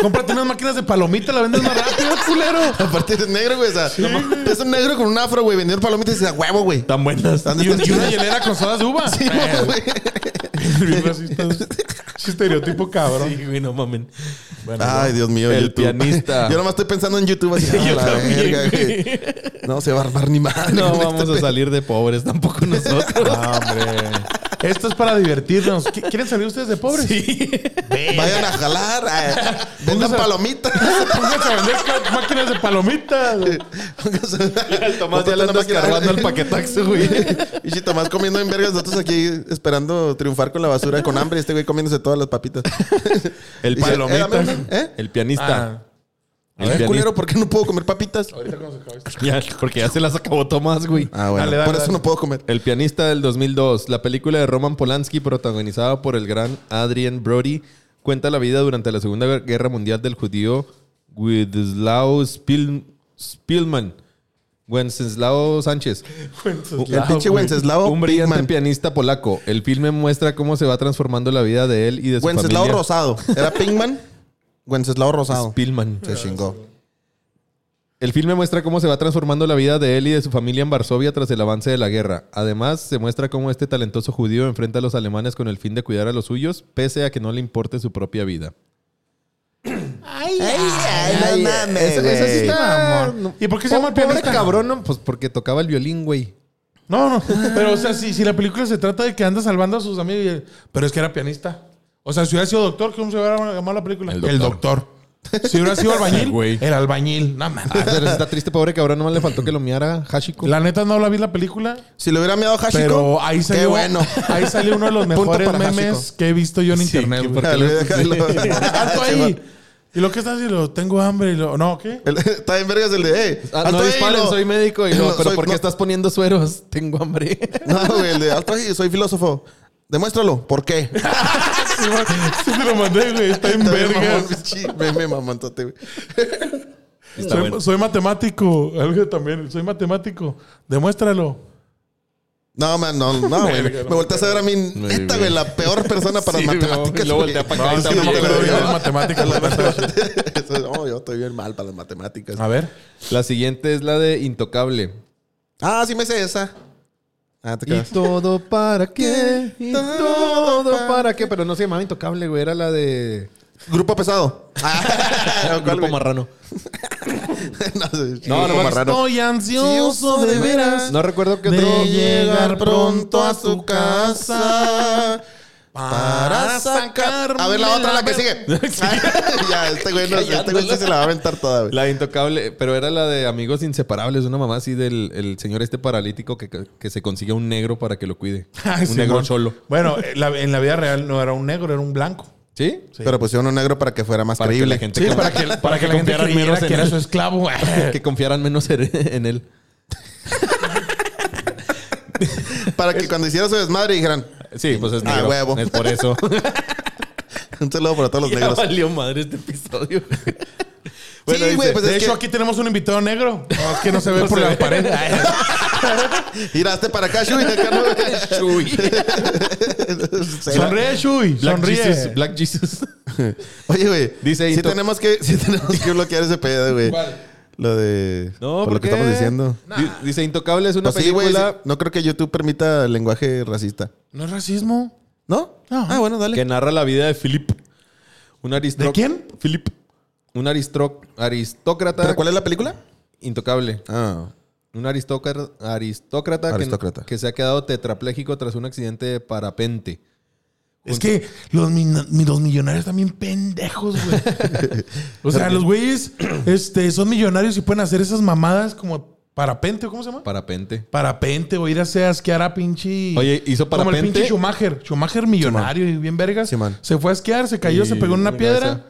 Speaker 1: Cómprate unas máquinas de palomita, la vendes más rápido, culero.
Speaker 2: Aparte eres negro, güey. O sea, es un negro con un afro, güey. Vendiendo palomitas y dices, huevo, güey.
Speaker 3: Tan buenas.
Speaker 2: ¿Dónde
Speaker 1: Y, un-
Speaker 2: está
Speaker 1: y
Speaker 2: el
Speaker 1: una hielera con sodas de uva.
Speaker 2: Sí,
Speaker 1: Eh,
Speaker 2: güey.
Speaker 1: Sí, estereotipo cabrón.
Speaker 3: Sí, güey, no mamen. Bueno,
Speaker 2: Ay, Dios mío.
Speaker 3: El pianista.
Speaker 2: Yo nomás estoy pensando en YouTube así. "Ah,
Speaker 3: yo
Speaker 2: la
Speaker 3: también,
Speaker 2: verga, güey. No se va a armar ni madre.
Speaker 3: no
Speaker 2: con
Speaker 3: vamos
Speaker 2: este
Speaker 3: a
Speaker 2: pe-
Speaker 3: salir de pobres tampoco nosotros.
Speaker 1: Esto es para divertirnos. ¿Qui- ¿Quieren salir ustedes de pobres?
Speaker 3: Sí.
Speaker 2: Vayan a jalar. eh, Vendan
Speaker 1: Póngase-
Speaker 2: palomitas.
Speaker 1: Pónganse a vender ca- máquinas de palomitas.
Speaker 2: El
Speaker 3: Tomás ya le andas cargando al paquetaxo, güey.
Speaker 2: Y si Tomás comiendo en vergas, nosotros aquí esperando triunfar con la basura, con hambre. Este güey comiéndose todas las papitas.
Speaker 3: El
Speaker 2: Dice,
Speaker 3: palomita.
Speaker 2: "Eh, dame, ¿Eh?
Speaker 3: El
Speaker 1: Ah.
Speaker 3: pianista.
Speaker 2: A
Speaker 3: el
Speaker 2: ver,
Speaker 3: pianista.
Speaker 2: culero, ¿por qué no puedo comer papitas?
Speaker 1: Ahorita cuando se acabe esto.
Speaker 3: Ya, porque ya se las acabó Tomás, güey.
Speaker 2: Ah, bueno.
Speaker 1: Dale, dale,
Speaker 2: por eso
Speaker 1: dale.
Speaker 2: no puedo comer.
Speaker 3: El pianista del 2002, la película de Roman Polanski protagonizada por el gran Adrian Brody, cuenta la vida durante la Segunda Guerra Mundial del judío Widislao Spiel- Spielman, Wenceslao Sánchez.
Speaker 2: El pinche Wenceslao
Speaker 3: un brillante
Speaker 2: Pigman.
Speaker 3: pianista polaco. El filme muestra cómo se va transformando la vida de él y de su
Speaker 2: Wenceslao
Speaker 3: familia.
Speaker 2: Rosado. ¿Era Pinkman? Wenceslao Rosado.
Speaker 3: Spielman.
Speaker 2: Se chingó.
Speaker 3: El filme muestra cómo se va transformando la vida de él y de su familia en Varsovia tras el avance de la guerra. Además, se muestra cómo este talentoso judío enfrenta a los alemanes con el fin de cuidar a los suyos, pese a que no le importe su propia vida.
Speaker 2: Ay, no mames,
Speaker 3: Esa- esa sí está- no.
Speaker 1: ¿Y por qué se llama el
Speaker 3: Pobre
Speaker 1: pianista?
Speaker 3: cabrón, no, pues porque tocaba el violín, güey.
Speaker 1: No, no. Pero, o sea, si, si la película se trata de que anda salvando a sus amigos. y- Pero es que era pianista. O sea, si hubiera sido doctor, ¿cómo se hubiera llamado la película?
Speaker 3: El doctor.
Speaker 1: Si hubiera sido albañil,
Speaker 3: Sí, güey.
Speaker 1: el albañil. No, man.
Speaker 3: Ah, pero está triste, pobre cabrón, nomás le faltó que lo miara Hashiko.
Speaker 1: La neta no la vi la película,
Speaker 2: Si lo hubiera mirado a Hashiko,
Speaker 1: pero ahí salió,
Speaker 2: qué bueno.
Speaker 1: ahí salió uno de los
Speaker 2: Punto
Speaker 1: mejores
Speaker 2: para
Speaker 1: memes
Speaker 2: Hachiko.
Speaker 1: que he visto yo en
Speaker 3: Sí,
Speaker 1: internet.
Speaker 3: qué
Speaker 1: güey.
Speaker 3: fuerte. pues,
Speaker 1: Alto ahí. ¿Y lo que estás diciendo? Tengo hambre y lo... No, ¿qué?
Speaker 2: El- Está bien vergas el de, eh,
Speaker 3: Ah, no
Speaker 2: alto ahí,
Speaker 3: disparen,
Speaker 2: lo-
Speaker 3: soy médico. Y luego,
Speaker 2: No,
Speaker 3: pero
Speaker 2: soy-
Speaker 3: ¿por qué
Speaker 2: no.
Speaker 3: estás poniendo sueros? Tengo hambre.
Speaker 2: No, güey, el de alto ahí, soy filósofo. Demuéstralo. ¿Por qué?
Speaker 1: Sí te lo mandé, güey. Está en vergas.
Speaker 2: Me, me mamontote, güey.
Speaker 3: Está
Speaker 1: Soy,
Speaker 3: bueno.
Speaker 1: soy matemático. Algo también. Soy matemático. Demuéstralo.
Speaker 2: No, man, no, no, güey.
Speaker 1: Verga,
Speaker 2: Me
Speaker 1: no,
Speaker 2: volteas a ver a mí, neta, güey, la peor persona para
Speaker 3: Sí,
Speaker 2: las
Speaker 3: güey,
Speaker 2: matemáticas.
Speaker 3: y luego
Speaker 2: güey.
Speaker 3: voltea para acá
Speaker 2: No,
Speaker 3: y
Speaker 2: es que
Speaker 3: también.
Speaker 2: no me acuerdo
Speaker 1: Yo
Speaker 2: yo.
Speaker 1: en matemáticas, la verdad.
Speaker 2: Eso, No, yo estoy bien mal para las matemáticas.
Speaker 1: A ver.
Speaker 3: La siguiente es la de Intocable.
Speaker 2: Ah, sí me sé esa. Ah, te
Speaker 3: ¿Y
Speaker 2: quedas.
Speaker 3: todo para qué? ¿Y todo para qué? Pero no se llamaba Intocable, güey. Era la de...
Speaker 2: Grupo pesado. Ah, ¿cuál,
Speaker 3: Grupo
Speaker 2: güey?
Speaker 3: Marrano.
Speaker 2: no, sí,
Speaker 3: No,
Speaker 2: grupo
Speaker 3: no,
Speaker 2: marrano.
Speaker 1: Estoy ansioso de veras.
Speaker 3: No recuerdo qué
Speaker 1: De
Speaker 3: otro...
Speaker 1: llegar pronto a su casa para sacar.
Speaker 2: A ver, la otra, la que sigue. ya, este güey, no, este güey sí se la va a aventar toda, güey.
Speaker 3: La de Intocable, pero era la de Amigos Inseparables, una mamá así del el señor este paralítico que, que se consigue un negro para que lo cuide.
Speaker 1: Ay,
Speaker 3: un
Speaker 1: Simón.
Speaker 3: negro cholo.
Speaker 1: Bueno, en la- en la vida real no era un negro, era un blanco.
Speaker 3: ¿Sí?
Speaker 2: Pero pusieron un negro para que fuera más
Speaker 3: Para que
Speaker 2: creíble.
Speaker 3: la gente
Speaker 1: Sí,
Speaker 3: que-
Speaker 1: para que, para que la gente
Speaker 3: confiaran
Speaker 1: creyera
Speaker 3: menos en
Speaker 1: que era
Speaker 3: él.
Speaker 1: su esclavo.
Speaker 3: que confiaran menos en- en él.
Speaker 2: Para que cuando hiciera su desmadre dijeran,
Speaker 3: Sí, pues es
Speaker 2: Ah,
Speaker 3: negro.
Speaker 2: huevo.
Speaker 3: Es por eso.
Speaker 2: un saludo para todos los
Speaker 3: ya
Speaker 2: negros.
Speaker 3: valió madre este episodio.
Speaker 2: Bueno,
Speaker 1: sí, güey,
Speaker 2: dice,
Speaker 1: pues
Speaker 2: de
Speaker 1: de hecho
Speaker 2: hecho,
Speaker 1: aquí tenemos un invitado negro. No, es que no se ve
Speaker 3: No
Speaker 1: por
Speaker 3: se
Speaker 1: la
Speaker 3: ve.
Speaker 1: pared. Ay,
Speaker 2: Giraste para acá, Shui. Acá no, güey.
Speaker 3: Chuy.
Speaker 1: sonríe, Shui.
Speaker 3: Black
Speaker 1: Sonríe.
Speaker 3: Jesus. Black Jesus.
Speaker 2: Oye, güey.
Speaker 3: Dice
Speaker 2: Dice sí
Speaker 3: Into-
Speaker 2: tenemos que Sí tenemos que bloquear ese pedo, güey. Lo de...
Speaker 3: No,
Speaker 2: por lo que
Speaker 3: qué?
Speaker 2: estamos diciendo.
Speaker 3: Di- Dice Intocable es una
Speaker 2: Pues sí, güey.
Speaker 3: película
Speaker 2: sí. No creo que YouTube permita lenguaje racista.
Speaker 1: ¿No es racismo?
Speaker 2: ¿No?
Speaker 1: No.
Speaker 2: Ah, bueno, dale.
Speaker 3: que narra la vida de Philip. Un aristro-
Speaker 1: ¿De quién?
Speaker 3: Philip. Un aristro- aristócrata.
Speaker 2: ¿Pero cuál es la película?
Speaker 3: Intocable.
Speaker 2: Ah.
Speaker 3: Un aristócrata, aristócrata, que-
Speaker 2: Aristócrata.
Speaker 3: Que, se ha quedado tetrapléjico tras un accidente de parapente.
Speaker 1: Es que los, min- mi- los millonarios también pendejos, güey. o sea, los güeyes este, son millonarios y pueden hacer esas mamadas como parapente, ¿o ¿cómo se llama?
Speaker 3: Parapente.
Speaker 1: Parapente o ir a hacer- a esquiar a pinche.
Speaker 3: Oye, ¿hizo
Speaker 1: Como el
Speaker 3: parapente?
Speaker 1: pinche Schumacher. Schumacher millonario y bien vergas.
Speaker 2: Sí, man.
Speaker 1: se fue a esquiar, se cayó,
Speaker 3: Y-
Speaker 1: se pegó en una
Speaker 3: y
Speaker 1: piedra.
Speaker 3: cabeza.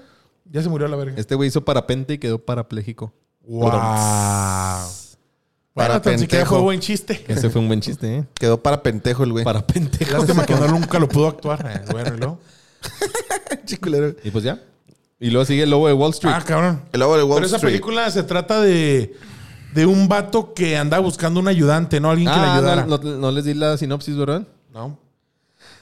Speaker 1: Ya se murió a la verga.
Speaker 3: Este güey hizo parapente y quedó parapléjico.
Speaker 1: Wow. Bueno, tan siquiera
Speaker 2: Parapentejo.
Speaker 1: fue buen chiste.
Speaker 3: Ese fue un buen chiste, ¿eh?
Speaker 2: Quedó para pentejo el güey.
Speaker 3: Parapente.
Speaker 1: Lástima que no nunca lo pudo actuar. Eh, Bueno, y luego.
Speaker 2: Chiculero.
Speaker 3: Y pues ya. Y luego sigue el lobo de Wall Street.
Speaker 1: Ah, cabrón.
Speaker 2: El lobo de Wall
Speaker 1: Pero esa
Speaker 2: Street.
Speaker 1: película se trata de, de un vato que anda buscando un ayudante, ¿no? Alguien que le
Speaker 3: Ah,
Speaker 1: ayudara.
Speaker 3: no,
Speaker 1: No,
Speaker 3: no- no les di la sinopsis, ¿verdad?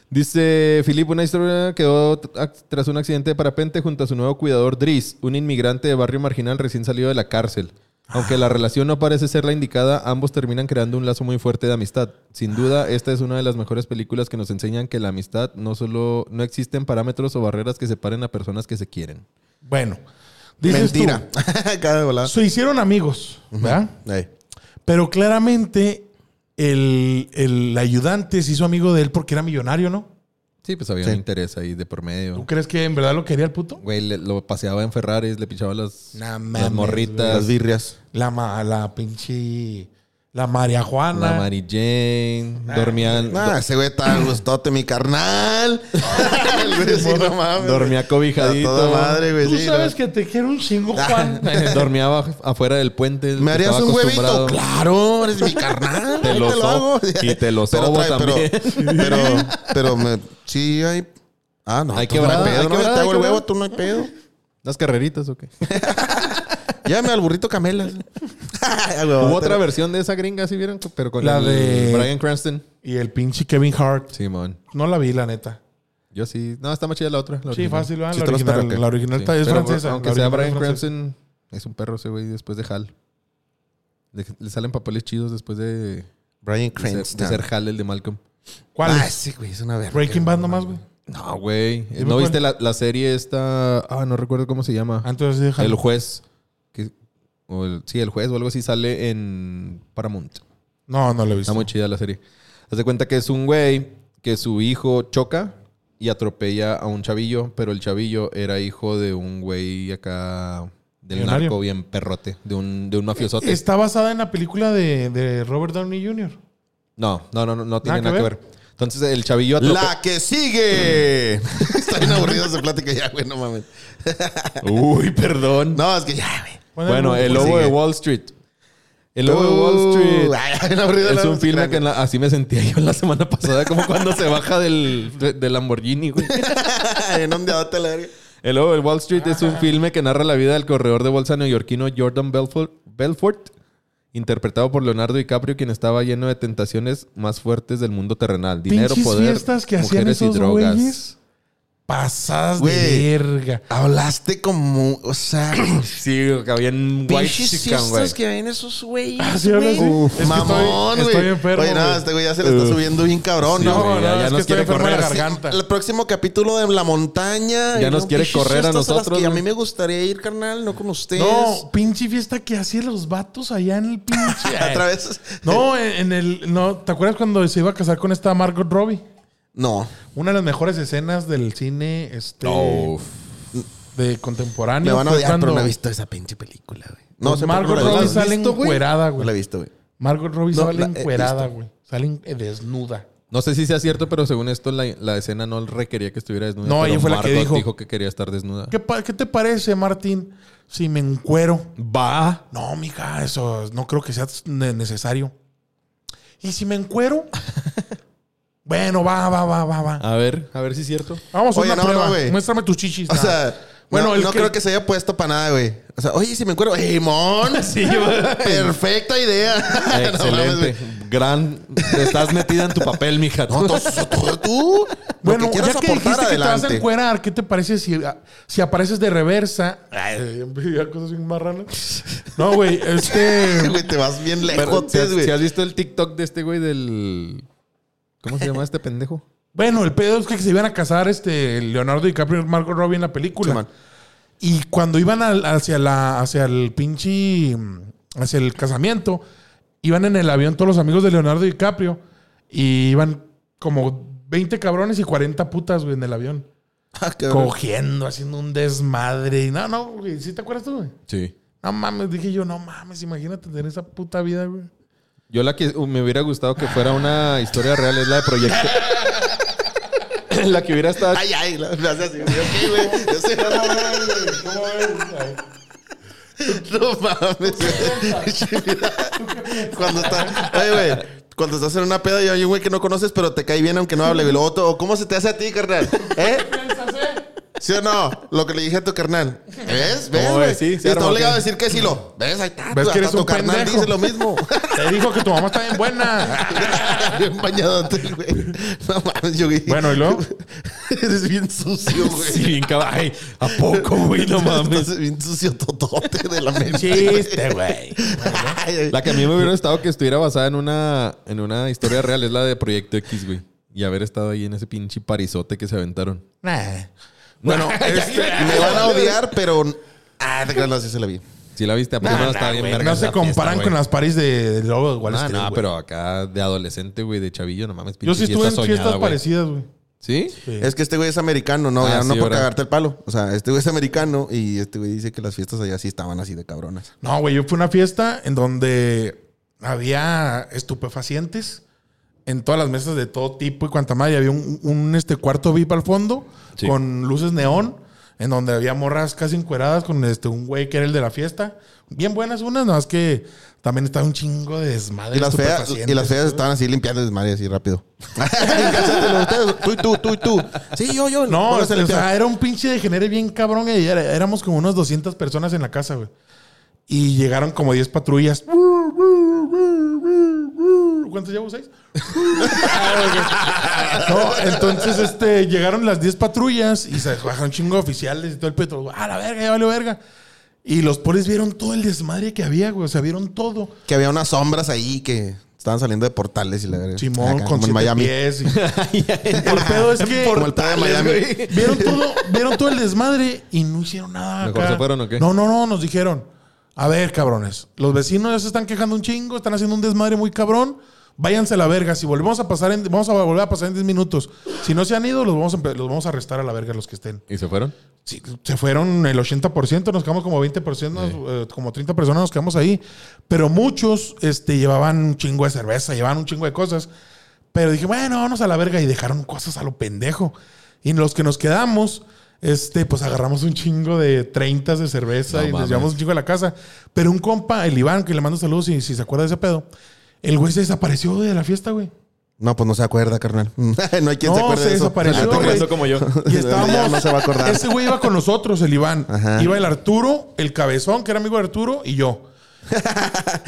Speaker 3: Dice Philip, una historia quedó tra- tras un accidente de parapente junto a su nuevo cuidador Driz, un inmigrante de barrio marginal recién salido de la cárcel. Aunque la relación no parece ser la indicada, ambos terminan creando un lazo muy fuerte de amistad. Sin duda, esta es una de las mejores películas que nos enseñan que la amistad no solo no existen parámetros o barreras que separen a personas que se quieren.
Speaker 1: Bueno. Dices
Speaker 2: Mentira. Acá de
Speaker 1: tú,
Speaker 2: volada.
Speaker 1: se hicieron amigos, ¿verdad?
Speaker 2: Ey.
Speaker 1: Pero claramente el, el ayudante se hizo amigo de él porque era millonario, ¿no?
Speaker 3: Sí, pues había
Speaker 2: Sí.
Speaker 3: un interés ahí de por medio.
Speaker 1: ¿Tú crees que en verdad lo quería el puto?
Speaker 3: Güey, le- lo paseaba en Ferraris, le pinchaba las,
Speaker 1: No
Speaker 3: las
Speaker 1: mames,
Speaker 3: morritas,
Speaker 2: Las birrias.
Speaker 1: La, ma- la pinche... La María Juana.
Speaker 3: la Mary Jane, dormían...
Speaker 2: Ah, ese güey está gustote, mi carnal. El güey sí, no mames.
Speaker 3: Dormía
Speaker 2: A
Speaker 3: cobijadito.
Speaker 2: toda madre, güey.
Speaker 1: Tú
Speaker 2: sí,
Speaker 1: sabes
Speaker 2: no.
Speaker 1: que te quiero un chingo, Juan.
Speaker 3: Dormía abajo- afuera del puente.
Speaker 2: ¿Me harías
Speaker 3: Estaba
Speaker 2: un huevito?
Speaker 3: acostumbrado.
Speaker 2: Claro, eres mi carnal.
Speaker 3: Te lo
Speaker 2: ahorita
Speaker 3: so-
Speaker 2: hago.
Speaker 3: y te lo
Speaker 2: Pero
Speaker 3: sobo
Speaker 2: trae-
Speaker 3: también.
Speaker 2: Pero, pero, pero me- sí hay... Ah, no.
Speaker 3: Hay
Speaker 2: tú no
Speaker 3: quebrada,
Speaker 2: pedo,
Speaker 3: hay
Speaker 2: no,
Speaker 3: quebrada,
Speaker 2: Te hago
Speaker 3: hay
Speaker 2: el huevo,
Speaker 3: quebrada.
Speaker 2: tú no hay pedo.
Speaker 3: ¿Las carreritas o qué?
Speaker 2: Llévame al burrito Camela.
Speaker 3: Hubo otra versión de esa gringa, ¿sí vieron? Pero con
Speaker 1: La
Speaker 3: el
Speaker 1: de-
Speaker 3: Brian Cranston.
Speaker 1: Y el pinche Kevin Hart.
Speaker 3: Simón.
Speaker 1: No la vi, la neta.
Speaker 3: Yo sí. No, está más chida la otra. la
Speaker 1: Sí,
Speaker 3: original.
Speaker 1: fácil, ¿verdad?
Speaker 2: Sí,
Speaker 1: La
Speaker 2: te las
Speaker 1: original,
Speaker 2: perro-
Speaker 1: la original
Speaker 3: Sí,
Speaker 1: está- es
Speaker 3: pero,
Speaker 1: francesa.
Speaker 3: Aunque
Speaker 1: la
Speaker 3: sea
Speaker 1: original
Speaker 3: Brian
Speaker 1: es francesa.
Speaker 3: Cranston, es un perro ese güey después de Hal. Le, le salen papeles chidos después de, de
Speaker 2: Brian
Speaker 3: ser- de
Speaker 2: Cranston.
Speaker 3: ser, Hal, el de Malcolm.
Speaker 1: ¿Cuál
Speaker 2: Ah,
Speaker 1: es?
Speaker 2: sí, güey, es una verga.
Speaker 1: Breaking Bad nomás, güey.
Speaker 3: No, güey.
Speaker 1: Dime
Speaker 3: ¿No
Speaker 1: cuál.
Speaker 3: viste la, la serie esta? Ah, no recuerdo cómo se llama.
Speaker 1: Antes de
Speaker 3: El juez. que- o el- sí, el juez o algo así sale en Paramount.
Speaker 1: No, no la he visto.
Speaker 3: Está muy chida la serie. Haz de cuenta que es un güey que su hijo choca y atropella a un chavillo, pero el chavillo era hijo de un güey acá del
Speaker 1: Millonario. Este-
Speaker 3: narco bien perrote, de un, de un mafiosote.
Speaker 1: Está basada en la película de, de Robert Downey Jr.
Speaker 3: No, no, no, no, no tiene
Speaker 1: Nada
Speaker 3: nada,
Speaker 1: que
Speaker 3: que ver. Entonces el chavillo atrope-
Speaker 2: La que sigue. Está bien aburrido esa plática ya, güey, no mames.
Speaker 3: Uy, perdón.
Speaker 2: No, es que ya, güey.
Speaker 1: Bueno,
Speaker 3: Bueno,
Speaker 1: pues
Speaker 3: el lobo
Speaker 2: sigue.
Speaker 3: de Wall Street. El lobo
Speaker 2: Uh,
Speaker 3: de Wall Street. Es un filme que en la- así me sentía yo la semana pasada, como cuando se baja del, del Lamborghini, güey.
Speaker 2: en donde adota la verga.
Speaker 3: El Lobo de Wall Street es un filme que narra la vida del corredor de bolsa neoyorquino Jordan Belfort, Belfort, interpretado por Leonardo DiCaprio, quien estaba lleno de tentaciones más fuertes del mundo terrenal. Dinero,
Speaker 1: Pinches
Speaker 3: poder,
Speaker 1: fiestas que hacían
Speaker 3: mujeres y
Speaker 1: esos
Speaker 3: drogas.
Speaker 1: güeyes. Pasadas
Speaker 2: Güey.
Speaker 1: de verga.
Speaker 2: Hablaste como, o sea,
Speaker 3: Sí, que habían white
Speaker 2: pinches
Speaker 3: chican, güey.
Speaker 2: fiestas que ven esos güeyes.
Speaker 1: Ah, sí, habla así.
Speaker 2: güey.
Speaker 1: Es que estoy-
Speaker 2: Mamón, güey.
Speaker 1: estoy enfermo,
Speaker 2: Oye, no,
Speaker 1: güey.
Speaker 2: este güey ya se le está
Speaker 3: Uf.
Speaker 2: subiendo bien cabrón,
Speaker 3: Sí,
Speaker 2: ¿no?
Speaker 3: güey, ya- ya
Speaker 1: es
Speaker 3: nos
Speaker 1: que estoy
Speaker 3: quiere
Speaker 1: enfermo de
Speaker 3: correr.
Speaker 1: la
Speaker 2: Sí,
Speaker 1: garganta.
Speaker 2: El próximo capítulo de La Montaña.
Speaker 3: Ya
Speaker 2: Y
Speaker 3: nos
Speaker 2: no,
Speaker 3: quiere
Speaker 2: pinches
Speaker 3: correr a
Speaker 2: fiestas las
Speaker 3: nosotros,
Speaker 2: que a
Speaker 3: güey.
Speaker 2: mí me gustaría ir, carnal, no con ustedes.
Speaker 1: No, pinche fiesta que hacían los vatos allá en el pinche.
Speaker 2: Otra vez.
Speaker 1: No, en en el. No, ¿te acuerdas cuando se iba a casar con esta Margot Robbie?
Speaker 2: No.
Speaker 1: Una de las mejores escenas del cine este,
Speaker 3: Uf.
Speaker 1: de contemporáneo.
Speaker 2: Me van a
Speaker 1: fue
Speaker 2: odiar, pero no he
Speaker 1: cuando
Speaker 2: visto esa pinche película, güey. No, sé por qué
Speaker 1: Margot
Speaker 2: no la he
Speaker 1: Robbie
Speaker 2: visto.
Speaker 1: sale encuerada,
Speaker 2: No la he
Speaker 1: güey. Ah.
Speaker 2: visto, güey.
Speaker 1: Margot Robbie
Speaker 2: No,
Speaker 1: sale
Speaker 2: la he
Speaker 1: encuerada, güey. Sale en- eh, desnuda.
Speaker 3: No sé si sea cierto, pero según esto la, la escena no requería que estuviera desnuda.
Speaker 1: No,
Speaker 3: pero
Speaker 1: ella fue la que
Speaker 3: Margot
Speaker 1: dijo.
Speaker 3: que quería estar desnuda.
Speaker 1: ¿Qué, pa- qué te parece, Martín, si me encuero?
Speaker 3: Va.
Speaker 1: No, mija, eso no creo que sea ne- necesario. ¿Y si me encuero? bueno, va, va, va, va, va.
Speaker 3: A ver, a ver si es cierto.
Speaker 1: Vamos a
Speaker 2: Oye,
Speaker 1: una
Speaker 2: no, no,
Speaker 1: prueba.
Speaker 2: güey.
Speaker 1: Muéstrame tus chichis.
Speaker 2: O
Speaker 1: Nah.
Speaker 2: sea,
Speaker 1: Bueno,
Speaker 2: bueno, no,
Speaker 1: el
Speaker 2: no
Speaker 1: que-
Speaker 2: creo que se haya puesto para nada, güey. O sea, oye, si me encuentro, ¡Simón! Perfecta idea. No mames, güey.
Speaker 3: Eh, Excelente. Gran. Estás metida en tu papel, mija.
Speaker 2: No, tú, tú, tú,
Speaker 1: bueno,
Speaker 2: lo que
Speaker 1: ya
Speaker 2: quieras
Speaker 1: que dijiste que
Speaker 2: aportar
Speaker 1: te vas a
Speaker 2: adelante.
Speaker 1: encuerar, ¿qué te parece si, ah, si apareces de reversa? Ay, ya cosas bien marranas. No, güey, este...
Speaker 2: Güey, te vas bien
Speaker 3: Pero,
Speaker 2: lejos,
Speaker 3: ¿si has,
Speaker 2: güey.
Speaker 3: si has visto el TikTok de este güey del. ¿Cómo se llama este pendejo?
Speaker 1: Bueno, el pedo es que se iban a casar este Leonardo DiCaprio y Margot Robbie en la película.
Speaker 2: Simón.
Speaker 1: y cuando iban al- hacia la hacia el pinche hacia el casamiento, iban en el avión todos los amigos de Leonardo DiCaprio y iban como 20 cabrones y 40 putas güey, en el avión,
Speaker 2: Ah, cabrón.
Speaker 1: cogiendo, haciendo un desmadre. Y no, no, güey, ¿sí te acuerdas tú, güey?
Speaker 3: Sí.
Speaker 1: No mames, dije yo, no mames, imagínate tener esa puta vida, güey.
Speaker 3: Yo la que uh, me hubiera gustado que fuera una historia real es la de Proyecto. la que hubiera estado.
Speaker 2: Ay, ay, la- me hace así. güey. Ok, güey. Yo sé. No mames. güey. Cuando está, oye, güey, cuando estás en una peda y hay un güey que no conoces, pero te cae bien aunque no hable, güey. Luego todo, ¿cómo se te hace a ti, carnal? ¿Eh? ¿Sí o no? Lo que le dije a tu carnal. ¿Ves? ¿Ves?
Speaker 3: ¿Cómo
Speaker 2: güey?
Speaker 3: ves? Sí, sí,
Speaker 2: está
Speaker 3: arma,
Speaker 2: obligado a
Speaker 3: ok.
Speaker 2: decir que sí lo. ¿Ves? Ahí
Speaker 3: Ah,
Speaker 2: está.
Speaker 3: pues
Speaker 1: ¿Ves que
Speaker 2: hasta
Speaker 1: eres
Speaker 2: tu
Speaker 1: un
Speaker 2: carnal
Speaker 1: pendejo?
Speaker 2: dice lo mismo.
Speaker 1: Te dijo que tu mamá está bien buena.
Speaker 2: bien bañadote, güey. No mames, yo güey.
Speaker 1: Bueno, ¿y luego?
Speaker 2: Eres bien sucio, güey.
Speaker 3: Sí, bien cab- Ay, ¿a poco, güey? No mames.
Speaker 2: Estás bien sucio totote de la mente.
Speaker 1: Chiste, güey.
Speaker 2: Ay,
Speaker 3: La que a mí me hubiera gustado que estuviera basada en una, en una historia real es la de Proyecto X, güey. Y haber estado ahí en ese pinche parizote que se aventaron.
Speaker 1: Nah.
Speaker 2: Bueno, este, me van a odiar, pero. Ah, te creas, no, sí se la vi.
Speaker 3: Si la viste, a
Speaker 1: Nah, nah,
Speaker 3: está bien
Speaker 1: güey,
Speaker 3: verga
Speaker 1: no
Speaker 3: esa
Speaker 1: se comparan
Speaker 3: fiesta,
Speaker 1: con
Speaker 3: güey.
Speaker 1: las paris de, de Lobo de Wall
Speaker 3: Ah,
Speaker 1: Street.
Speaker 3: no,
Speaker 1: güey.
Speaker 3: pero acá de adolescente, güey, de chavillo, no mames.
Speaker 1: Yo sí
Speaker 3: pinche
Speaker 1: estuve en
Speaker 3: soñada,
Speaker 1: fiestas
Speaker 3: güey.
Speaker 1: parecidas, güey.
Speaker 3: ¿Sí?
Speaker 2: Es que este güey es americano, no,
Speaker 3: Ah,
Speaker 2: ya no
Speaker 3: sí,
Speaker 2: por
Speaker 3: ¿verdad?
Speaker 2: cagarte el palo. O sea, este güey es americano y este güey dice que las fiestas allá sí estaban así de cabronas.
Speaker 1: No, güey, yo fui a una fiesta en donde había estupefacientes en todas las mesas de todo tipo y cuanta madre. Había un, un, este cuarto VIP al fondo
Speaker 3: Sí.
Speaker 1: con luces neón, en donde había morras casi encueradas con este un güey que era el de la fiesta. Bien buenas unas, nada más que también estaba un chingo de desmadre.
Speaker 2: Y las, feas,
Speaker 1: estupefacientes.
Speaker 2: y las feas estaban así limpiando desmadre así rápido. Cállatelos ustedes, tú y tú, tú y tú. Sí, yo, yo.
Speaker 1: No,
Speaker 2: Bueno,
Speaker 1: o sea, era un pinche degenere bien cabrón. Y era- éramos como unos 200 personas en la casa, güey. Y llegaron como 10 patrullas. ¿Cuántos llevo? ¿Seis? no, entonces este, llegaron las 10 patrullas y se bajaron un chingo de oficiales y todo el petro. ¡Ah, la verga, ya vale verga! Y los polis vieron todo el desmadre que había, güey. O sea, vieron todo.
Speaker 2: Que había unas sombras ahí que estaban saliendo de portales y la verga.
Speaker 1: Simón
Speaker 2: Acá,
Speaker 1: con
Speaker 2: como
Speaker 1: siete
Speaker 2: en Miami.
Speaker 1: pies y- El pedo es que
Speaker 2: Como el pedo de Miami.
Speaker 1: vieron todo, vieron todo el desmadre y no hicieron nada.
Speaker 3: ¿Mejor
Speaker 1: acá.
Speaker 3: se fueron o qué?
Speaker 1: No, no, no, nos dijeron. A ver, cabrones, los vecinos ya se están quejando un chingo, están haciendo un desmadre muy cabrón. Váyanse a la verga. Si volvemos a pasar en, vamos a volver a pasar en 10 minutos. Si no se han ido, los vamos a, empe- los vamos a arrestar a la verga los que estén.
Speaker 3: ¿Y se fueron?
Speaker 1: Sí, se fueron el 80%, nos quedamos como 20%, nos- eh, como 30 personas nos quedamos ahí. Pero muchos este, llevaban un chingo de cerveza, llevaban un chingo de cosas. Pero dije, bueno, vamos a la verga. Y dejaron cosas a lo pendejo. Y los que nos quedamos, este, pues agarramos un chingo de 30 de cerveza
Speaker 3: No
Speaker 1: y
Speaker 3: mames.
Speaker 1: les llevamos un chingo a la casa. Pero un compa, el Iván, que le mando saludos y si se acuerda de ese pedo, el güey se desapareció de la fiesta, güey.
Speaker 2: No, pues no se acuerda, carnal. no hay quien se
Speaker 1: No,
Speaker 2: acuerde
Speaker 1: se
Speaker 2: de eso.
Speaker 1: desapareció,
Speaker 2: Ah, ¿tú crees?
Speaker 1: güey.
Speaker 3: como yo.
Speaker 1: Y
Speaker 2: Ya
Speaker 1: estábamos.
Speaker 2: no se va a acordar.
Speaker 1: Ese güey iba con nosotros, el Iván.
Speaker 2: Ajá.
Speaker 1: Iba el Arturo, el Cabezón, que era amigo de Arturo, y yo.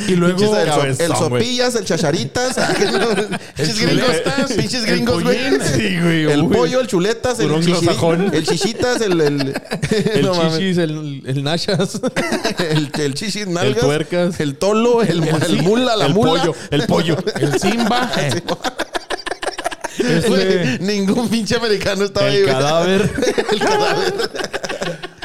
Speaker 1: Y luego.
Speaker 2: Pinches del so-
Speaker 1: El
Speaker 2: el,
Speaker 3: Cabezón, güey.
Speaker 2: sopillas, el chacharitas, pinches gringos,
Speaker 1: chuletas,
Speaker 2: pinches
Speaker 1: el
Speaker 2: gringos, güey.
Speaker 1: pollín.
Speaker 3: Sí, güey.
Speaker 2: El
Speaker 3: uy.
Speaker 2: pollo, el chuletas, el,
Speaker 3: Puro
Speaker 2: chichiri-
Speaker 3: anglosajón.
Speaker 2: el chichitas, el, el,
Speaker 3: El
Speaker 2: no mames.
Speaker 3: chichis, el, el nachas.
Speaker 2: el, el chichis nalgas,
Speaker 3: El tuercas.
Speaker 2: el tolo, el, el
Speaker 3: sí,
Speaker 2: mula, la
Speaker 3: el
Speaker 2: mula.
Speaker 3: pollo, el pollo.
Speaker 1: Simba.
Speaker 2: Güey,
Speaker 1: Ese-
Speaker 2: ningún pinche americano estaba ahí,
Speaker 3: El
Speaker 2: güey.
Speaker 3: cadáver.
Speaker 2: El cadáver.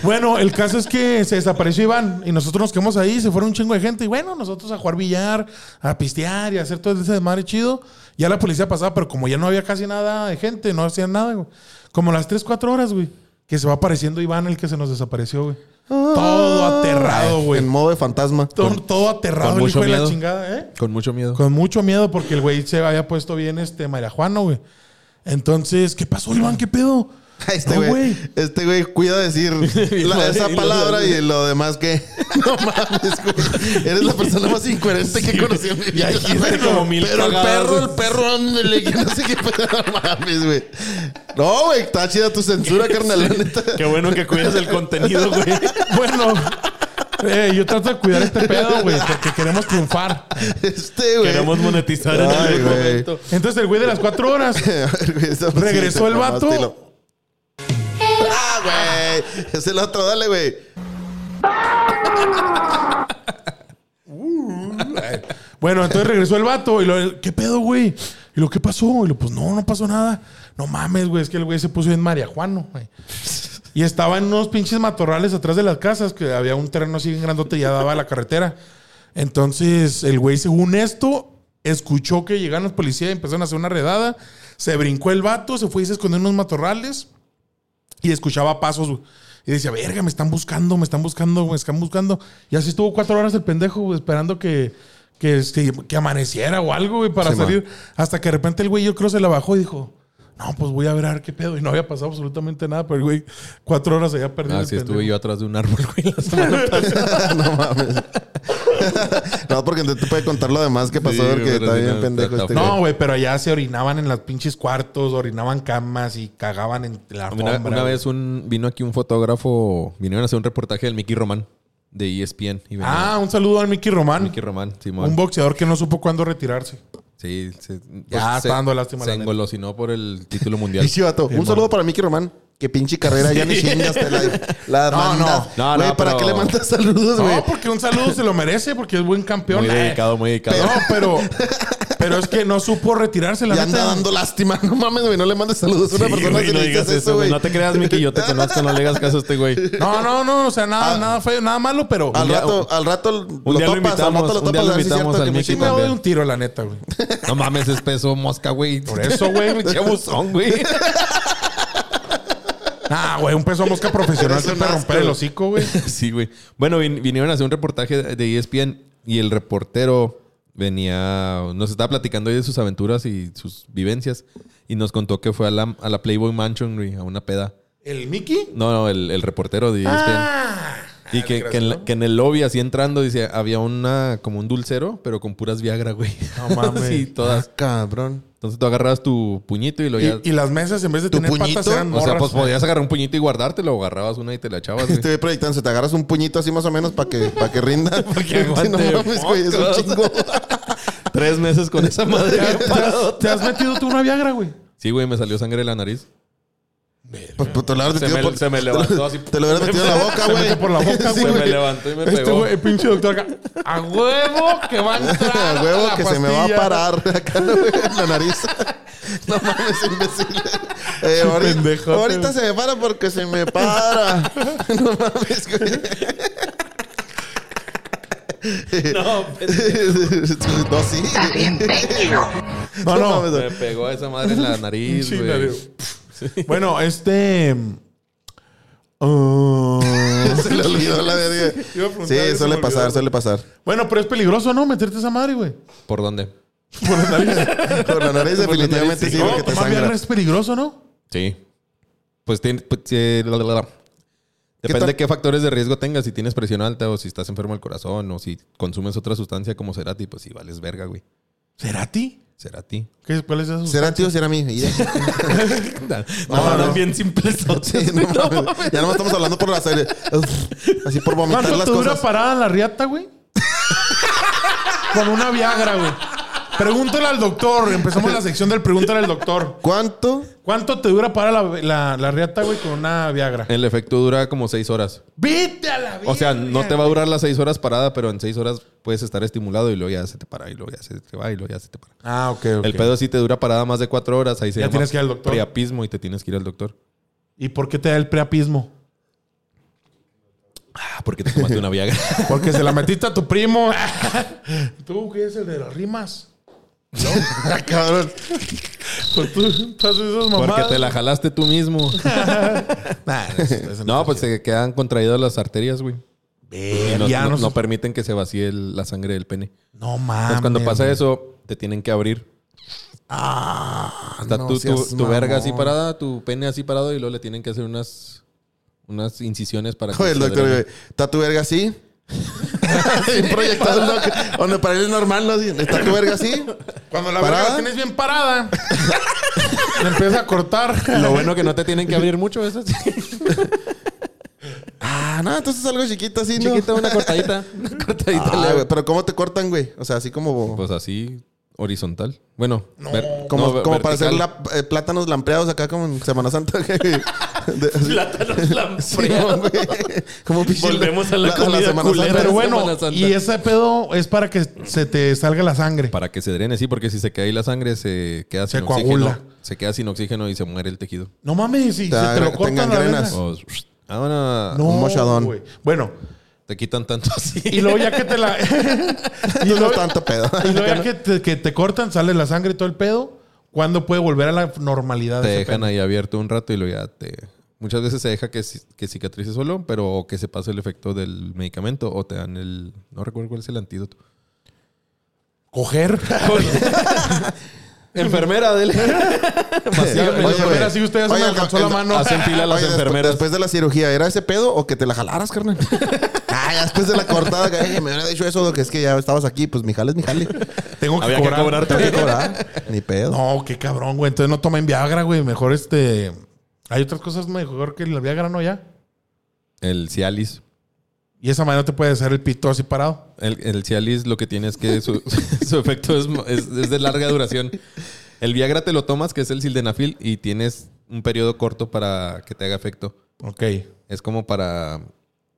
Speaker 1: Bueno, el caso es que se desapareció Iván y nosotros nos quedamos ahí, se fueron un chingo de gente y bueno, nosotros a jugar billar, a pistear y a hacer todo ese desmadre chido. Ya la policía pasaba, pero como ya no había casi nada de gente, no hacían nada, güey. Como las 3, 4 horas, güey, que se va apareciendo Iván, el que se nos desapareció, güey. Todo aterrado, güey.
Speaker 2: Ah, En modo de fantasma.
Speaker 1: Todo, todo aterrado,
Speaker 3: con
Speaker 1: el
Speaker 3: mucho
Speaker 1: hijo de la
Speaker 3: miedo.
Speaker 1: chingada, ¿eh?
Speaker 3: Con mucho miedo.
Speaker 1: Con mucho miedo porque el güey se había puesto bien este marihuana, güey. Entonces, ¿qué pasó, Iván? ¿Qué pedo?
Speaker 2: Este
Speaker 1: No,
Speaker 2: güey, este güey cuida decir la- esa
Speaker 3: Y lo-
Speaker 2: palabra y lo demás que no mames, güey. Eres la persona más incoherente que he conocido en mi vida.
Speaker 3: Ya dijiste como mil
Speaker 2: Pero el
Speaker 3: cagadas.
Speaker 2: perro, el perro, ándale, que no sé qué pedo, no mames, güey. No, güey, está chida tu censura, carnal, la neta.
Speaker 3: Qué bueno que cuidas el contenido, güey.
Speaker 1: Bueno, eh, yo trato de cuidar este pedo, güey, porque queremos triunfar.
Speaker 2: Este, güey.
Speaker 3: Queremos monetizar en
Speaker 2: Ay,
Speaker 3: algún
Speaker 2: güey.
Speaker 3: momento.
Speaker 1: Entonces, el güey de las cuatro horas
Speaker 2: A ver, güey, esa-
Speaker 1: regresó el
Speaker 2: No,
Speaker 1: vato.
Speaker 2: estilo. Ah, güey. Es el otro, dale, güey.
Speaker 1: Bueno, entonces regresó el vato y lo, ¿qué pedo, güey? Y lo, ¿qué pasó? Y lo, pues no, no pasó nada. No mames, güey, es que el güey se puso en mariajuano, güey. Y estaba en unos pinches matorrales atrás de las casas, que había un terreno así bien grandote y ya daba a la carretera. Entonces, el güey, según esto, escuchó que llegaron los policías y empezaron a hacer una redada. Se brincó el vato, se fue y se escondió en unos matorrales y escuchaba pasos. güey. Y decía, verga, me están buscando, me están buscando, me están buscando. Y así estuvo cuatro horas el pendejo, güey, esperando que, que, que, que amaneciera o algo, güey, para
Speaker 2: Sí, man.
Speaker 1: salir. Hasta que de repente el güey, yo creo, se la bajó y dijo, no, pues voy a ver a ver qué pedo. Y no había pasado absolutamente nada, pero el güey, cuatro horas había perdido. el
Speaker 3: Así Ah, estuve
Speaker 1: pendejo.
Speaker 3: yo atrás de un árbol, güey. la semana pasada.
Speaker 2: no mames. no, porque te, te puede contar lo demás que pasó,
Speaker 3: Sí, güey,
Speaker 2: porque
Speaker 3: pero
Speaker 2: está
Speaker 3: sí,
Speaker 2: bien
Speaker 3: no,
Speaker 2: pendejo
Speaker 3: está-
Speaker 2: este.
Speaker 1: No,
Speaker 2: güey.
Speaker 1: güey, pero allá se orinaban en las pinches cuartos, orinaban camas y cagaban en la
Speaker 3: Una,
Speaker 1: alfombra,
Speaker 3: una
Speaker 1: güey.
Speaker 3: vez un, vino aquí un fotógrafo, vinieron a hacer un reportaje del Mickey Román de E ESPN. Y venía
Speaker 1: Ah, un saludo al Mickey Román,
Speaker 3: Mickey Román, Simón.
Speaker 1: un boxeador que no supo cuándo retirarse.
Speaker 3: sí, se, pues,
Speaker 1: está
Speaker 3: se-
Speaker 1: dando lástima,
Speaker 3: Se
Speaker 1: la neta.
Speaker 3: engolosinó por el título mundial.
Speaker 2: Y sí, vato, un saludo para Miki Román. Que pinche carrera, ya ni chingas te la, la
Speaker 1: No,
Speaker 2: mandas.
Speaker 3: no. No,
Speaker 2: Güey,
Speaker 3: no,
Speaker 2: ¿para
Speaker 3: pero- pues,
Speaker 2: qué le mandas saludos, güey?
Speaker 1: No, porque un saludo se lo merece, porque es buen campeón.
Speaker 3: muy
Speaker 1: Eh,
Speaker 3: dedicado, muy dedicado.
Speaker 1: Pero, pero, pero es que no supo retirarse la
Speaker 2: ya
Speaker 1: neta.
Speaker 2: anda dando lástima. No mames, güey, no le mandes saludos a una
Speaker 3: Sí,
Speaker 2: persona
Speaker 3: güey,
Speaker 2: si
Speaker 3: no
Speaker 2: le
Speaker 3: digas eso, güey. No te creas, Mickey, yo te conozco, no le hagas caso a este güey.
Speaker 1: No, no, no, o sea, nada, nada feo, nada malo, pero
Speaker 2: Al
Speaker 1: Ya-
Speaker 2: rato, al rato lo topas,
Speaker 3: día lo
Speaker 2: al
Speaker 3: invitamos,
Speaker 2: rato lo
Speaker 3: un día
Speaker 2: topas.
Speaker 3: lo
Speaker 2: a ver si es
Speaker 3: invitamos
Speaker 2: cierto
Speaker 3: al
Speaker 2: que
Speaker 3: Miki
Speaker 1: sí
Speaker 2: Miki
Speaker 1: me
Speaker 2: Román-
Speaker 1: doy
Speaker 3: también.
Speaker 1: un tiro, la neta, güey.
Speaker 3: No mames, es peso mosca, güey.
Speaker 1: Por eso, güey, me
Speaker 3: Qué abusón, güey.
Speaker 1: Ah, güey, un peso mosca profesional
Speaker 2: Eres un
Speaker 1: siempre
Speaker 2: asco,
Speaker 1: romper el
Speaker 2: güey.
Speaker 1: hocico, güey.
Speaker 3: Sí, güey. Bueno, vin- vinieron a hacer un reportaje de E ESPN y el reportero venía, nos estaba platicando ahí de sus aventuras y sus vivencias y nos contó que fue a la, a la Playboy Mansion, güey, a una peda.
Speaker 1: ¿El Mickey?
Speaker 3: E No, no, el, el reportero de ESPN.
Speaker 1: Ah,
Speaker 3: Y que, que en, la- que en el lobby, así entrando, dice, había una, como un dulcero, pero con puras Viagra, güey.
Speaker 1: No mames.
Speaker 3: sí, todas.
Speaker 2: Cabrón.
Speaker 3: Entonces tú agarrabas tu puñito y lo ya...
Speaker 1: Y, y las mesas, en vez de
Speaker 2: ¿Tu
Speaker 1: tener patas,
Speaker 2: puñito?
Speaker 1: eran
Speaker 3: o
Speaker 1: morras.
Speaker 3: sea, pues podías agarrar un puñito y guardártelo, o agarrabas una y te la echabas, güey.
Speaker 2: Estoy proyectando, te agarras un puñito así más o menos para que, para que rinda.
Speaker 3: que aguante,
Speaker 2: no mames, güey, es un
Speaker 3: mocos.
Speaker 2: chingo.
Speaker 3: Tres meses con esa madre. parado.
Speaker 1: ¿Te has metido tú una Viagra, güey?
Speaker 3: sí, güey, me salió sangre de la nariz.
Speaker 2: Pues, pues, te lo hubieras
Speaker 3: Se
Speaker 2: metido
Speaker 3: me-
Speaker 2: por-
Speaker 3: se me
Speaker 2: te lo-
Speaker 3: levantó así.
Speaker 2: Te lo hubieras metido en la boca,
Speaker 1: Se
Speaker 2: Ah, güey.
Speaker 1: mete por la boca,
Speaker 2: Sí,
Speaker 3: se
Speaker 1: güey.
Speaker 3: me levantó y me
Speaker 1: Este
Speaker 3: pegó.
Speaker 1: güey, el pinche doctor acá. A huevo que va a entrar.
Speaker 2: A huevo
Speaker 1: la
Speaker 2: que se me va a
Speaker 1: pastilla".
Speaker 2: parar acá güey, en la nariz. No mames, imbécil. Eh, ahorita,
Speaker 1: Pendejote,
Speaker 2: ahorita
Speaker 1: güey.
Speaker 2: se me para porque se me para. No mames, güey.
Speaker 3: No,
Speaker 2: No, sí.
Speaker 1: No, no.
Speaker 2: mames,
Speaker 3: me pegó esa madre en la nariz,
Speaker 1: Sí,
Speaker 3: güey.
Speaker 1: nadie- Bueno, este. uh,
Speaker 2: Se le olvidó la verga.
Speaker 1: Iba a preguntar y
Speaker 2: Sí,
Speaker 1: se
Speaker 2: suele
Speaker 1: me
Speaker 2: pasar,
Speaker 1: olvidó.
Speaker 2: suele pasar.
Speaker 1: Bueno, pero es peligroso, ¿no? Meterte esa madre, güey.
Speaker 3: ¿Por dónde?
Speaker 2: Por la nariz,
Speaker 3: Por la
Speaker 2: definitivamente
Speaker 3: nariz,
Speaker 2: sí,
Speaker 3: sí.
Speaker 2: porque
Speaker 1: No,
Speaker 2: te
Speaker 1: tomar Viagra
Speaker 2: sangra.
Speaker 1: es peligroso, ¿no?
Speaker 3: Sí. Pues, tiene- pues, sí, la, la, la, la. depende
Speaker 2: tal?
Speaker 3: de qué factores de riesgo tengas, si tienes presión alta o si estás enfermo del corazón o si consumes otra sustancia como Cerati, pues sí vales verga, güey.
Speaker 1: ¿Será ti?
Speaker 3: Cerati.
Speaker 1: ¿Qué, ¿Cuál es eso?
Speaker 2: ¿Será tío o será mí? Ya,
Speaker 3: No,
Speaker 2: no, no.
Speaker 3: bien simples.
Speaker 2: sí, no mames. Ya no estamos hablando por la serie. Así por vomitar
Speaker 1: ¿Cuánto
Speaker 2: las
Speaker 1: te dura
Speaker 2: cosas.
Speaker 1: parada en la riata, güey? Con una Viagra, güey. Pregúntale al doctor. Empezamos la sección del pregúntale al doctor.
Speaker 2: ¿Cuánto?
Speaker 1: ¿Cuánto te dura para la, la, la riata, güey, con una Viagra?
Speaker 3: El efecto dura como seis horas.
Speaker 1: Vete a la vida.
Speaker 3: O sea, no te va a durar las seis horas parada, pero en seis horas puedes estar estimulado y luego ya se te para, y luego ya se te va, y luego ya se te para.
Speaker 1: Ah, ok, ok.
Speaker 3: El pedo sí te dura parada más de cuatro horas. Ahí se
Speaker 1: Ya
Speaker 3: llama
Speaker 1: tienes que ir al doctor.
Speaker 3: Priapismo y te tienes que ir al doctor.
Speaker 1: ¿Y por qué te da el preapismo?
Speaker 3: Ah, porque te tomaste una Viagra.
Speaker 1: Porque se la metiste a tu primo. ¿Tú qué es el de las rimas?
Speaker 2: Ah, cabrón.
Speaker 1: Pues tú, tú haces esas mamadas.
Speaker 3: porque te la jalaste tú mismo.
Speaker 1: Nah, no, eso- eso
Speaker 3: No, pues se quedan contraídas las arterias, güey. Y No,
Speaker 1: ya
Speaker 3: no-
Speaker 1: no,
Speaker 3: no permiten que se vacíe el- la sangre del pene.
Speaker 1: no
Speaker 3: Entonces,
Speaker 1: mames.
Speaker 3: cuando pasa
Speaker 1: güey.
Speaker 3: eso, te tienen que abrir.
Speaker 2: Ah,
Speaker 3: Está
Speaker 2: no
Speaker 3: tu,
Speaker 2: seas
Speaker 3: tu- tu verga
Speaker 2: mamón.
Speaker 3: así parada, tu pene así parado, y luego le tienen que hacer unas, unas incisiones para que
Speaker 2: Oye, el
Speaker 3: se
Speaker 2: doctor,
Speaker 3: drene.
Speaker 2: güey, está tu verga así. Bien proyectado el doctor. Donde para él es normal, ¿no? Está tu verga así.
Speaker 1: Cuando la
Speaker 2: ¿Parada?
Speaker 1: verga la tienes bien parada. le empieza a cortar.
Speaker 3: Lo bueno que no te tienen que abrir mucho, eso sí.
Speaker 2: Ah, no, entonces algo chiquito así, ¿no?
Speaker 3: Chiquita, una cortadita. Una cortadita
Speaker 2: Ah,
Speaker 3: leve.
Speaker 2: güey, pero ¿cómo te cortan, güey? O sea, así como.
Speaker 3: Pues así, horizontal. Bueno, ver-
Speaker 2: como
Speaker 3: pues, no, ver-
Speaker 2: como para hacer
Speaker 3: vertical.
Speaker 2: la- eh, plátanos lampreados acá como en Semana Santa. plátanos lampreados. como pinche-
Speaker 4: Volvemos a la comida culera.
Speaker 2: Santa.
Speaker 1: Pero bueno,
Speaker 3: Semana Santa.
Speaker 1: y ese pedo es para que se te salga la sangre.
Speaker 3: Para que se drene, sí, porque si se cae ahí la sangre, se queda
Speaker 1: Se
Speaker 3: sin
Speaker 1: coagula.
Speaker 3: oxígeno. Se queda sin oxígeno y se muere el tejido.
Speaker 1: No mames, si
Speaker 2: Te
Speaker 3: Ah,
Speaker 1: se te
Speaker 2: agra-
Speaker 1: lo
Speaker 2: te
Speaker 1: cortan la verga.
Speaker 2: engangrenas.
Speaker 3: O- ah, bueno,
Speaker 1: No,
Speaker 2: Un mochadón.
Speaker 1: güey. Bueno,
Speaker 3: te quitan tanto así.
Speaker 1: y luego ya que te la... y
Speaker 2: Tú no
Speaker 1: luego,
Speaker 2: tanto pedo.
Speaker 1: y luego ya que te, que te cortan, sale la sangre y todo el pedo. ¿Cuándo puede volver a la normalidad?
Speaker 3: te
Speaker 1: ese
Speaker 3: dejan
Speaker 1: pedo?
Speaker 3: ahí abierto un rato y luego ya te. Muchas veces se deja que, ci- que cicatrice solo, pero o que se pase el efecto del medicamento o te dan el. No recuerdo cuál es el antídoto.
Speaker 1: Coger.
Speaker 3: Enfermera, dele.
Speaker 1: Dígame,
Speaker 2: Oye,
Speaker 1: enfermera,
Speaker 2: güey.
Speaker 1: sí, usted ya se me
Speaker 2: Oye,
Speaker 1: alcanzó
Speaker 2: el-
Speaker 1: la mano.
Speaker 3: Hacen fila las
Speaker 2: Oye, despu-
Speaker 3: enfermeras.
Speaker 2: Después de la cirugía, ¿era ese pedo o que te la jalaras, carnal? ah, ya después de la cortada, que "Ay, me hubiera dicho eso, que es que ya estabas aquí, pues mi jale es mi jale.
Speaker 1: Tengo que
Speaker 3: Había que
Speaker 1: cobrar.
Speaker 3: cobrar,
Speaker 2: Tengo que cobrar. Ni pedo.
Speaker 1: No, qué cabrón, güey. Entonces no tomen Viagra, güey. Mejor este. Hay otras cosas mejor que la Viagra, ¿no? Ya.
Speaker 3: El Cialis.
Speaker 1: Y esa manera te puede hacer el pito así parado.
Speaker 3: El, el Cialis lo que tiene es que su, su efecto es, es- es de larga duración. El Viagra te lo tomas, que es el sildenafil, y tienes un periodo corto para que te haga efecto.
Speaker 1: Ok.
Speaker 3: Es como para...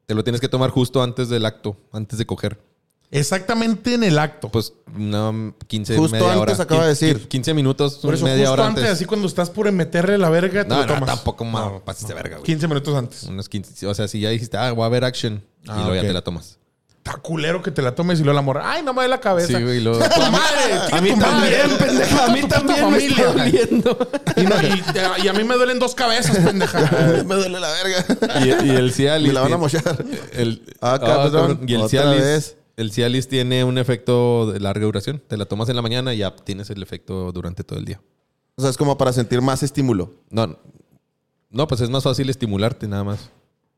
Speaker 3: Te lo tienes que tomar justo antes del acto, antes de coger.
Speaker 1: Exactamente en el acto.
Speaker 3: Pues una 15,
Speaker 2: Justo
Speaker 3: media hora.
Speaker 2: antes acaba de decir.
Speaker 3: 15 minutos,
Speaker 1: Por eso,
Speaker 3: media
Speaker 1: justo
Speaker 3: hora
Speaker 1: antes,
Speaker 3: antes.
Speaker 1: así cuando estás por meterle la verga, te
Speaker 3: no,
Speaker 1: lo
Speaker 3: no,
Speaker 1: tomas.
Speaker 3: tampoco ma- pases de verga, güey.
Speaker 1: 15 minutos antes.
Speaker 3: Unos 15, o sea, si ya dijiste, ah, voy a ver action, y
Speaker 1: Ah,
Speaker 3: luego
Speaker 1: ok.
Speaker 3: ya te la tomas.
Speaker 1: Está culero que te la tomes y luego la morra. Ay, no me da la cabeza.
Speaker 3: Sí, güey, y luego...
Speaker 1: ¡Tu madre!
Speaker 3: A mí
Speaker 1: ¡Tu madre,
Speaker 3: también, pendeja. A mí
Speaker 1: tu puta
Speaker 3: también me está
Speaker 1: familia!
Speaker 3: doliendo.
Speaker 1: Y, no- y- y a mí me duelen dos cabezas, pendeja.
Speaker 2: me duele la verga.
Speaker 3: Y, y el Cialis.
Speaker 2: Me la van a
Speaker 3: tiene-
Speaker 2: mochar.
Speaker 3: El,
Speaker 2: Ah,
Speaker 3: ah,
Speaker 2: cabrón.
Speaker 3: cabrón. Y el
Speaker 2: Otra
Speaker 3: Cialis.
Speaker 2: vez.
Speaker 3: El Cialis tiene un efecto de larga duración. Te la tomas en la mañana y ya tienes el efecto durante todo el día.
Speaker 2: O sea, es como para sentir más estímulo.
Speaker 3: No, no, pues es más fácil estimularte nada más.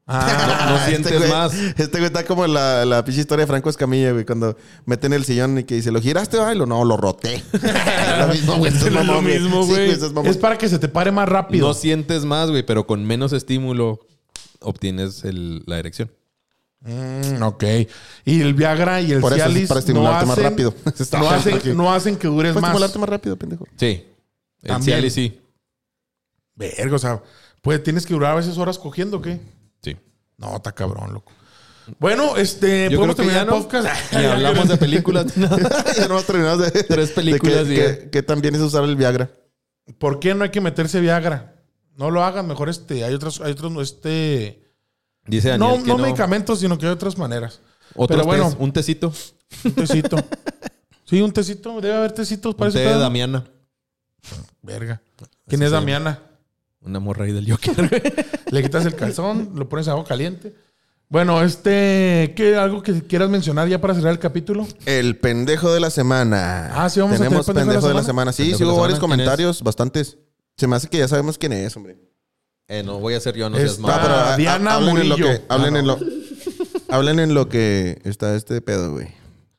Speaker 1: Ah,
Speaker 3: No- no sientes
Speaker 2: Ah, güey-
Speaker 3: más.
Speaker 2: Este güey está como la, la pinche historia de Franco Escamilla, güey, cuando meten el sillón y que dice, ¿lo giraste? Ay, lo no, lo roté. lo mismo, güey. estás
Speaker 1: Es lo
Speaker 2: mamón,
Speaker 1: mismo,
Speaker 2: Sí,
Speaker 1: güey.
Speaker 2: estás mamón.
Speaker 1: es para que se te pare más rápido.
Speaker 3: No sientes más, güey, pero con menos estímulo obtienes el- la erección.
Speaker 1: Mm, ok. Y el Viagra y el
Speaker 2: Por eso es
Speaker 1: Cialis
Speaker 2: para estimularte
Speaker 1: no
Speaker 2: más
Speaker 1: hacen-
Speaker 2: rápido. Está
Speaker 1: No
Speaker 2: aquí.
Speaker 1: hacen, no hacen que dures
Speaker 2: Puedes
Speaker 3: Pues
Speaker 1: más.
Speaker 2: estimularte más rápido, pendejo.
Speaker 3: Sí. El
Speaker 1: También.
Speaker 3: Cialis sí.
Speaker 1: Verga, o sea, pues tienes que durar a veces horas cogiendo, ¿o ¿qué?
Speaker 3: Sí.
Speaker 1: No, está cabrón, loco. Bueno, este,
Speaker 3: Yo creo
Speaker 1: podemos
Speaker 3: que ya
Speaker 1: terminar el
Speaker 3: no.
Speaker 1: podcast.
Speaker 3: Ni hablamos de películas.
Speaker 2: ya no terminamos de...
Speaker 3: Tres
Speaker 2: de
Speaker 3: películas
Speaker 2: que,
Speaker 3: y
Speaker 2: que,
Speaker 3: ya.
Speaker 2: que también es usar el Viagra.
Speaker 1: ¿Por qué no hay que meterse Viagra? No lo hagan, mejor este, hay otros, hay otros, este,
Speaker 3: Dice Daniel
Speaker 1: no,
Speaker 3: que
Speaker 1: no medicamentos, sino que hay otras maneras.
Speaker 3: Otros
Speaker 1: Pero bueno,
Speaker 3: tés, un tecito.
Speaker 1: un tecito. sí, un tecito, debe haber tecitos para
Speaker 3: Un
Speaker 1: ese
Speaker 3: té de
Speaker 1: pedo.
Speaker 3: Damiana.
Speaker 1: Verga. ¿Quién es Damiana?
Speaker 3: Una morra ahí del Joker.
Speaker 1: Le quitas el calzón, lo pones a agua caliente. Bueno, este, ¿qué, algo que quieras mencionar ya para cerrar el capítulo?
Speaker 2: El pendejo de la semana.
Speaker 1: Ah, sí, vamos a tener
Speaker 2: Tenemos
Speaker 1: pendejo de la
Speaker 2: pendejo de la
Speaker 1: semana.
Speaker 2: semana. Sí,
Speaker 3: Pendejo
Speaker 2: sí
Speaker 3: de la
Speaker 2: hubo varios
Speaker 3: semana, ¿quién es?
Speaker 2: comentarios, bastantes. Se me hace que ya sabemos quién es, hombre.
Speaker 3: eh, no voy a ser yo, no seas
Speaker 1: Está-
Speaker 2: No,
Speaker 3: malo.
Speaker 2: pero ha-
Speaker 1: Diana
Speaker 2: hablen en lo
Speaker 1: Murillo.
Speaker 2: que hablen en lo hablen en lo que está este pedo, güey.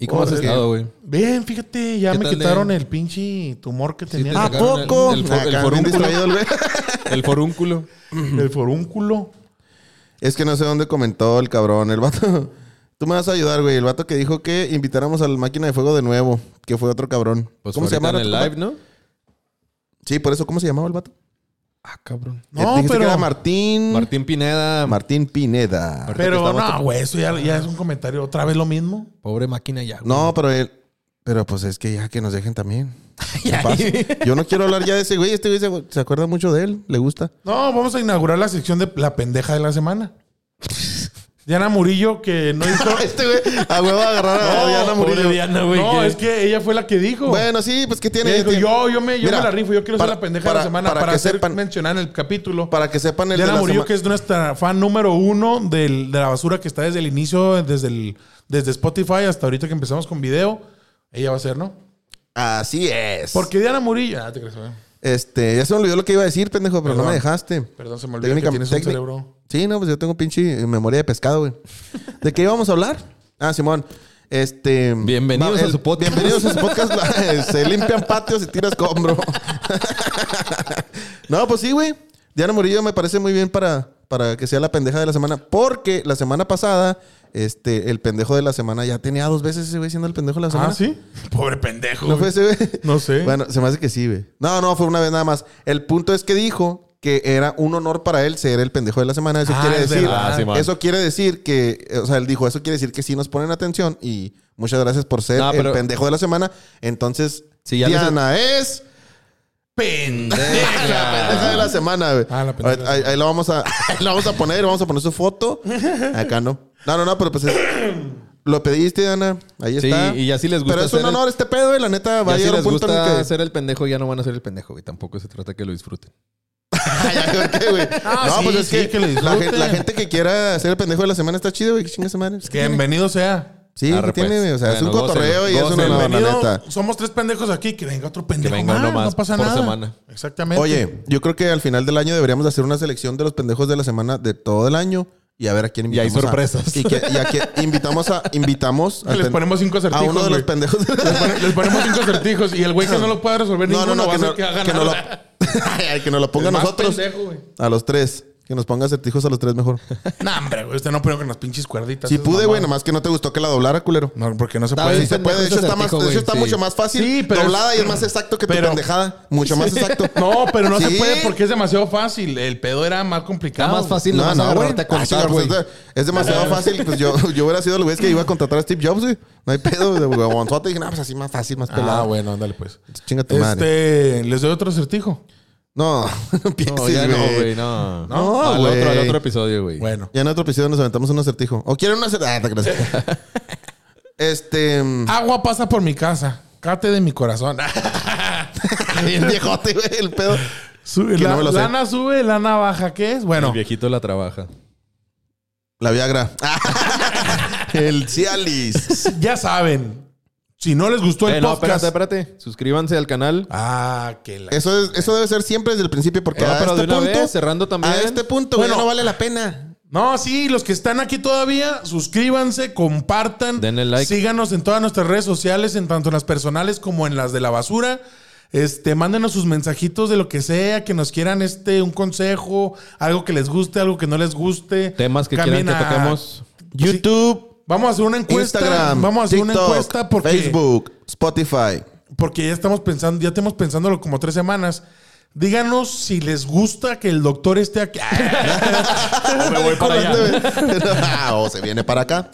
Speaker 3: ¿Y cómo has
Speaker 2: Órale.
Speaker 3: estado, güey?
Speaker 1: Bien, fíjate, ya
Speaker 3: ¿Qué
Speaker 1: me
Speaker 3: tal de-
Speaker 1: quitaron el pinche tumor que tenía
Speaker 3: te
Speaker 1: en
Speaker 2: ¿A
Speaker 1: la-
Speaker 3: sacaron el-
Speaker 2: poco?
Speaker 3: el for- el
Speaker 2: Acá, bien
Speaker 3: forúnculo.
Speaker 2: distraído el güey.
Speaker 3: El forúnculo.
Speaker 1: el forúnculo.
Speaker 2: es que no sé dónde comentó el cabrón, el vato. Tú me vas a ayudar, güey. El vato que dijo que invitáramos al máquina de fuego de nuevo, que fue otro cabrón.
Speaker 3: Pues
Speaker 2: ¿Cómo se llamaba?
Speaker 3: En el
Speaker 2: el vato?
Speaker 3: live, ¿no?
Speaker 2: Sí, por eso, ¿cómo se llamaba el vato?
Speaker 3: Ah, cabrón.
Speaker 1: No,
Speaker 2: Dijiste
Speaker 1: pero-
Speaker 2: que era Martín. Martín,
Speaker 3: Martín Pineda.
Speaker 2: Pineda.
Speaker 1: Pero
Speaker 2: Ahorita que
Speaker 1: no,
Speaker 2: estamos-
Speaker 1: güey, eso ya, ya es un comentario. ¿Otra vez lo mismo?
Speaker 3: Pobre máquina ya. güey.
Speaker 2: No, pero él. Pero pues es que ya que nos dejen también. ¿Qué pasa? Yo no quiero hablar ya de ese güey. Este güey se- se acuerda mucho de él. Le gusta.
Speaker 1: No, vamos a inaugurar la sección de la pendeja de la semana. Diana Murillo, que no hizo...
Speaker 2: Este güey, a huevo a agarrar a Diana
Speaker 3: pobre
Speaker 2: Murillo.
Speaker 3: Diana, güey.
Speaker 1: no,
Speaker 3: que-
Speaker 1: es que ella fue la que dijo.
Speaker 2: Bueno, sí, pues ¿qué tiene?
Speaker 1: Ella dijo,
Speaker 2: Tiene-
Speaker 1: yo, yo, me, yo
Speaker 2: Mira,
Speaker 1: me la rifo, yo quiero
Speaker 2: para-
Speaker 1: ser la pendeja de la
Speaker 2: para-
Speaker 1: semana para,
Speaker 2: para que
Speaker 1: ser
Speaker 2: sepan-
Speaker 1: mencionada en el capítulo.
Speaker 2: Para que sepan el de
Speaker 1: Diana
Speaker 2: la
Speaker 1: Murillo,
Speaker 2: semana.
Speaker 1: que es nuestra fan número uno del- de la basura que está desde el inicio, desde, el, desde Spotify hasta ahorita que empezamos con video. Ella va a ser, ¿no?
Speaker 2: Así es.
Speaker 1: Porque Diana Murillo. Ah, te crees, güey.
Speaker 2: Este, ya se me olvidó lo que iba a decir, pendejo, pero no
Speaker 1: Perdón.
Speaker 2: me dejaste.
Speaker 1: Perdón, se me olvidó que
Speaker 2: Técnica-
Speaker 1: tienes un
Speaker 2: técnic-
Speaker 1: cerebro.
Speaker 2: Sí, no, pues yo tengo pinche memoria de pescado, güey. ¿De qué íbamos a hablar? Ah, Simón. Este.
Speaker 3: Bienvenidos
Speaker 2: va-
Speaker 3: a su podcast.
Speaker 2: Bienvenidos a su podcast. la- se limpian patios y tiras escombro. no, pues sí, güey. Diana Murillo me parece muy bien para, para que sea la pendeja de la semana. Porque la semana pasada, este, el pendejo de la semana ya tenía dos veces ese güey siendo el pendejo de la semana.
Speaker 1: Ah, sí. Pobre pendejo.
Speaker 2: ¿No fue
Speaker 1: güey.
Speaker 2: ese, güey?
Speaker 1: No sé.
Speaker 2: Bueno, se me hace que sí, güey. No, no, fue una vez nada más. El punto es que dijo que era un honor para él ser el pendejo de la semana. Eso
Speaker 1: Ah,
Speaker 2: quiere
Speaker 1: es
Speaker 2: decir.
Speaker 1: verdad.
Speaker 3: Ah, sí, man.
Speaker 2: eso quiere decir que. eh, O sea, él dijo, eso quiere decir que sí nos ponen atención y muchas gracias por ser
Speaker 3: No, pero-
Speaker 2: el pendejo de la semana. Entonces,
Speaker 3: Sí, ya les-
Speaker 2: Diana es. La pendeja de la semana, güey.
Speaker 1: Ah, la pendeja de la
Speaker 2: Ahí, ahí la vamos a, ahí la vamos a poner, vamos a poner su foto. Acá no. No, no, no, pero pues es- lo pediste, Diana. Ahí
Speaker 3: Sí,
Speaker 2: está.
Speaker 3: y ya si les gusta
Speaker 2: Pero es un
Speaker 3: hacer el-
Speaker 2: honor este pedo, güey. La neta, va
Speaker 3: Ya
Speaker 2: a
Speaker 3: si
Speaker 2: llegar un
Speaker 3: les
Speaker 2: punto en el
Speaker 3: gusta
Speaker 2: que.
Speaker 3: ser el pendejo, ya no van a ser el pendejo, güey. Tampoco se trata que lo disfruten.
Speaker 2: Ay, ¿por qué, güey?
Speaker 1: Ah,
Speaker 2: no,
Speaker 1: sí,
Speaker 2: pues es
Speaker 1: sí,
Speaker 2: que,
Speaker 1: que le
Speaker 2: la,
Speaker 1: disfruten.
Speaker 2: gen- la gente que quiera hacer el pendejo de la semana está chido, güey. Que chingas madre. Pues, ¿qué tiene?
Speaker 1: Bienvenido sea.
Speaker 2: Sí,
Speaker 3: Arre,
Speaker 2: ¿qué tiene,
Speaker 3: pues.
Speaker 2: güey? O sea, es un
Speaker 3: Bueno,
Speaker 2: cotorreo
Speaker 3: gócenlo,
Speaker 2: y es una
Speaker 3: gócenlo.
Speaker 2: no, la
Speaker 1: Bienvenido.
Speaker 2: neta.
Speaker 1: Somos tres pendejos aquí. Que venga otro pendejo.
Speaker 3: venga uno
Speaker 1: más,
Speaker 3: más
Speaker 1: No pasa
Speaker 3: por
Speaker 1: nada.
Speaker 3: semana.
Speaker 1: Exactamente.
Speaker 2: Oye, yo creo que al final del año deberíamos hacer una selección de los pendejos de la semana de todo el año y a ver a quién
Speaker 3: Y hay
Speaker 2: invitamos. a-
Speaker 3: sorpresas.
Speaker 2: y, que, y a quién invitamos a. Invitamos a,
Speaker 1: les ponemos cinco
Speaker 2: a
Speaker 1: acertijos.
Speaker 2: uno de los
Speaker 1: güey.
Speaker 2: pendejos.
Speaker 1: les, pone- les ponemos cinco acertijos y el güey que no lo pueda resolver
Speaker 2: no, no,
Speaker 1: ninguno
Speaker 2: no,
Speaker 1: va a
Speaker 2: que
Speaker 1: ser
Speaker 2: no,
Speaker 1: que haga
Speaker 2: que no lo,
Speaker 1: nada.
Speaker 2: Ay, ay, que nos lo ponga a
Speaker 1: El más
Speaker 2: nosotros.
Speaker 1: pendejo, güey.
Speaker 2: a los tres. Que nos ponga acertijos a los tres mejor.
Speaker 1: No, hombre, güey. Usted no pone con las pinches cuerditas.
Speaker 2: Si
Speaker 1: esas
Speaker 2: pude,
Speaker 1: mamadas.
Speaker 2: güey, nomás que no te gustó que la doblara, culero.
Speaker 1: No, porque no se
Speaker 3: Está
Speaker 1: puede.
Speaker 2: Sí
Speaker 3: bien.
Speaker 2: se puede, de hecho está, más,
Speaker 3: Pendejo,
Speaker 2: de hecho
Speaker 3: güey,
Speaker 2: está
Speaker 3: sí.
Speaker 2: mucho más fácil.
Speaker 1: Sí, pero
Speaker 2: doblada
Speaker 1: es-
Speaker 2: y es más exacto que
Speaker 1: pero-
Speaker 2: tu pendejada. Mucho más exacto.
Speaker 1: No, pero no se
Speaker 2: Sí.
Speaker 1: puede porque es demasiado fácil. El pedo era más complicado.
Speaker 3: Está más fácil nomás agarrarte a
Speaker 2: Ah,
Speaker 3: contar,
Speaker 2: chinga, pues,
Speaker 3: güey.
Speaker 2: Es demasiado fácil. Pues yo, yo hubiera sido el güey que iba a contratar a Steve Jobs, güey. No hay pedo, güey. Huevonzote. Dije, no, pues así más fácil, más
Speaker 1: Ah,
Speaker 2: pelado.
Speaker 1: bueno, ándale pues.
Speaker 2: Chinga tu madre.
Speaker 1: Este, les doy otro acertijo.
Speaker 2: No, no
Speaker 3: No,
Speaker 2: empieces,
Speaker 3: ya no,
Speaker 2: güey.
Speaker 3: güey, no.
Speaker 2: No,
Speaker 3: al
Speaker 2: güey.
Speaker 3: otro, al otro episodio, güey.
Speaker 1: Bueno.
Speaker 2: Ya en otro episodio nos aventamos un acertijo. ¿O quieren un acertijo? Ah, te creas. Este...
Speaker 1: Agua pasa por mi casa. Cate de mi corazón.
Speaker 2: Bien viejote, güey, el pedo.
Speaker 1: Sube,
Speaker 2: Que
Speaker 1: la,
Speaker 2: no me lo sé.
Speaker 1: lana sube, lana baja. ¿Qué es? Bueno,
Speaker 3: El viejito la trabaja.
Speaker 2: La Viagra. El Cialis.
Speaker 1: ya saben. Si no les gustó el
Speaker 3: Eh, no,
Speaker 1: podcast.
Speaker 3: espérate, espérate. Suscríbanse al canal.
Speaker 1: Ah, que la.
Speaker 2: Eso, es, eso debe ser siempre desde el principio porque
Speaker 3: Eh,
Speaker 2: a,
Speaker 3: pero de
Speaker 2: este
Speaker 3: una
Speaker 2: punto,
Speaker 3: vez, cerrando también.
Speaker 2: a este punto güey,
Speaker 1: Bueno.
Speaker 2: ya no vale la pena.
Speaker 1: No, sí, los que están aquí todavía, suscríbanse, compartan.
Speaker 3: Denle like.
Speaker 1: Síganos en todas nuestras redes sociales, en tanto en las personales como en las de la basura. Este, mándenos sus mensajitos de lo que sea, que nos quieran este, un consejo, algo que les guste, algo que no les guste.
Speaker 3: Temas que
Speaker 1: Cambien
Speaker 3: quieran que
Speaker 1: a-
Speaker 3: toquemos.
Speaker 2: YouTube,
Speaker 1: Vamos a hacer una encuesta.
Speaker 2: Instagram,
Speaker 1: vamos a hacer una
Speaker 2: TikTok,
Speaker 1: encuesta porque,
Speaker 2: Facebook, Spotify.
Speaker 1: porque ya estamos pensando, ya tenemos pensándolo como tres semanas. Díganos si les gusta que el doctor esté aquí.
Speaker 3: Me voy para allá.
Speaker 2: Ah, o se viene para acá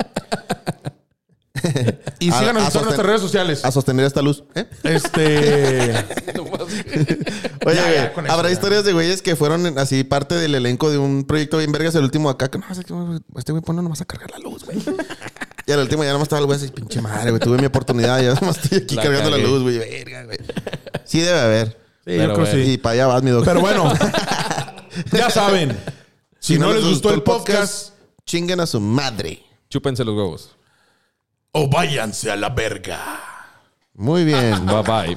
Speaker 1: y
Speaker 2: A-
Speaker 1: síganos
Speaker 2: a
Speaker 1: en todas
Speaker 2: sosten-
Speaker 1: nuestras redes sociales.
Speaker 2: a sostener esta luz. ¿eh?
Speaker 1: Este.
Speaker 2: Oye,
Speaker 1: Ya,
Speaker 2: güey,
Speaker 1: ya, con eso,
Speaker 2: habrá
Speaker 1: ya.
Speaker 2: historias de güeyes que fueron así parte del elenco de un proyecto bien vergas. El último acá, que no, es que, güey, este güey pone nomás a cargar la luz, güey. Y al último ya nomás estaba el güey así, pinche madre, güey, tuve mi oportunidad, ya nomás estoy aquí
Speaker 3: La
Speaker 2: cargando la
Speaker 3: cagué.
Speaker 2: luz, güey, verga, güey. Sí debe haber.
Speaker 1: Sí, yo
Speaker 3: Pero
Speaker 1: creo que
Speaker 3: bueno.
Speaker 1: sí.
Speaker 2: Y para allá vas, mi doctor.
Speaker 1: Pero bueno, ya saben. Si, no, les gustó, el podcast,
Speaker 2: chinguen a su madre.
Speaker 3: Chúpense los huevos.
Speaker 1: o váyanse a la verga.
Speaker 2: Muy bien.
Speaker 3: Bye bye.